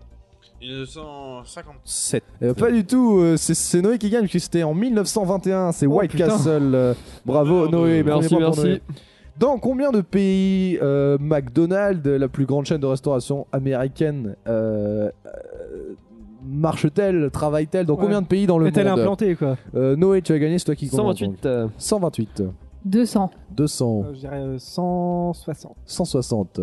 Speaker 3: 1957.
Speaker 1: Euh, pas du tout, euh, c'est- c'est Noé qui gagne puisque c'était en 1921, c'est
Speaker 2: Oh,
Speaker 1: White
Speaker 2: putain.
Speaker 1: Castle. euh, bravo
Speaker 3: Honneur de-
Speaker 1: Noé, premier
Speaker 5: Merci,
Speaker 1: point pour Noé.
Speaker 5: merci.
Speaker 1: Dans combien de pays euh, McDonald's, la plus grande chaîne de restauration américaine, euh, euh, marche-t-elle, travaille-t-elle Dans
Speaker 2: Ouais.
Speaker 1: combien de pays dans le
Speaker 2: est
Speaker 1: monde
Speaker 2: implantée quoi
Speaker 1: Euh, Noé, tu as gagné, c'est toi qui commence, donc.
Speaker 5: 128. euh,
Speaker 1: 128,
Speaker 4: 200.
Speaker 1: 200,
Speaker 2: Euh, Je dirais euh, 160.
Speaker 1: 160.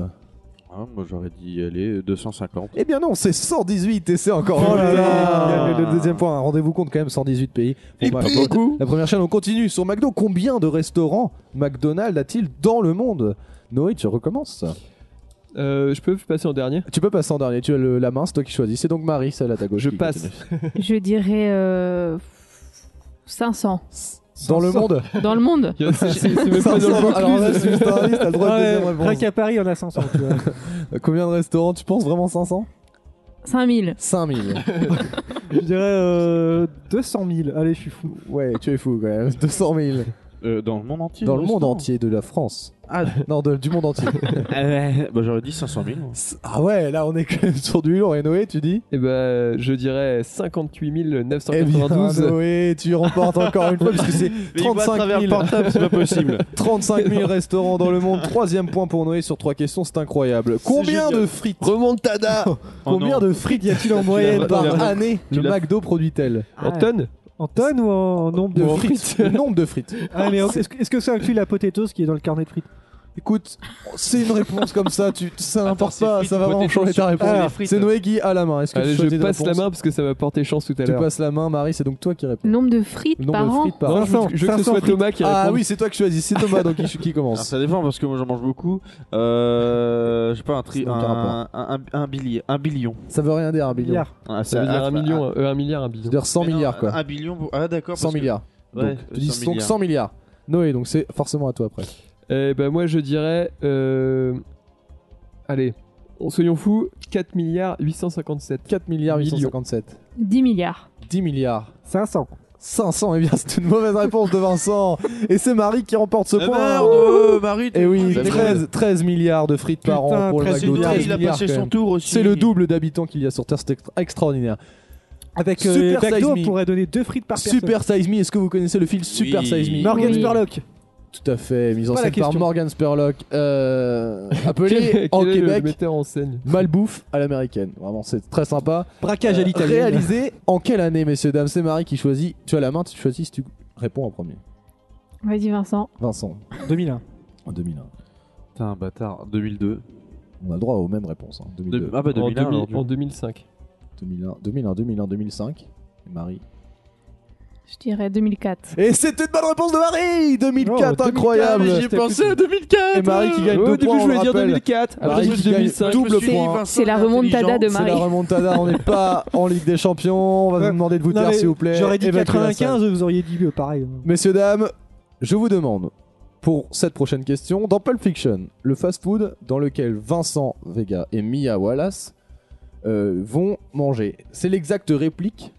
Speaker 3: Ah, moi j'aurais dit allez 250.
Speaker 1: Eh bien non, c'est 118 et c'est encore
Speaker 2: Oh là
Speaker 1: Noé
Speaker 2: là.
Speaker 1: qui gagne le deuxième point. Rendez-vous compte quand même, 118 pays. Bon, bah, bon,
Speaker 5: Beaucoup.
Speaker 1: La première chaîne, on continue sur McDo. Combien de restaurants McDonald's a-t-il dans le monde Noé, tu recommences.
Speaker 5: Euh, je peux passer en dernier
Speaker 1: Tu peux passer en dernier, tu as le- la main, c'est toi qui choisis. C'est donc Marie, celle à ta gauche.
Speaker 5: Je
Speaker 1: qui
Speaker 5: passe.
Speaker 4: Je dirais euh, 500.
Speaker 1: continue. Dans le monde
Speaker 4: Dans le monde
Speaker 5: C'est c'est même pas dans le
Speaker 1: 500.
Speaker 5: Vaucluse.
Speaker 1: Alors là, c'est juste un indice, t'as le droit de
Speaker 2: Ah Ouais,
Speaker 1: deuxième réponse.
Speaker 2: rien qu'à Paris, il y en a 500, tu vois.
Speaker 1: Euh, Combien de restaurants tu penses Vraiment 500
Speaker 4: 5000.
Speaker 1: 5000.
Speaker 2: Je dirais euh, 200 000. Allez, je suis fou.
Speaker 1: ouais, tu es fou quand même. 200 000.
Speaker 3: Euh, dans le monde entier.
Speaker 1: Dans le monde
Speaker 3: restaurant.
Speaker 1: entier, de la France.
Speaker 3: Ah,
Speaker 1: Non, de- du monde entier.
Speaker 3: euh, bah, j'aurais dit 500 000.
Speaker 1: ah ouais, là on est quand même sur du lourd. Et Noé, tu dis
Speaker 5: Eh ben, je dirais 58
Speaker 1: Eh bien,
Speaker 5: 992.
Speaker 1: Noé, tu remportes encore une fois parce que c'est 35 000.
Speaker 3: portable, c'est pas possible.
Speaker 1: 35 000 restaurants dans le monde. Troisième point pour Noé sur trois questions, c'est incroyable. Combien
Speaker 3: génial.
Speaker 1: de frites
Speaker 5: Remontada Oh
Speaker 1: Combien de frites y a-t-il en moyenne
Speaker 3: l'as-
Speaker 1: par
Speaker 3: tu l'as-
Speaker 1: année
Speaker 5: tu
Speaker 1: Le
Speaker 5: l'as-
Speaker 1: McDo produit-elle
Speaker 5: En tonnes
Speaker 2: En tonnes ou en nombre de
Speaker 1: De
Speaker 2: frites
Speaker 1: frites. Le nombre de frites.
Speaker 2: Ah, mais Est-ce que- est-ce que ça inclut la potatoes qui est dans le carnet de frites
Speaker 1: Écoute, c'est une réponse comme ça, tu, ça n'importe
Speaker 3: c'est
Speaker 1: pas,
Speaker 3: frites
Speaker 1: ça va
Speaker 3: ou
Speaker 1: vraiment
Speaker 3: potatoes
Speaker 1: changer ta
Speaker 3: sur-
Speaker 1: réponse.
Speaker 3: sur les
Speaker 1: Alors,
Speaker 3: frites.
Speaker 1: C'est Noé qui a la main. Est-ce que
Speaker 5: Ah, Allez,
Speaker 1: tu choisis
Speaker 5: je
Speaker 1: des
Speaker 5: passe la
Speaker 1: réponses
Speaker 5: main parce que ça m'a porté chance tout à
Speaker 1: Tu
Speaker 5: l'heure.
Speaker 1: passes la main, Marie, c'est donc toi qui réponds.
Speaker 4: Nombre de frites
Speaker 1: Le
Speaker 4: par
Speaker 1: nombre de
Speaker 4: an
Speaker 1: frites par
Speaker 5: Non,
Speaker 1: an.
Speaker 5: je veux- je veux que
Speaker 2: 500
Speaker 5: ce soit Thomas qui
Speaker 1: Ah
Speaker 5: réponde.
Speaker 1: oui, c'est toi qui choisis, c'est Thomas donc qui, qui
Speaker 3: Alors,
Speaker 1: commence.
Speaker 3: ça dépend parce que moi j'en mange beaucoup. Euh, je sais pas, un, tri-
Speaker 1: C'est
Speaker 3: un,
Speaker 1: dans quel
Speaker 3: un,
Speaker 1: rapport
Speaker 3: un billier, un billion.
Speaker 1: Ça veut rien dire, un billion.
Speaker 2: Milliards.
Speaker 3: Ah,
Speaker 5: Ça veut dire
Speaker 3: ah,
Speaker 5: un million, euh, un milliard, un billion.
Speaker 1: C'est-à-dire 100
Speaker 3: mais non,
Speaker 1: milliards quoi.
Speaker 3: Un billion, pour- ah d'accord.
Speaker 1: 100
Speaker 3: parce que-
Speaker 1: milliards.
Speaker 3: Ouais,
Speaker 1: Donc, tu dis
Speaker 3: 100
Speaker 1: donc
Speaker 3: milliards.
Speaker 1: 100 milliards. Noé, donc c'est forcément à toi après.
Speaker 5: Eh ben moi je dirais euh... allez, on- soyons fous, 4 milliards 857.
Speaker 1: 4 milliards
Speaker 5: Millions.
Speaker 1: 857.
Speaker 4: 10 milliards.
Speaker 1: 10 milliards.
Speaker 2: 500.
Speaker 1: 500, et bien c'est une mauvaise réponse de Vincent. Et c'est Marie qui remporte ce
Speaker 3: Ah,
Speaker 1: point.
Speaker 3: merde, euh, Marie.
Speaker 1: Et oui,
Speaker 3: t'es-
Speaker 1: 13, 13 milliards de frites par
Speaker 2: Putain,
Speaker 1: an pour le
Speaker 2: 13
Speaker 1: McDo.
Speaker 2: milliards,
Speaker 1: 13
Speaker 3: il a
Speaker 1: milliards,
Speaker 3: passé
Speaker 1: quand
Speaker 3: son
Speaker 1: même.
Speaker 3: tour aussi.
Speaker 1: C'est le double d'habitants qu'il y a sur Terre, c'est extra- extraordinaire.
Speaker 2: Avec
Speaker 1: euh,
Speaker 2: euh,
Speaker 1: Super
Speaker 2: McDo,
Speaker 1: Size
Speaker 2: on
Speaker 1: Me.
Speaker 2: pourrait donner 2 frites par personne.
Speaker 1: Super Size Me, est-ce que vous connaissez le film Super
Speaker 3: Oui.
Speaker 1: Size Me
Speaker 2: Morgan
Speaker 4: Oui.
Speaker 2: Spurlock.
Speaker 1: Tout à fait, mise en
Speaker 2: Voilà
Speaker 1: scène
Speaker 2: la question.
Speaker 1: par Morgan Spurlock, euh, appelé
Speaker 5: Quel-
Speaker 1: en
Speaker 5: quel est le
Speaker 1: Québec
Speaker 5: metteur en scène.
Speaker 1: Malbouffe à l'américaine. Vraiment, c'est très sympa.
Speaker 2: Braquage à
Speaker 1: Euh,
Speaker 2: l'italienne.
Speaker 1: réalisé en quelle année, messieurs, dames C'est Marie qui choisit. Tu as la main, tu choisis si tu réponds en premier.
Speaker 4: Vas-y Vincent.
Speaker 1: Vincent,
Speaker 2: 2001.
Speaker 1: en 2001.
Speaker 3: Putain, un bâtard. 2002.
Speaker 1: On a le droit aux mêmes réponses. hein. 2002,
Speaker 3: Deux- Ah bah
Speaker 5: en,
Speaker 3: 2001.
Speaker 5: 2000
Speaker 3: alors, du
Speaker 5: en
Speaker 3: coup.
Speaker 5: 2005.
Speaker 1: 2001, 2001, 2001, 2005. Et Marie.
Speaker 4: Je dirais 2004.
Speaker 1: Et c'était une bonne réponse de Marie 2004,
Speaker 2: Oh, 2004,
Speaker 1: incroyable
Speaker 2: mais j'y ai pensé à
Speaker 1: 2004 Et Marie qui gagne
Speaker 5: Ouais,
Speaker 1: deux
Speaker 5: au début
Speaker 1: points,
Speaker 5: Oh, je
Speaker 1: on
Speaker 5: voulais
Speaker 1: le
Speaker 5: dire
Speaker 1: rappelle.
Speaker 5: 2004,
Speaker 3: Ah,
Speaker 5: après
Speaker 1: Marie
Speaker 5: je me
Speaker 1: qui
Speaker 5: suis dit
Speaker 1: gagne
Speaker 5: 2005.
Speaker 1: double
Speaker 3: Je me suis dit,
Speaker 1: point.
Speaker 3: Vincent,
Speaker 4: C'est la remontada de
Speaker 1: C'est la
Speaker 4: Marie.
Speaker 1: remontada, on n'est pas en Ligue des Champions, on va
Speaker 2: Ouais.
Speaker 1: vous demander de vous
Speaker 2: Non,
Speaker 1: taire
Speaker 2: mais
Speaker 1: s'il vous plaît.
Speaker 2: J'aurais dit
Speaker 1: Évacuez la salle.
Speaker 2: 95, vous auriez dit euh, pareil.
Speaker 1: Messieurs, dames, je vous demande, pour cette prochaine question, dans Pulp Fiction, le fast-food dans lequel Vincent Vega et Mia Wallace euh, vont manger, c'est l'exacte réplique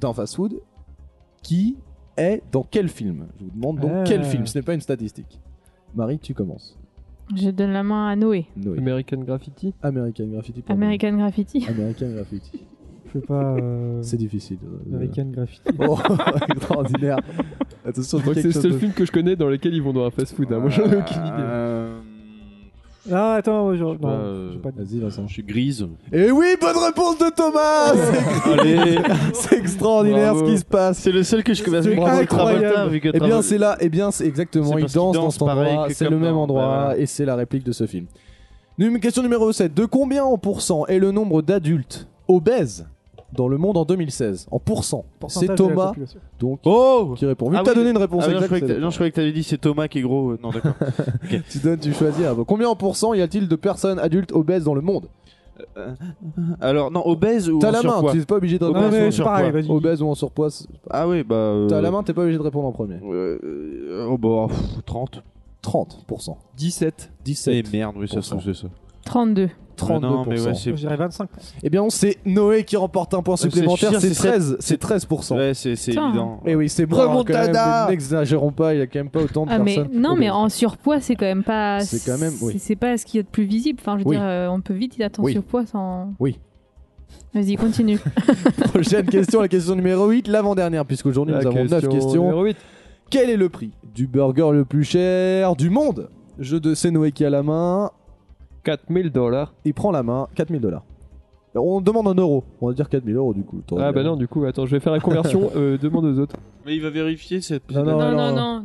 Speaker 1: d'un fast-food qui est dans quel film Je vous demande donc
Speaker 2: Ah.
Speaker 1: quel film, ce n'est pas une statistique. Marie, tu commences.
Speaker 4: Je donne la main à Noé.
Speaker 1: Noé.
Speaker 5: American Graffiti.
Speaker 1: American Graffiti. pour
Speaker 4: American Graffiti.
Speaker 1: nous. American Graffiti.
Speaker 2: Je sais pas. euh,
Speaker 1: C'est difficile. euh,
Speaker 2: American Graffiti.
Speaker 1: Oh, extraordinaire. Attention,
Speaker 5: Je crois
Speaker 1: quelque
Speaker 5: que c'est le
Speaker 1: chose
Speaker 5: seul
Speaker 1: de-
Speaker 5: film que je connais dans lequel ils vont dans un fast-food. hein. Moi j'en ai aucune idée.
Speaker 3: Euh,
Speaker 2: Ah, attends, ouais, genre-
Speaker 3: sais pas,
Speaker 2: non,
Speaker 3: euh,
Speaker 2: j'ai pas dit.
Speaker 1: Vas-y, Vincent.
Speaker 3: Je suis grise.
Speaker 1: Et oui, bonne réponse de Thomas
Speaker 3: Allez.
Speaker 1: C'est extraordinaire
Speaker 5: Bravo.
Speaker 1: ce qui se passe.
Speaker 3: C'est le seul que je connais.
Speaker 1: C'est
Speaker 3: Vu que
Speaker 1: incroyable.
Speaker 3: Travolta, vu que
Speaker 1: Eh bien,
Speaker 3: Travolta-
Speaker 1: c'est là, eh bien, c'est exactement,
Speaker 3: C'est
Speaker 1: il
Speaker 3: parce qu'il
Speaker 1: danse dans
Speaker 3: danse
Speaker 1: cet endroit,
Speaker 3: pareil que
Speaker 1: c'est le
Speaker 3: comme
Speaker 1: même
Speaker 3: dans-
Speaker 1: endroit,
Speaker 3: voilà.
Speaker 1: et c'est la réplique de ce film. Num- Question numéro 7. De combien en pourcent est le nombre d'adultes obèses dans le monde en 2016 En pourcent. C'est
Speaker 2: Pourcentage de la
Speaker 1: Thomas
Speaker 2: population.
Speaker 1: donc,
Speaker 3: Oh
Speaker 1: qui répond. Vu
Speaker 3: Ah
Speaker 1: que t'as
Speaker 3: oui.
Speaker 1: donné une réponse
Speaker 3: Ah, non, je
Speaker 1: exacte,
Speaker 3: croyais que
Speaker 1: c'est
Speaker 3: t'a- non, je croyais que t'avais dit c'est Thomas qui est gros. euh, Non, d'accord.
Speaker 1: bon. tu donnes, tu choisis. Ah, bah, combien en pourcent y a-t-il de personnes adultes obèses dans le monde
Speaker 3: Alors, non, obèse ou
Speaker 1: T'as
Speaker 3: en
Speaker 1: la main,
Speaker 3: surpoids
Speaker 1: tu n'es pas obligé de
Speaker 2: Non,
Speaker 1: répondre.
Speaker 2: mais
Speaker 1: en
Speaker 2: c'est
Speaker 1: surpoids.
Speaker 2: pareil, vas-y.
Speaker 1: Obèse ou en surpoids. c'est-
Speaker 3: Ah oui, bah. euh,
Speaker 1: T'as la main, t'es pas obligé de répondre en premier.
Speaker 3: euh, euh, oh, bah, pff, 30.
Speaker 1: 30%.
Speaker 5: 17.
Speaker 1: 17.
Speaker 3: Eh merde, oui, ça se trouve, c'est ça.
Speaker 4: 32.
Speaker 1: 32%.
Speaker 3: Ah Non, mais ouais, c'est.
Speaker 2: Je dirais 25.
Speaker 1: Eh bien, c'est Noé qui remporte un point
Speaker 3: c'est
Speaker 1: supplémentaire.
Speaker 3: chiant,
Speaker 1: C'est
Speaker 3: c'est sept-
Speaker 1: 13. C'est 13%.
Speaker 3: Ouais, c'est c'est
Speaker 4: Putain.
Speaker 3: évident.
Speaker 1: Et Eh oui, c'est
Speaker 5: Bravo,
Speaker 1: mort, quand même,
Speaker 5: Tada
Speaker 1: mais N'exagérons pas, il y a quand même pas autant de
Speaker 4: Ah mais
Speaker 1: personnes.
Speaker 4: non mais
Speaker 1: obèses.
Speaker 4: en surpoids c'est quand même pas
Speaker 1: C'est quand même, oui.
Speaker 4: c'est- c'est pas ce qu'il y a de plus visible enfin je veux
Speaker 1: Oui.
Speaker 4: dire euh, on peut vite il attend
Speaker 1: Oui.
Speaker 4: surpoids sans
Speaker 1: Oui.
Speaker 4: vas-y continue
Speaker 1: Prochaine question, la question numéro 8, l'avant-dernière, puisqu'aujourd'hui nous avons 9 questions.
Speaker 5: numéro 8.
Speaker 1: Quel est le prix du burger le plus cher du monde Jeu de c'est Noé qui a la main,
Speaker 5: 4000 dollars.
Speaker 1: il prend la main, 4000 dollars. On demande en euros, on va dire 4000 euros du coup. t'aurais
Speaker 5: Ah
Speaker 1: bien.
Speaker 5: bah non, du coup, attends, je vais faire la conversion. euh, demande aux autres.
Speaker 3: Mais il va vérifier cette.
Speaker 1: Non, non,
Speaker 4: non
Speaker 1: non,
Speaker 4: non
Speaker 1: non.
Speaker 4: non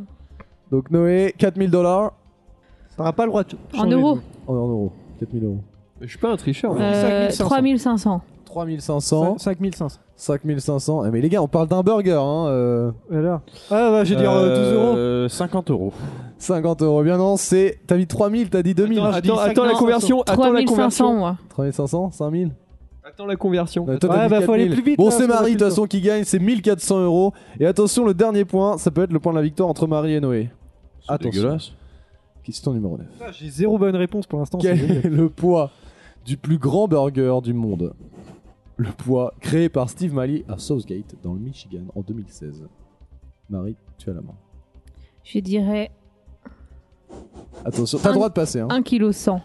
Speaker 1: Donc Noé, 4000 dollars Oh,
Speaker 2: T'auras pas le droit de
Speaker 4: en
Speaker 2: changer
Speaker 4: euros
Speaker 2: de-
Speaker 1: en euros. 4000 euros.
Speaker 5: Je suis pas un tricheur. moi.
Speaker 4: euh,
Speaker 2: 5500.
Speaker 4: 3500
Speaker 1: 3500,
Speaker 2: Cin- 5500.
Speaker 1: 5500. Eh, mais les gars, on parle d'un burger. Hein, euh,
Speaker 2: Alors Ah bah, j'ai dit euh, 12 euros.
Speaker 3: 50 euros.
Speaker 1: 50 euros. Bien non, c'est. T'as dit 3000, t'as dit Ah, 2000.
Speaker 5: Attends, attends, attends la conversion. Attends la
Speaker 4: 3500
Speaker 5: conversion.
Speaker 4: moi
Speaker 1: 3500, 5000.
Speaker 5: Attends la conversion.
Speaker 1: Ouais, toi, t'as
Speaker 2: Ouais,
Speaker 1: dit
Speaker 2: bah, faut
Speaker 1: 4000.
Speaker 2: aller plus vite,
Speaker 1: Bon,
Speaker 2: là,
Speaker 1: c'est
Speaker 2: parce qu'on a
Speaker 1: Marie,
Speaker 2: plus
Speaker 1: de
Speaker 2: le
Speaker 1: toute façon, qui gagne, c'est 1400 euros. Et attention, le dernier point, ça peut être le point de la victoire entre Marie et Noé. Attention.
Speaker 3: dégueulasse.
Speaker 1: Question numéro 9.
Speaker 2: Putain, J'ai zéro bonne réponse pour l'instant. c'est
Speaker 1: Quel
Speaker 2: génial.
Speaker 1: est le poids du plus grand burger du monde Le poids créé par Steve Malley à Southgate, dans le Michigan, en 2016. Marie, tu as la main.
Speaker 4: je dirais
Speaker 1: Attention, t'as
Speaker 4: Un-
Speaker 1: le droit de passer. Hein.
Speaker 4: 1 kg 100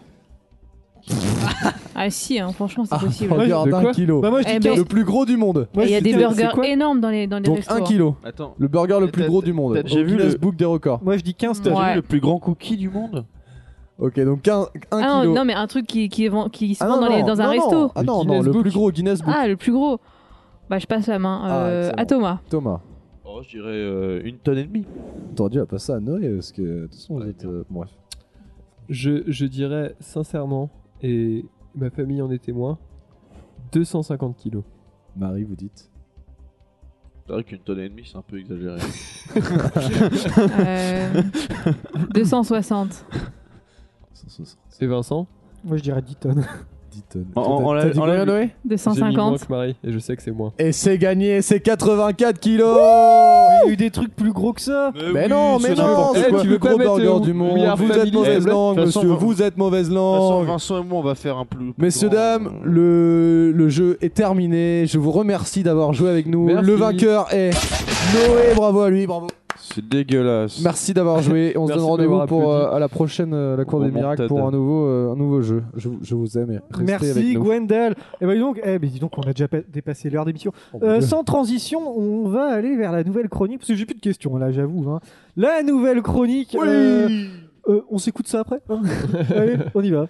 Speaker 4: ah si hein, franchement c'est possible
Speaker 1: Burger
Speaker 5: De
Speaker 1: d'un
Speaker 5: quoi
Speaker 1: Ah, kilo.
Speaker 2: Bah moi je
Speaker 4: Eh
Speaker 2: dis
Speaker 4: ben,
Speaker 2: 15.
Speaker 1: Le plus gros du monde.
Speaker 4: Et
Speaker 2: Moi,
Speaker 4: il y a
Speaker 2: je
Speaker 4: des
Speaker 2: dis 15.
Speaker 4: burgers
Speaker 5: quoi
Speaker 4: énormes dans les hein. dans les
Speaker 1: Donc 1
Speaker 4: restaurants
Speaker 1: kilo.
Speaker 3: Attends.
Speaker 1: Le burger le
Speaker 3: Et
Speaker 1: plus
Speaker 3: t'as-
Speaker 1: gros du monde.
Speaker 3: t'as déjà
Speaker 1: Au
Speaker 3: vu
Speaker 1: Guinness
Speaker 3: le-
Speaker 1: Book des records.
Speaker 2: Moi je dis 15.
Speaker 4: Ouais.
Speaker 3: T'as vu le plus grand cookie du monde
Speaker 1: Ok, donc 15, 1
Speaker 4: ah non,
Speaker 1: kilo.
Speaker 4: non mais un truc qui qui, est vend- qui se
Speaker 1: Ah
Speaker 4: vend
Speaker 1: non,
Speaker 4: dans, les-
Speaker 1: non,
Speaker 4: dans un
Speaker 1: non,
Speaker 4: resto
Speaker 1: non. Ah
Speaker 5: Le
Speaker 1: non, non,
Speaker 5: Guinness
Speaker 1: le plus
Speaker 5: Book.
Speaker 1: gros Guinness Book.
Speaker 4: ah le plus gros bah je passe la main
Speaker 1: Ah,
Speaker 4: euh,
Speaker 1: excellent.
Speaker 4: à Thomas
Speaker 1: Thomas,
Speaker 3: Oh, je dirais euh, une tonne et demie.
Speaker 1: t'aurais dû la passer à Noé parce que de toute façon, vous
Speaker 3: Ouais,
Speaker 1: êtes. euh, bref.
Speaker 5: Je, je dirais sincèrement, et ma famille en est témoin, 250 kilos.
Speaker 1: Marie, vous dites.
Speaker 3: C'est vrai qu'une tonne et demie, c'est un peu exagéré.
Speaker 4: Euh, 260
Speaker 5: Et Vincent
Speaker 2: Moi je dirais 10 tonnes.
Speaker 1: 10 tonnes.
Speaker 3: En- en-
Speaker 1: euh, T'as-
Speaker 3: en la-
Speaker 1: t'as dit
Speaker 3: en
Speaker 1: combien,
Speaker 3: la-
Speaker 1: Noé
Speaker 5: J'ai mis moins
Speaker 4: 250
Speaker 5: que Marie, et je sais que c'est moins.
Speaker 1: Et c'est gagné, c'est 84 kilos
Speaker 2: Il y a eu des trucs plus gros que ça.
Speaker 1: Mais non, mais
Speaker 5: c'est
Speaker 1: non,
Speaker 5: n'importe
Speaker 1: c'est
Speaker 5: quoi.
Speaker 1: le
Speaker 5: Tu veux
Speaker 1: plus
Speaker 5: pas
Speaker 1: gros
Speaker 5: mettre,
Speaker 1: burger
Speaker 5: euh,
Speaker 1: du monde.
Speaker 5: We Are
Speaker 1: Vous êtes
Speaker 5: Family,
Speaker 1: mauvaise
Speaker 5: eh,
Speaker 1: langue,
Speaker 3: de toute
Speaker 1: monsieur,
Speaker 3: façon,
Speaker 1: vous êtes mauvaise
Speaker 3: Vincent,
Speaker 1: langue.
Speaker 3: Vincent et moi, on va faire un plus.
Speaker 1: Messieurs,
Speaker 3: grand,
Speaker 1: dames,
Speaker 3: euh,
Speaker 1: le, le jeu est terminé. Je vous remercie d'avoir joué avec nous.
Speaker 5: Merci.
Speaker 1: Le vainqueur est Noé. Bravo à lui, bravo.
Speaker 3: C'est dégueulasse.
Speaker 1: Merci d'avoir joué. On se donne
Speaker 5: Merci de
Speaker 1: rendez-vous
Speaker 5: m'avoir
Speaker 1: pour
Speaker 5: applaudi.
Speaker 1: euh, à la prochaine euh, la Cour des
Speaker 3: Remontada.
Speaker 1: Miracles pour un nouveau euh, un nouveau jeu. Je, vous- je vous aime. et Restez
Speaker 2: Merci
Speaker 1: avec nous.
Speaker 2: Gwendal. Et bah dis donc, eh, mais dis donc on a déjà pa- dépassé l'heure d'émission.
Speaker 1: Oh, mon
Speaker 2: Euh,
Speaker 1: Dieu.
Speaker 2: sans transition, on va aller vers la nouvelle chronique parce que j'ai plus de questions là, j'avoue. hein. La nouvelle chronique. euh, euh, on s'écoute ça après. hein Allez, on y va.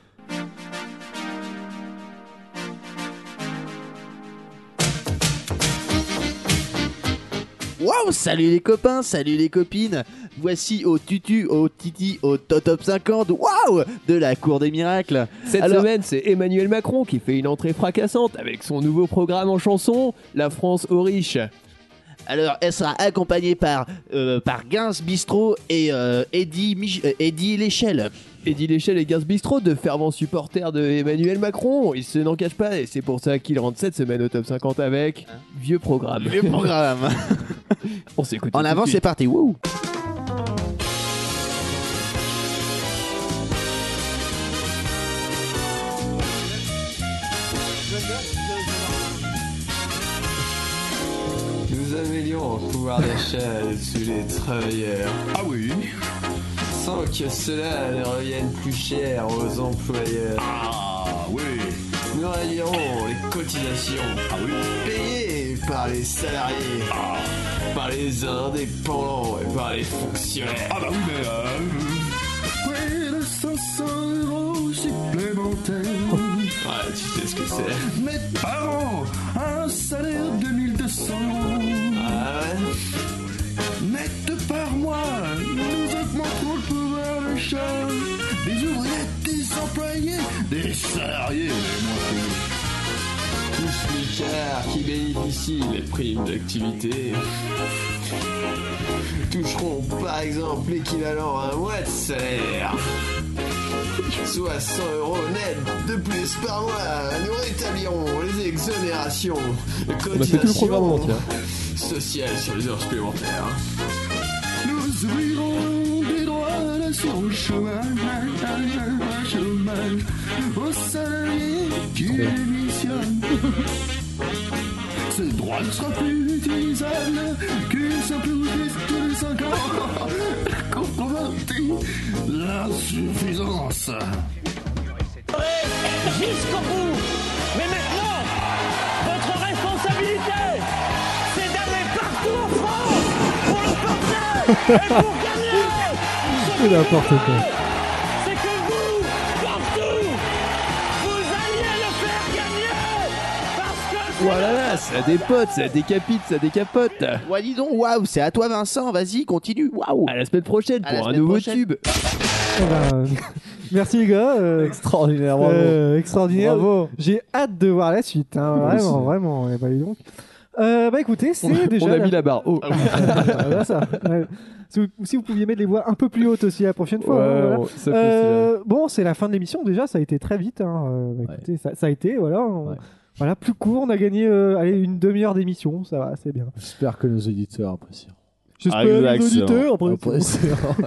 Speaker 9: Waouh, salut les copains, salut les copines. Voici au tutu, au titi, au top top 50, waouh, de la cour des miracles.
Speaker 5: Cette
Speaker 9: Alors-
Speaker 5: semaine, c'est Emmanuel Macron qui fait une entrée fracassante avec son nouveau programme en chanson, La France aux riches.
Speaker 9: Alors, elle sera accompagnée par euh, par Gins Bistro et euh, Eddie Mich- euh, Eddie l'échelle.
Speaker 5: Eddie Léchelle et Gaz Bistrot, de fervents supporters de Emmanuel Macron, ils se n'en cachent pas et c'est pour ça qu'ils rentrent cette semaine au top 50 avec Vieux programme.
Speaker 9: Le programme.
Speaker 5: On s'écoute.
Speaker 9: En
Speaker 5: tout
Speaker 9: avant,
Speaker 5: de
Speaker 9: c'est
Speaker 5: suite.
Speaker 9: parti. Wouh.
Speaker 10: Nous améliorons le pouvoir d'achat de tous les travailleurs. Ah oui Sans que cela ne revienne plus cher aux employeurs. Ah oui Nous réduirons les cotisations. Ah oui Payées par les salariés. Ah. Par les indépendants et par les fonctionnaires. Ah bah oui, mais... Ouais, tu sais ce que c'est.
Speaker 11: Un salaire de 1200 euros
Speaker 10: Ah ouais
Speaker 11: net par mois. Nous augmentons le pouvoir d'achat des ouvriers, des employés, des salariés. mais moi, c'est-
Speaker 10: Tous smicards qui bénéficient des primes d'activité toucheront par exemple l'équivalent à un mois de salaire. soit 100 euros net de plus par mois. Nous rétablirons les exonérations,
Speaker 5: On a fait tout le
Speaker 10: cotisations
Speaker 5: programme en entier.
Speaker 10: sociales sur les heures supplémentaires.
Speaker 11: Nous ouvrirons des droits à l'assurance chômage, chômage aux salariés qui démissionnent. Ce droit ne sera plus utilisable qu'une simple audite tous les 5 ans. Controverti l'insuffisance.
Speaker 8: Jusqu'au bout Mais maintenant, votre responsabilité, c'est d'aller partout en France pour le porter et pour gagner
Speaker 2: C'est n'importe quoi.
Speaker 8: C'est que vous, partout, vous alliez le faire gagner Parce que c'est
Speaker 5: Voilà, Oh là, ça dépote, ça décapite, ça décapote.
Speaker 9: Ouais, dis donc, waouh, c'est à toi, Vincent, vas-y, continue, waouh.
Speaker 5: À la semaine prochaine
Speaker 9: À la
Speaker 5: pour un
Speaker 9: semaine
Speaker 5: nouveau
Speaker 9: prochaine.
Speaker 5: tube.
Speaker 2: Eh ben, Merci les gars. euh,
Speaker 1: Extraordinaire,
Speaker 2: euh, extraordinaire.
Speaker 1: Bravo.
Speaker 2: J'ai hâte de voir la suite. hein,
Speaker 1: Moi
Speaker 2: vraiment,
Speaker 1: aussi.
Speaker 2: vraiment. Eh ben, dis donc. Euh, bah écoutez, c'est déjà.
Speaker 5: On a
Speaker 2: la-
Speaker 5: mis la barre Oh. haut.
Speaker 2: Ah, voilà, ça. Ouais. Si, vous, si vous pouviez mettre les voix un peu plus hautes aussi la prochaine fois.
Speaker 5: Ouais,
Speaker 2: hein, voilà.
Speaker 5: on- ça peut,
Speaker 2: Euh, bon, c'est la fin de l'émission déjà, ça a été très vite. hein, euh, bah, écoutez, ça, ça a été, voilà. on-
Speaker 1: Ouais.
Speaker 2: Voilà, plus court, on a gagné euh, allez, une demi-heure d'émission, ça va, c'est bien.
Speaker 1: J'espère que nos éditeurs apprécient.
Speaker 2: J'espère
Speaker 3: Exact,
Speaker 2: les auditeurs,
Speaker 1: Ah,
Speaker 2: après,
Speaker 1: Apprécient.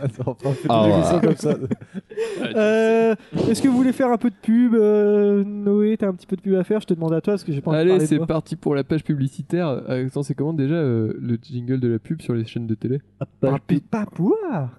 Speaker 1: Attends, on fait
Speaker 3: Ah
Speaker 1: des
Speaker 3: ouais.
Speaker 1: émissions comme ça.
Speaker 2: Euh, Est-ce que vous voulez faire un peu de pub euh, Noé, t'as un petit peu de pub à faire, je te demande à toi parce que j'ai pas envie de
Speaker 5: Allez,
Speaker 2: parler de
Speaker 5: c'est
Speaker 2: toi.
Speaker 5: parti pour la page publicitaire. Euh, Attends, c'est comment déjà euh, le jingle de la pub sur les chaînes de télé
Speaker 2: Pas, pas pouvoir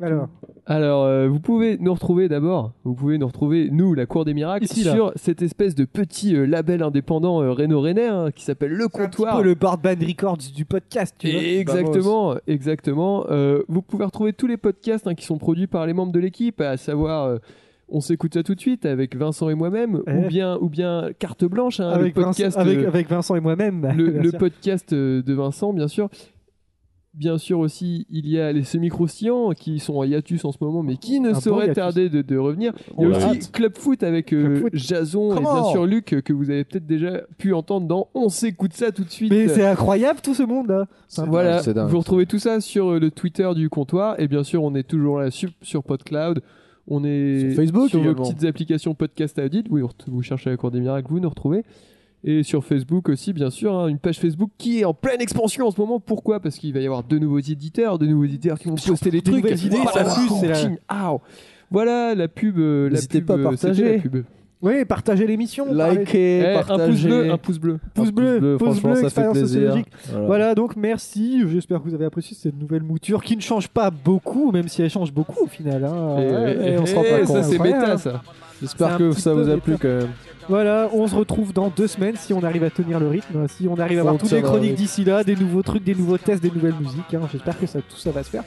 Speaker 2: Alors,
Speaker 5: Alors, euh, vous pouvez nous retrouver d'abord, vous pouvez nous retrouver, nous, la Cour des Miracles,
Speaker 2: Ici, là.
Speaker 5: sur cette espèce de petit euh, label indépendant euh, Reno-Rennais hein, qui s'appelle Le Comptoir.
Speaker 2: un peu le Bardman Records du podcast, tu vois.
Speaker 5: Exactement, exactement. Euh, vous pouvez retrouver tous les podcasts hein, qui sont produits par les membres de l'équipe, à savoir euh, On s'écoute ça tout de suite avec Vincent et moi-même,
Speaker 2: Eh.
Speaker 5: ou bien ou bien Carte Blanche, hein,
Speaker 2: avec,
Speaker 5: le
Speaker 2: Vincent,
Speaker 5: podcast,
Speaker 2: avec,
Speaker 5: euh,
Speaker 2: avec Vincent et moi-même.
Speaker 5: le,
Speaker 2: bien
Speaker 5: le
Speaker 2: sûr.
Speaker 5: podcast euh, de Vincent, bien sûr. Bien sûr aussi, il y a les semi-croustillants qui sont en hiatus en ce moment, mais qui ne
Speaker 2: Un bon
Speaker 5: sauraient
Speaker 2: hiatus.
Speaker 5: tarder de, de revenir. Il
Speaker 1: On
Speaker 5: y a
Speaker 1: l'a
Speaker 5: aussi Club Foot avec euh,
Speaker 2: Club Foot.
Speaker 5: Jason et bien
Speaker 1: Comment
Speaker 5: sûr Luc, euh, que vous avez peut-être déjà pu entendre dans On s'écoute ça tout de suite.
Speaker 2: Mais c'est incroyable tout ce monde hein. là.
Speaker 1: C'est
Speaker 5: Voilà,
Speaker 1: dingue, c'est dingue.
Speaker 5: vous retrouvez tout ça sur euh, le Twitter du comptoir et bien sûr on est toujours là sur, sur PodCloud, on est
Speaker 1: Sur Facebook
Speaker 5: sur vos
Speaker 1: également.
Speaker 5: petites applications podcast à audit, oui, vous, ret- vous cherchez la Cour des miracles, vous nous retrouvez et sur Facebook aussi bien sûr, hein, une page Facebook qui est en pleine expansion en ce moment. Pourquoi Parce qu'il va y avoir de nouveaux éditeurs, de nouveaux éditeurs qui vont poster des,
Speaker 2: Des
Speaker 5: trucs,
Speaker 2: nouvelles idées, ça
Speaker 5: Voilà, wow,
Speaker 2: fuse, c'est la-
Speaker 5: ting, ow. Voilà la pub, euh, la
Speaker 1: N'hésitez
Speaker 5: pub,
Speaker 1: pas à
Speaker 5: euh,
Speaker 1: partager.
Speaker 5: c'était la pub.
Speaker 2: Oui, partagez l'émission. parlez-
Speaker 5: Eh,
Speaker 1: Likez,
Speaker 5: un pouce bleu,
Speaker 1: partagez.
Speaker 5: un pouce bleu.
Speaker 2: Pouce
Speaker 1: Un
Speaker 2: bleu, pouce
Speaker 1: franchement,
Speaker 2: bleu,
Speaker 1: ça fait
Speaker 2: expérience
Speaker 1: plaisir.
Speaker 2: sociologique. Voilà, donc merci. J'espère que vous avez apprécié cette nouvelle mouture qui ne change pas beaucoup, même si elle change beaucoup au final. hein.
Speaker 5: Eh,
Speaker 2: Ouais,
Speaker 5: eh,
Speaker 2: on se rend pas
Speaker 5: eh, ça
Speaker 2: compte.
Speaker 5: c'est
Speaker 2: Incroyable.
Speaker 5: méta ça.
Speaker 2: C'est un
Speaker 1: J'espère que
Speaker 2: petit
Speaker 1: ça vous
Speaker 2: peu
Speaker 1: a plu quand même.
Speaker 2: Voilà, on se retrouve dans deux semaines si on arrive à tenir le rythme, si on arrive à avoir
Speaker 1: On
Speaker 2: toutes les
Speaker 1: tiendra,
Speaker 2: chroniques
Speaker 1: oui.
Speaker 2: d'ici là, des nouveaux trucs, des nouveaux tests, des nouvelles musiques. hein. J'espère que ça, tout ça va se faire.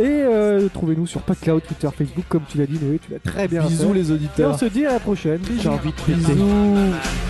Speaker 2: Et euh, trouvez-nous sur PodCloud, Twitter, Facebook, comme tu l'as dit Noé, tu l'as très bien. fait.
Speaker 1: Bisous les
Speaker 2: Et on
Speaker 1: auditeurs.
Speaker 2: se dit à la prochaine. J'ai envie de péter.
Speaker 1: Bisous.